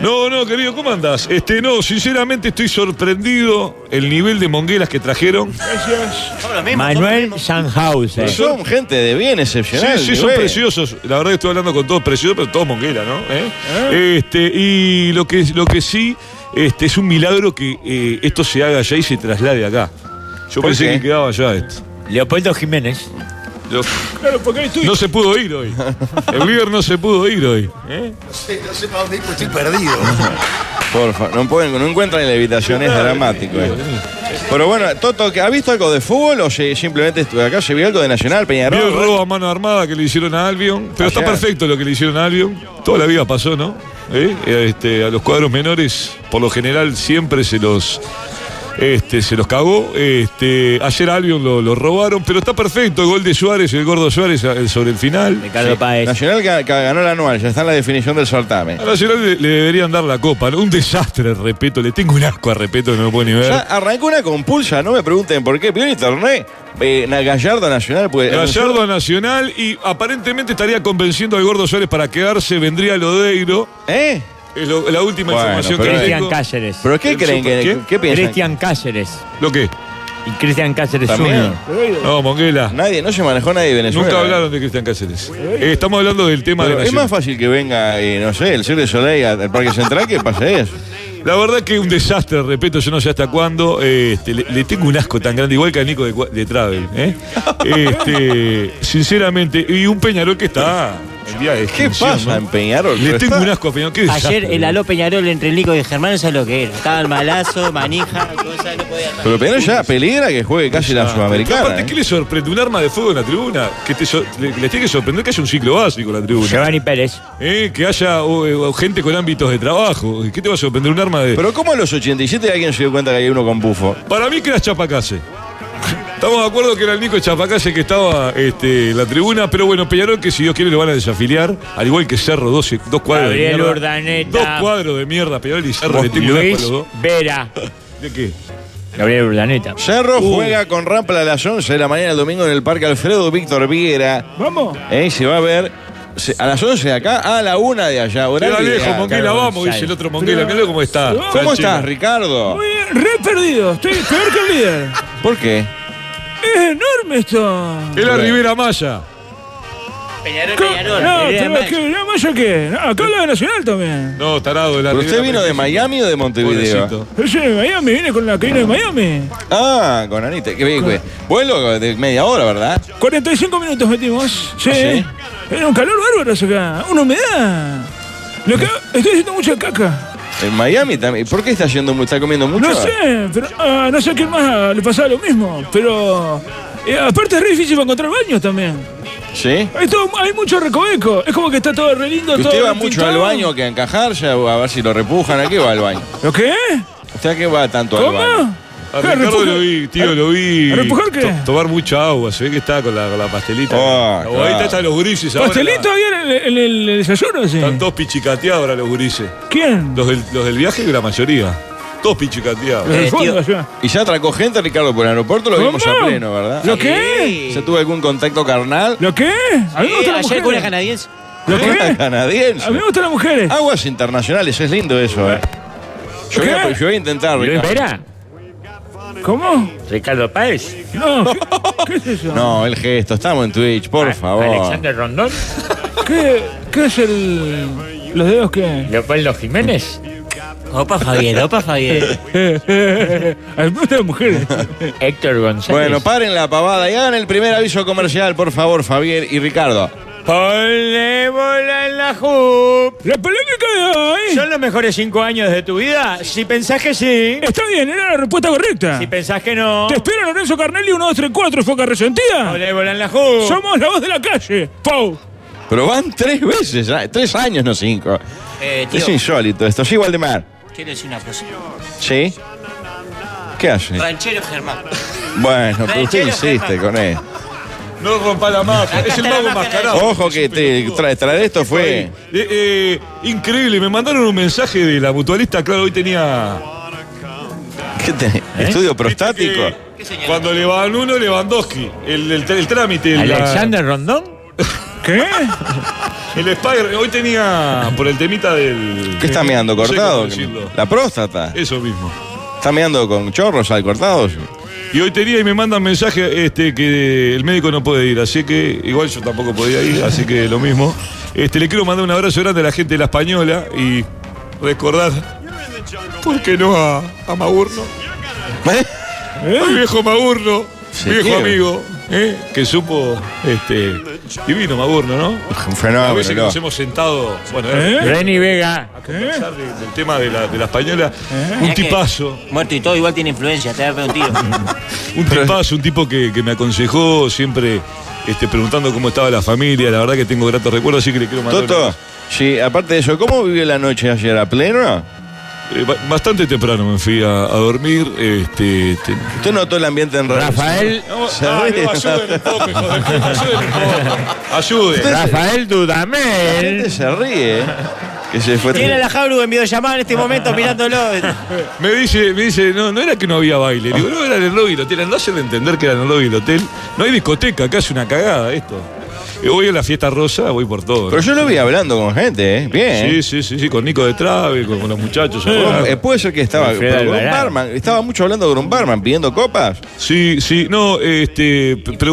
No, no, querido, ¿cómo andás? Este, no, sinceramente estoy sorprendido el nivel de monguelas que trajeron.
Manuel Sanhauser.
Son gente de bien excepcional.
Sí, sí, son
nivel.
preciosos. La verdad que estoy hablando con todos preciosos, pero todos monguelas, ¿no? ¿Eh? Este, y lo que, lo que sí este, es un milagro que eh, esto se haga allá y se traslade acá. Yo
¿Por
pensé
qué?
que quedaba allá este. esto.
Leopoldo Jiménez.
Claro, porque No se pudo ir hoy. El líder no se pudo ir hoy.
No sé, no sé para dónde ir, porque estoy perdido.
Porfa, no, pueden, no encuentran la habitación, es dramático. eh. Pero bueno, Toto, ¿ha visto algo de fútbol o se- simplemente estuvo acá? ¿Se vio algo de Nacional,
Vio el
Peñarol?
robo a mano armada que le hicieron a Albion. Pero está
Ayer.
perfecto lo que le hicieron a Albion. Toda la vida pasó, ¿no? ¿Eh? Este, a los cuadros menores, por lo general, siempre se los. Este, se los cagó. Este, ayer a Albion lo, lo robaron, pero está perfecto. El gol de Suárez, el gordo Suárez eh, sobre el final.
Sí. Nacional que, que ganó el anual, ya está en la definición del certamen.
A Nacional le, le deberían dar la copa. ¿no? Un desastre, Repeto. Le tengo un asco a Repeto que no lo puedo ni ver.
Ya arrancó una compulsa, no me pregunten por qué. Vio el internet, eh, na- Gallardo Nacional, pues.
Gallardo a Nacional y aparentemente estaría convenciendo al Gordo Suárez para quedarse, vendría Lodeiro.
¿Eh?
Es lo- la última
Bueno,
información
pero-
que
Cristian
tengo.
Cáceres. ¿Pero qué
El
creen
super-
que-
¿Qué?
qué piensan?
Cristian Cáceres.
¿Lo qué?
Y Cristian Cáceres
También.
Jr.
No, Monguela.
Nadie, no se manejó nadie de Venezuela.
Nunca hablaron de Cristian Cáceres. Eh, estamos hablando del tema
Pero
de
es
Nacional.
más fácil que venga, eh, no sé, el Cirque du Soleil al Parque Central que pase eso.
La verdad que es un desastre, repito, yo no sé hasta cuándo. eh, este, le, le tengo un asco tan grande, igual que a Nico de, Cua- de Travel. ¿eh? Este, sinceramente, y un Peñarol que está en vía de
¿Qué
extinción,
pasa
¿no?
en Peñarol?
Le
Pero
tengo
está-
un asco a Peñarol. Qué desastre,
Ayer el aló Peñarol entre el Nico y el Germán, eso es lo que era. Estaban malazo, manija, cosa, no podía
Pero Peñarol ya peligra que juegue casi la
Pero
Sudamericana.
Aparte,
eh.
¿qué le sorprende? Un arma de fuego en la tribuna. Que te so- le, les tiene que sorprender que haya un ciclo básico en la tribuna.
Giovanni Pérez.
Eh, que haya oh, eh, oh, gente con ámbitos de trabajo. ¿Qué te va a sorprender un arma de.?
Pero ¿cómo a los 87 alguien se dio cuenta que hay uno con bufo?
Para mí que era Chapacase. Estamos de acuerdo que era el Nico Chapacase que estaba este, en la tribuna, pero bueno, Peñarol que si Dios quiere lo van a desafiliar, al igual que Cerro, dos, dos cuadros de
Gabriel
mierda.
Urdaneta.
Dos cuadros de mierda, Peñarol y Cerro, le tengo un asco a
Luis
los dos.
Vera.
¿De qué?
Gabriel Urdaneta.
Cerro
Uh.
juega con Rampla a las 11 de la mañana el domingo en el Parque Alfredo Víctor Viera.
Vamos.
Eh, se va a ver se- a las 11 de acá, a la 1 de allá. horario
Qué lejos,
ideal.
Monguila,
Claro,
vamos, dice
sí.
el otro Monguila. Mira cómo está.
¿Cómo
Franchino.
estás, Ricardo?
Re perdido, estoy peor que el líder.
¿Por qué?
Es enorme esto.
Es la Rivera Maya.
Peñarol,
Peñarol,
No,
Rivera
pero es que, no, yo qué. No, acá habla de Nacional también.
No, tarado de la
¿Pero usted vino de Miami o de Montevideo?
Yo soy de Miami, vine con la caída de Miami.
Ah, con Anita. Qué bien, güey. Vuelo de media hora, ¿verdad?
45 minutos metimos. Sí.
¿Ah, sí?
Era un calor bárbaro eso acá. Una humedad. Lo que estoy haciendo mucha caca.
En Miami también. ¿Por qué está yendo mu- ¿Está comiendo mucho?
No sé, pero ah, no sé a quién más le pasaba lo mismo. Pero eh, aparte es re difícil para encontrar baños también.
¿Sí?
Hay, todo- hay mucho recoveco. Es como que está todo re lindo.
¿Y
todo
¿Usted va
re
mucho
pintado.
al baño que a encajar ya o a ver si lo repujan? ¿A qué va al baño?
¿Lo qué?
¿Usted a qué va tanto al
¿Cómo?
baño?
A
¿Qué,
Ricardo
repujar?
lo vi, tío, lo vi.
¿A repujar qué?
to- tomar mucha agua, se ve que está con la, con la pastelita.
Ah, claro.
Ahí está, están los gurises ahora.
¿Pastelito había en el, en el desayuno? Sí.
Están todos pichicateados ahora los gurises.
¿Quién?
Los del, los del viaje, la mayoría. Todos pichicateados.
Los del Eh, fondo, tío. Y ya atracó gente, Ricardo, por el aeropuerto lo vimos
¿Cómo?
a pleno, ¿verdad?
¿Lo
qué? ¿Ya tuvo algún contacto carnal?
¿Lo qué?
A mí me gustan las ayer con mujeres. una canadiense.
¿Lo qué? canadiense. A mí me
gustan las mujeres.
Aguas internacionales, es lindo eso, ¿eh? Yo voy, a, yo voy a intentar, Ricardo.
Vera?
¿Cómo?
¿Ricardo Páez?
No. ¿Qué es eso?
No, el gesto, estamos en
[LAUGHS]
Twitch, por favor.
¿Alexander Rondón?
¿Qué, qué es el. los dedos qué?
¿Leopoldo
[LAUGHS]
Jiménez?
Opa, Javier, opa, Javier.
Al gusto de mujeres.
Héctor González.
Bueno, paren la pavada y hagan el primer aviso comercial, por favor, Javier y Ricardo.
Ponle bola en la hoop.
La polémica de hoy.
¿Son los mejores cinco años de tu vida? Si pensás que sí.
Está bien, era la respuesta correcta.
Si pensás que no.
Te espera Lorenzo Carnelli, 1, 2, 3, 4, Foca Resentida.
Ponle bola en la hoop.
Somos la voz de la calle. Pau.
Pero van tres veces, ya, tres años, no cinco.
Eh, tío.
Es insólito esto. Sí, Waldemar.
Quiero decir una cosa.
¿Sí? ¿Qué hace?
Ranchero Germán.
Bueno, pero usted insiste con él.
No rompa la magia, es el mago mascarado.
Ojo que te, tra- traer esto fue.
Eh, eh, increíble, me mandaron un mensaje de la mutualista, claro, hoy tenía.
¿Qué tenés?
¿Eh?
¿Estudio prostático?
Cuando le van uno, Lewandowski. El, el, el trámite. la-
¿Alexander Rondón?
¿Qué?
El Spider. Hoy tenía. Por el temita del.
¿Qué está meando
eh, No sé cómo
cortado?
decirlo.
La próstata.
Eso mismo.
¿Está meando con chorros al cortado?
Y hoy tenía y me mandan mensaje este, que el médico no puede ir, así que igual yo tampoco podía ir, así que lo mismo. Este, le quiero mandar un abrazo grande a la gente de la española y recordar, ¿por qué no a, a Maurno? Al viejo Maurno,
Se
viejo
quiebra.
amigo, ¿eh? que supo, este, divino Maurno, ¿no?
[LAUGHS] Un fenómeno,
A veces que
¿no?
nos hemos sentado, bueno,
¿Eh? Reni
Vega.
a conversar de- del tema de la, de la española, un
Mirá que
tipazo.
Muerto y todo igual tiene influencia, te va a pegar un tiro.
[LAUGHS] Un tipazo, un tipo que, que me aconsejó siempre este, preguntando cómo estaba la familia. La verdad que tengo gratos recuerdos, así que le quiero mandar.
Toto,
un-
sí, aparte de eso, ¿cómo vivió la noche ayer? ¿A pleno?
Eh, ba- bastante temprano me fui a, a dormir. Este,
¿Usted notó el ambiente en
Rafael.
Ay, no, ayúdenme un poco, hijo de puta, ayúdenme un
[LAUGHS]
poco. Ayude.
Rafael
La
Dudamel.
gente se
[LAUGHS]
ríe, ¿eh? Que se fue.
Tiene a la Jabru en videollamada en este momento mirándolo.
[LAUGHS] Me dice, me dice, no, no era que no había baile. Le Digo, no, era en el lobby del hotel. No hacen entender que era en el lobby del hotel. No hay discoteca, acá es una cagada esto. Eh, Voy a la fiesta rosa, voy por todo. ¿no?
Pero yo lo vi hablando con gente, ¿eh? Bien.
Sí, sí, sí, sí, con Nico de Trave, con, con los muchachos.
Con- eh, puede ser que estaba
Alfredo
pero con un
Alvarado.
barman, estaba mucho hablando con un barman pidiendo copas.
Sí, sí, no, este. pre-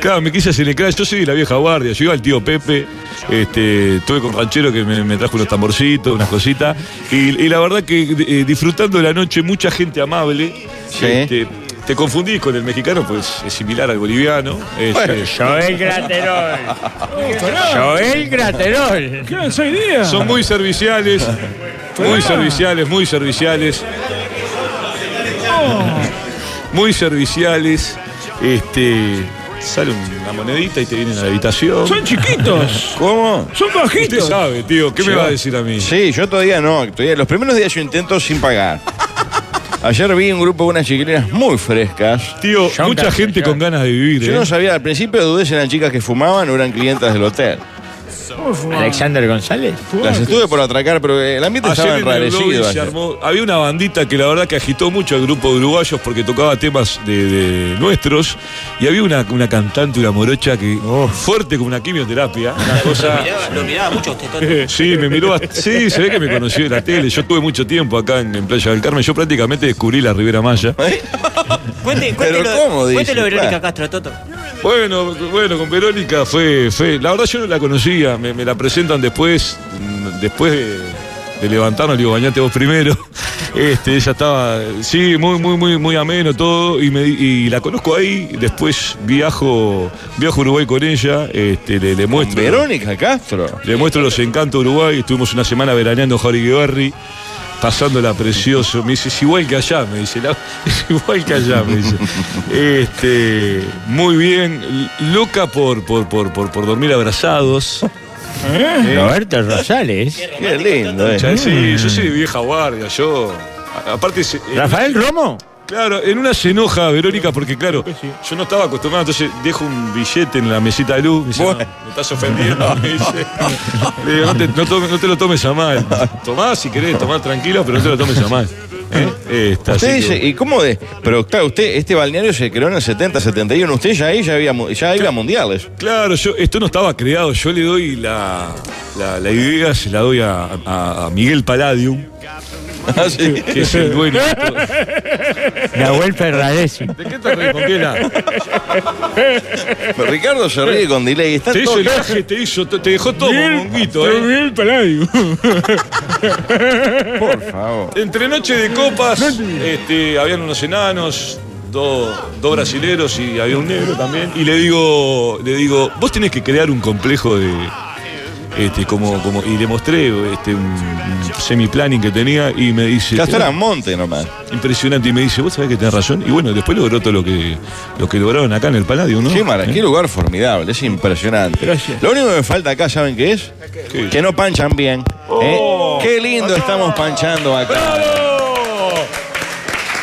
Claro, me quise hacer el crash. Yo soy de la vieja guardia. Yo iba al tío Pepe. Este, estuve con Ranchero que me, me trajo unos tamborcitos, unas cositas. Y, y la verdad que eh, disfrutando de la noche, mucha gente amable. Este, te confundís con el mexicano, pues es similar al boliviano. Este,
Joel Graterol. Joel Graterol.
¿Qué seis días?
Son muy serviciales. Muy serviciales, muy serviciales. Muy serviciales. Este. Sale una monedita y te vienen a la habitación.
Son chiquitos.
¿Cómo?
Son bajitos.
Usted sabe, tío. ¿Qué me
Yo-
va a decir a mí?
Sí, yo todavía no. Todavía, los primeros días yo intento
[LAUGHS]
sin pagar. Ayer vi un grupo de unas chiquilinas muy frescas.
Tío, mucha gente con ganas de vivir.
Yo
¿eh?
no sabía, al principio dudé si eran chicas que fumaban o eran clientas del hotel.
¿Alexander González?
Las estuve por atracar, pero eh, el ambiente estaba
Ayer en el lobby
enrarecido.
se
ayer.
armó- había una bandita que la verdad que agitó mucho al grupo de uruguayos porque tocaba temas de, de nuestros y había una, una cantante, una morocha que
Oh.
fuerte como una quimioterapia, una cosa.
Lo miraba mucho usted, Toto.
[LAUGHS] Sí, me miró. bast- Sí, se ve que me conoció de la tele. Yo estuve mucho tiempo acá en, en Playa del Carmen. Yo prácticamente descubrí la Ribera Maya.
Cuente, [LAUGHS] cuéntelo, cuéntelo, Verónica Castro, Toto.
Bueno, bueno, con Verónica fue, fue. La verdad yo no la conocía, me, me la presentan después, mm, después de, de levantarnos, le digo, bañate vos primero. [LAUGHS] Este, ella estaba, sí, muy, muy, muy, muy ameno todo, y, me, di- y la conozco ahí, después viajo, viajo a Uruguay con ella, este, le, le muestro.
Verónica Castro.
Le muestro los encantos de Uruguay, estuvimos una semana veraneando en Jauregui pasándola precioso. Me dice, es igual que allá, me dice, "la- [LAUGHS] es igual que allá, me dice. Este, muy bien, loca por, por, por, por, por dormir abrazados. Eh.
Roberto Rosales.
Qué lindo,
eh.
Sí,
Mm.
yo soy de vieja guardia, yo. a- Aparte, se- eh,
¿Rafael Romo?
Claro, en una se enoja Verónica porque, claro, yo no estaba acostumbrado, entonces dejo un billete en la mesita de luz. Me dice, "No, me estás ofendiendo. me dice.
[LAUGHS]
Le digo, no te, no tome- no te lo tomes a mal. Tomá si querés, tomá tranquilo, pero no te lo tomes a mal. ¿Eh? Esta,
Usted
así
dice,
que-
¿y cómo de? Pero claro, usted, este balneario se creó en el 70, 71. Usted ya ahí ya había, mu- ya iba a mundiales.
Claro, yo, esto no estaba creado. Yo le doy la, la, la idea, se la doy a, a- a Miguel Palladium.
Ah,
Que es el dueño. de todo.
Nahuel Ferradesi.
¿De qué te reís? ¿Con qué la-
Pero Ricardo se ríe con delay. Está
Te hizo
todo-
el viaje, te hizo, te, te dejó todo
Bien,
monguito,
pero
¿eh?
El paladio.
Por favor.
Entre noche de copas, este, habían unos enanos, dos dos brasileros y había un negro también. Y le digo, le digo, vos tenés que crear un complejo de. Este, como, como, y le mostré este, un, un semi-planning que tenía y me dice.
Gastó era monte nomás.
Impresionante. Y me dice, vos sabés que tenés razón. Y bueno, después logró todo lo que, lo que lograron acá en el Paladio, ¿no? ¿Eh?
Qué, mara- qué lugar formidable, es impresionante. Lo único que me falta acá, ¿saben qué es? Que no panchan bien. ¿eh?
Oh.
Qué lindo estamos panchando acá.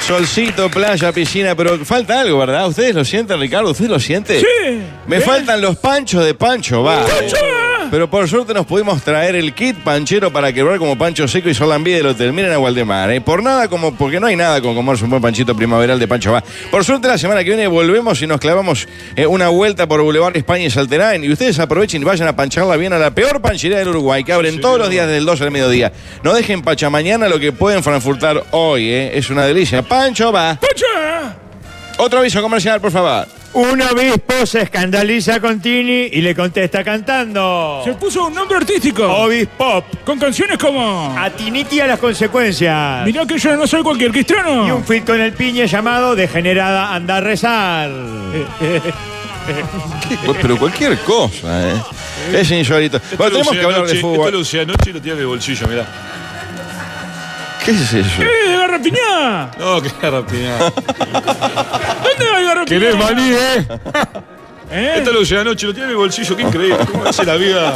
Solcito, playa, piscina, pero falta algo, ¿verdad? ¿Ustedes lo sienten, Ricardo? ¿Ustedes lo sienten?
Sí.
Me
¿Eh?
faltan los panchos de Pancho, va. Pero por suerte nos pudimos traer el kit panchero para quebrar como pancho seco y solambide lo terminen a Gualdemar. ¿eh? Por nada como, porque no hay nada como comerse un buen panchito primaveral de Pancho va. Por suerte la semana que viene volvemos y nos clavamos eh, una vuelta por Boulevard España y Salterán. Y ustedes aprovechen y vayan a pancharla bien a la peor panchería del Uruguay, que abren todos los días desde el 12 al mediodía. No dejen pacha mañana lo que pueden franfurtar hoy, ¿eh? es una delicia. Pancho va. Otro aviso comercial, por favor.
Un obispo se escandaliza con Tini y le contesta cantando. Se
puso un nombre artístico.
Obispop.
Con canciones como.
A Tiniti a las consecuencias.
Mirá que yo no soy cualquier cristiano.
Y un fit con el piñe llamado Degenerada anda a rezar.
Pero cualquier cosa, ¿eh? Es insólito. Bueno, tenemos que hablar de
Esto lo
fútbol.
usé anoche y lo tiene en el bolsillo, mirá.
¿Qué es eso?
¡Eh, garrapiñá!
No, qué rapiñada.
[LAUGHS] ¿Dónde va el garrapiñá?
Querés maní, eh.
[LAUGHS] ¿Eh?
Esto lo usé anoche, lo tiene en el bolsillo, qué increíble. ¿Cómo hace la vida?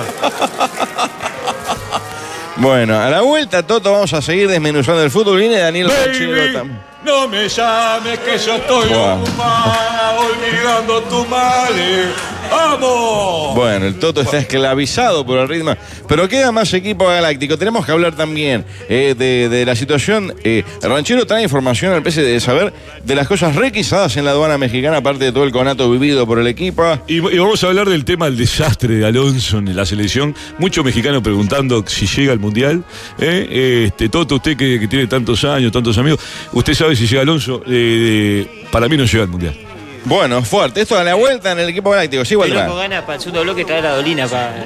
Bueno, a la vuelta, Toto, vamos a seguir desmenuzando el fútbol. Viene Daniel Rochero
Baby,
también.
no me llames que yo estoy
Buah.
ocupada olvidando tus males. ¡Vamos!
Bueno, el Toto está esclavizado por el ritmo. Pero queda más equipo galáctico. Tenemos que hablar también eh, de, de la situación. eh, Ranchero trae información al PC de saber de las cosas requisadas en la aduana mexicana, aparte de todo el conato vivido por el equipo.
Y, y vamos a hablar del tema del desastre de Alonso en la selección. Muchos mexicanos preguntando si llega al Mundial. ¿eh? Este, Toto, usted que, que tiene tantos años, tantos amigos, ¿usted sabe si llega Alonso? Eh, eh, para mí no llega al Mundial.
Bueno, fuerte. Esto a la vuelta en el equipo galáctico. Sí,
El
Waldemar.
loco gana para el segundo bloque traer a Dolina para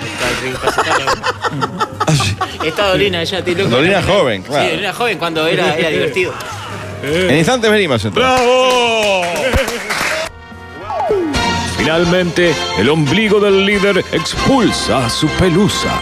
pa, Está Dolina ya, te loco.
Ah, Dolina joven, claro.
Sí, Dolina joven cuando era, era divertido.
En instantes venimos entonces.
¡Bravo!
Finalmente, el ombligo del líder expulsa a su pelusa.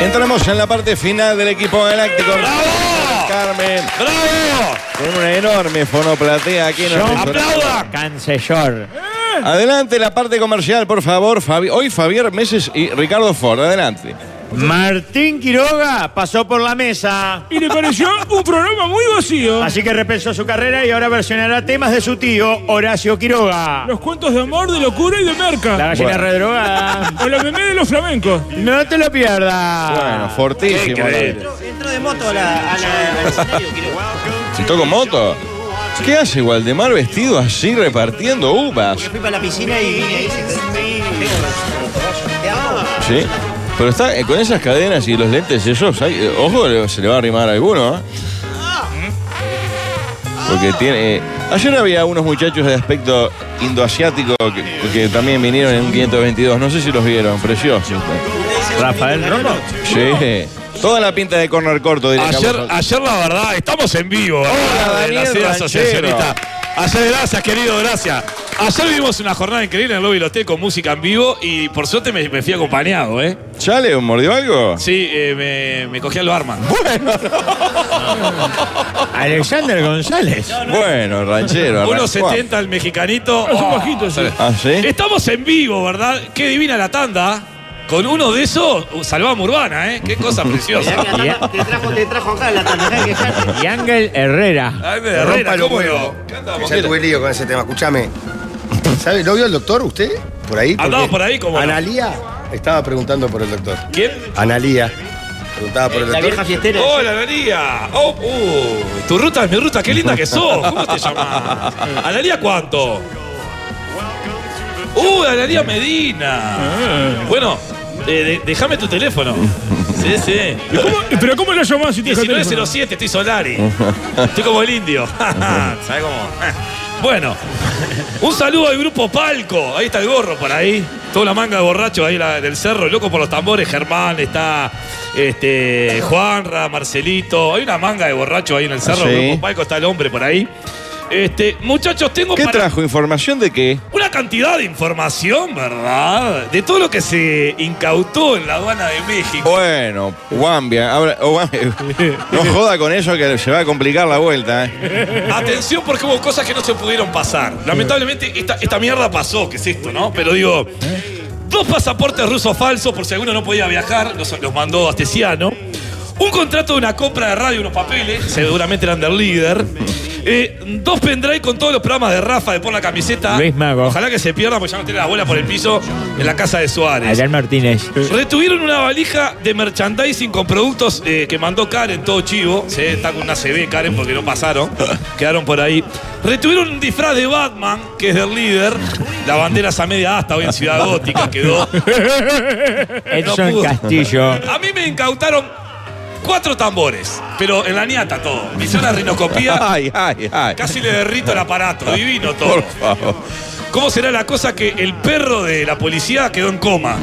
Entramos en la parte final del equipo galáctico. ¡Bravo! Carmen. ¡Bravo! Con una enorme fonoplatea aquí en el restaurante.
Ah, Cancellor.
Adelante la parte comercial, por favor, Fabi- Hoy Javier Meses y Ricardo Ford, adelante.
Martín Quiroga pasó por la mesa.
Y le pareció un programa muy vacío.
Así que repensó su carrera y ahora versionará temas de su tío, Horacio Quiroga.
Los cuentos de amor, de locura y de merca.
La gallina redrogada.
O la meme de los flamencos.
No te lo pierdas.
Bueno, fortísimo. ¿no?
Entró de moto a la, a la- al escenario, quiero-
Si toco moto. ¿Qué hace Waldemar vestido así repartiendo uvas?
Fui para la piscina y vine ahí. se- Te amo.
Sí. Pero está eh, con esas cadenas y los lentes esos, hay- eh, ojo, le- se le va a arrimar alguno, ¿eh? Porque tiene. eh, ayer había unos muchachos de aspecto indoasiático que, que también vinieron en un 522. No sé si los vieron, preciosos.
¿Rafael Romo?
Sí. [LAUGHS] Toda la pinta de corner corto, diría
Ayer,
Campos.
ayer la verdad, estamos en vivo. Hola, de la
Daniel
sede
Ranchero.
asociacionista. Ayer, gracias, querido, gracias. Ayer vivimos una jornada increíble en el Lobby del Hotel con música en vivo y por suerte me, me fui acompañado, ¿eh?
¿Chale? ¿Mordió algo?
Sí, eh, me, me cogí al barman.
[LAUGHS] Alexander González.
Bueno, ranchero. arrancó.
1.70 el mexicanito.
un
Oh.
bajito, sí.
¿Ah, sí?
Estamos en vivo, ¿verdad? Qué divina la tanda. Con uno de esos, uh, salvamos Urbana, ¿eh? Qué cosa preciosa.
Te trajo, te trajo acá la tanda. ¿sabes qué?
Y Ángel Herrera.
Ay, me derrera,
Rómpalo,
¿cómo
bueno.
no?
Que Ya tuve lío con ese tema, escúchame. ¿Sabe? ¿Lo vio el doctor usted? ¿Por ahí?
Andaba
Porque
por ahí, ¿cómo no?
Analía estaba preguntando por el doctor.
¿Quién?
Analía. Preguntaba
Eh,
por el doctor.
Hola, Analia. Oh, uh, tu ruta es mi ruta. Qué linda que sos. ¿Cómo te llamas? Analia, ¿cuánto? Uh, Analia Medina. Bueno, eh, de- déjame tu teléfono. Sí, sí.
¿Y cómo- ¿Pero cómo la llamás si te deja teléfono?
1907, estoy Solari. Estoy como el
[LAUGHS]
indio. ¿Sabes cómo? Bueno, un saludo al grupo Palco. Ahí está el gorro por ahí. Toda la manga de borrachos ahí la- del cerro, loco por los tambores. Germán, está este, Juanra, Marcelito. Hay una manga de borrachos ahí en el cerro.
Ah, sí.
El grupo Palco está el hombre por ahí. Este, muchachos, tengo
¿Qué
para-
trajo? ¿Información de qué?
una cantidad de información, ¿verdad? De todo lo que se incautó en la aduana de México.
Bueno, Guambia, ahora-
[LAUGHS]
o Guambia, no joda con eso que se va a complicar la vuelta. ¿eh?
Atención porque hubo cosas que no se pudieron pasar. Lamentablemente esta, esta mierda pasó, que es esto, ¿no? Pero digo, dos pasaportes rusos falsos por si alguno no podía viajar, los, los mandó Astesiano. Un contrato de una compra de radio, unos papeles, seguramente eran del líder. Eh, dos pendrive con todos los programas de Rafa de por la camiseta.
Luis Mago.
Ojalá que se pierda porque ya no tiene la bola por el piso en la casa de Suárez.
Adrián Martínez.
Retuvieron una valija de merchandising con productos eh, que mandó Karen, todo chivo. Se está con una CB Karen porque no pasaron. Quedaron por ahí. Retuvieron un disfraz de Batman, que es del líder. La bandera es a media asta hoy en Ciudad
[LAUGHS]
Gótica quedó.
Edson
pudo.
Castillo.
A mí me incautaron cuatro tambores, pero en la niata todo. Me hice una rinoscopía. [LAUGHS]
Ay, ay, ay.
Casi le derrito el aparato, divino todo.
Por favor.
¿Cómo será la cosa que el perro de la policía quedó en coma?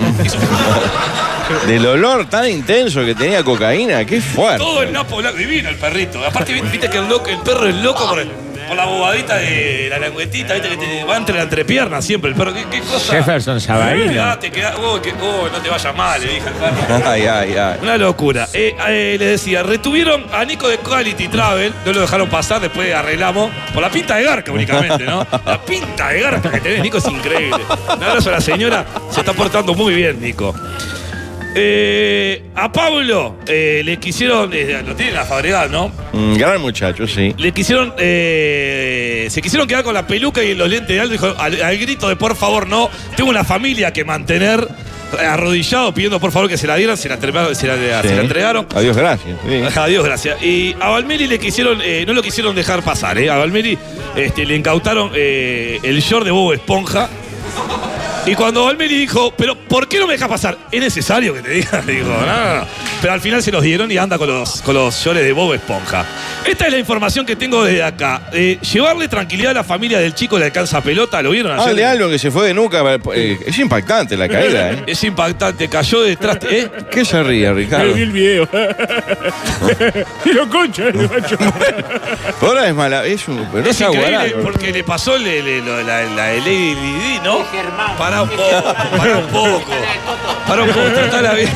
Del olor tan intenso que tenía cocaína, qué fuerte.
Todo el Napo Blanco, divino el perrito. Aparte, viste- viste que el, loco- el perro es loco por, el- [LAUGHS] por la bobadita de la lengüetita, viste que te va entre la entrepierna siempre el perro. ¿Qué, qué cosa?
Jefferson Savarino.
Quedá, te quedá- oh, que- oh, no te vayas mal, le dije al perro.
Ay, ay, ay.
Una locura. Eh, eh, les decía, retuvieron a Nico de Quality Travel, no lo dejaron pasar, después arreglamos, por la pinta de garca
[LAUGHS]
únicamente, ¿no? La pinta de garca que tenés, Nico, es increíble. Un abrazo a la señora, se está portando muy bien, Nico. Eh, a Pablo eh, le quisieron, eh, lo tienen la fabregada, ¿no?
Mm, gran muchacho, sí.
Le quisieron, eh, se quisieron quedar con la peluca y los lentes de Aldo, dijo, al, al grito de por favor no, tengo una familia que mantener, Eh, arrodillado pidiendo por favor que se la dieran, se la, entregaron- se la-
Sí.
se la entregaron.
Adiós, gracias. sí.
Adiós, gracias. Y a Valmeri le quisieron, eh, no lo quisieron dejar pasar, ¿eh? A Valmeri este, le incautaron eh, el short de Bob Esponja. Y cuando Valmeri dijo, pero ¿por qué no me dejas pasar? ¿Es necesario que te diga? Digo, no, no, no. Pero al final se los dieron y anda con los, con los shorts de Bob Esponja. Esta es la información que tengo desde acá. Eh, llevarle tranquilidad a la familia del chico le alcanza pelota, ¿lo vieron ayer?
Hable algo que se fue Ah, de nuca. eh, es impactante la caída, ¿eh?
Es impactante, cayó detrás. ¿eh?
¿Qué se ríe,
Ahí
Ricardo?
vi el
[LAUGHS]
video. y lo concha, el macho.
Ahora es mala. Es un. pero no
es
sea
increíble
guaraco.
porque le pasó le- le- lo de la, la de Lady Didi, ¿no? Para un poco, para un poco. Para un poco, tratala bien.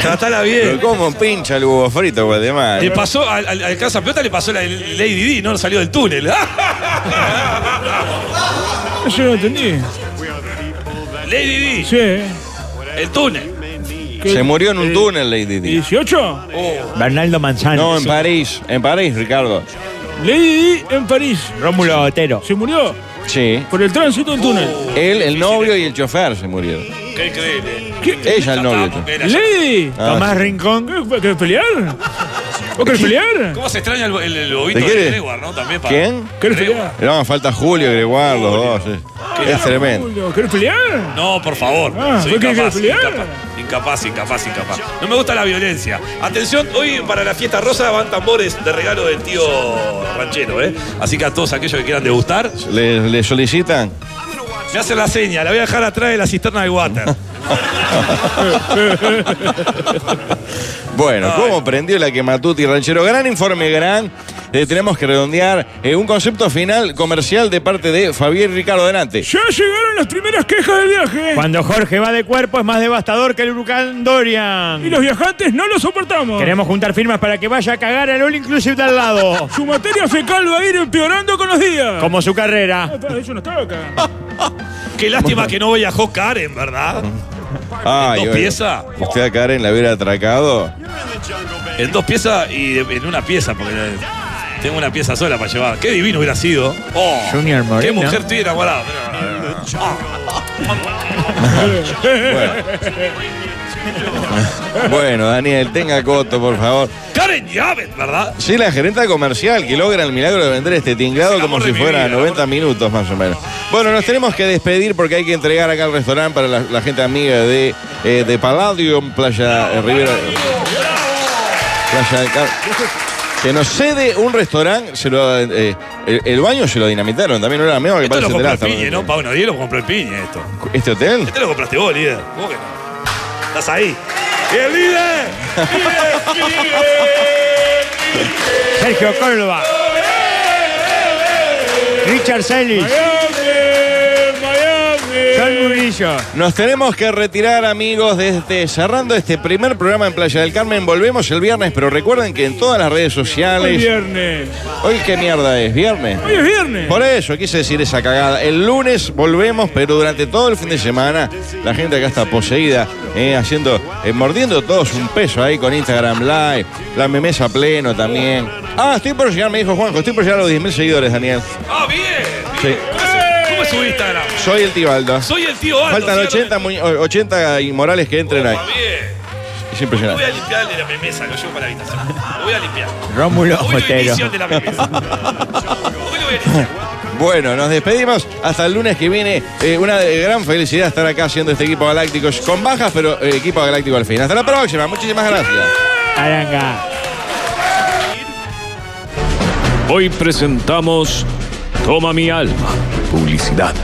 Tratala
Pero
bien.
cómo pincha el huevo frito, pues, Guatemala.
Le pasó al, al, al Casa Pelota, le pasó la de Lady Didi, ¿no? Salió del túnel. [LAUGHS]
Ah, Yo no entendí.
Lady Didi,
Sí.
el túnel.
Se murió en un túnel, Lady Di.
¿18?
Bernardo
Ah,
Manzano.
No, en París. En París, Ricardo.
Lady Di en París.
Rómulo Otero.
¿Se murió?
Sí.
Por el tránsito
Uh.
del túnel.
Él, el novio y el chofer se murieron.
Qué increíble.
Ella, el novio. y el chofer.
Lady.
Ah, Tomás sí.
Rincón. ¿Querés pelear? ¿Vos querés pelear?
¿Cómo se extraña el, el, el bobito
¿Te quiere?
de Gregor, no? También para
¿Quién?
¿Querés
Gregor.
pelear?
No, falta Julio y Gregoire, los dos. sí. Es tremendo.
Julio, ¿Querés pelear?
[LAUGHS] No, por favor.
Ah,
Soy
¿por qué
incapaz,
querés pelear?
incapaz, incapaz, incapaz, incapaz. No me gusta la violencia. Atención, hoy para la fiesta rosa van tambores de regalo del tío ranchero, ¿eh? Así que a todos aquellos que quieran degustar,
¿Le,
[LAUGHS]
le solicitan?
me hacen la seña. La voy a dejar atrás de la cisterna de water.
Bueno, ¿cómo prendió la quematuti ranchero? Gran informe, gran. Eh, tenemos que redondear eh, un concepto final comercial de parte de Fabián Ricardo. Adelante.
Ya llegaron las primeras quejas del viaje.
Cuando Jorge va de cuerpo es más devastador que el huracán Dorian.
Y los viajantes no lo soportamos.
Queremos juntar firmas para que vaya a cagar al All Inclusive de al lado.
Su materia fecal va a ir empeorando con los días.
Como su carrera.
Ah, pa, Eso no estaba acá.
Qué lástima que no viajó Karen, ¿verdad? ¿En
Ay,
dos
bueno.
piezas?
¿Usted a Karen la hubiera atracado?
En dos piezas y de- en una pieza, porque eh, tengo una pieza sola para llevar. Qué divino hubiera sido. Oh,
Junior
qué
Moreno.
mujer estoy enamorado. ah,
Bueno, Daniel, tenga coto, por favor.
Karen Yavet, ¿verdad?
Sí, la gerenta comercial que logra el milagro de vender este tinglado como si fuera 90 minutos más o menos. Bueno, nos tenemos que despedir porque hay que entregar acá al restaurante para la, la gente amiga de, eh, de Palladium, Playa eh, Rivera. Playa del Car- Que nos cede un restaurante, se lo, eh, el, el baño se lo dinamitaron, también no era mío que
Esto lo
parece
compró el
terasta.
piñe, ¿no? Pablo Nadie lo compró el piñe, esto.
¿Este hotel?
Este lo compraste vos, líder. ¿Cómo que no? Estás ahí. ¡Y el líder! ¡Líder,
Sergio Córdoba.
¡Eh,
Richard Selis.
Eh,
John Murillo.
Nos tenemos que retirar, amigos, desde cerrando este primer programa en Playa del Carmen. Volvemos el viernes, pero recuerden que en todas las redes
Hoy
sociales.
viernes.
¿Hoy qué mierda es? ¿Viernes?
Hoy es viernes.
Por eso quise decir esa cagada. El lunes volvemos, pero durante todo el fin de semana la gente acá está poseída, eh, haciendo, eh, mordiendo todos un peso ahí con Instagram Live, la memesa pleno también. Ah, estoy por llegar, me dijo Juanjo, estoy por llegar a los 10.000 seguidores, Daniel.
¡Ah, bien!
Sí.
¿Cómo es, cómo es su Instagram?
Soy el tío Aldo.
Soy el tío Aldo.
Faltan
¿cierto?
80, muñe- o- 80 inmorales que entren ahí.
Bien.
Es
Lo Voy
impresionante.
a limpiar el de la memesa, lo llevo para la habitación. Lo voy a limpiar.
Rómulo
Hoy lo
Otero.
inicio el de la memesa.
Bueno, nos despedimos hasta el lunes que viene. Eh, una de- gran felicidad estar acá haciendo este equipo galáctico con bajas, pero eh, equipo galáctico al fin. Hasta la próxima, muchísimas gracias.
Aranga.
Hoy presentamos Toma mi alma, publicidad.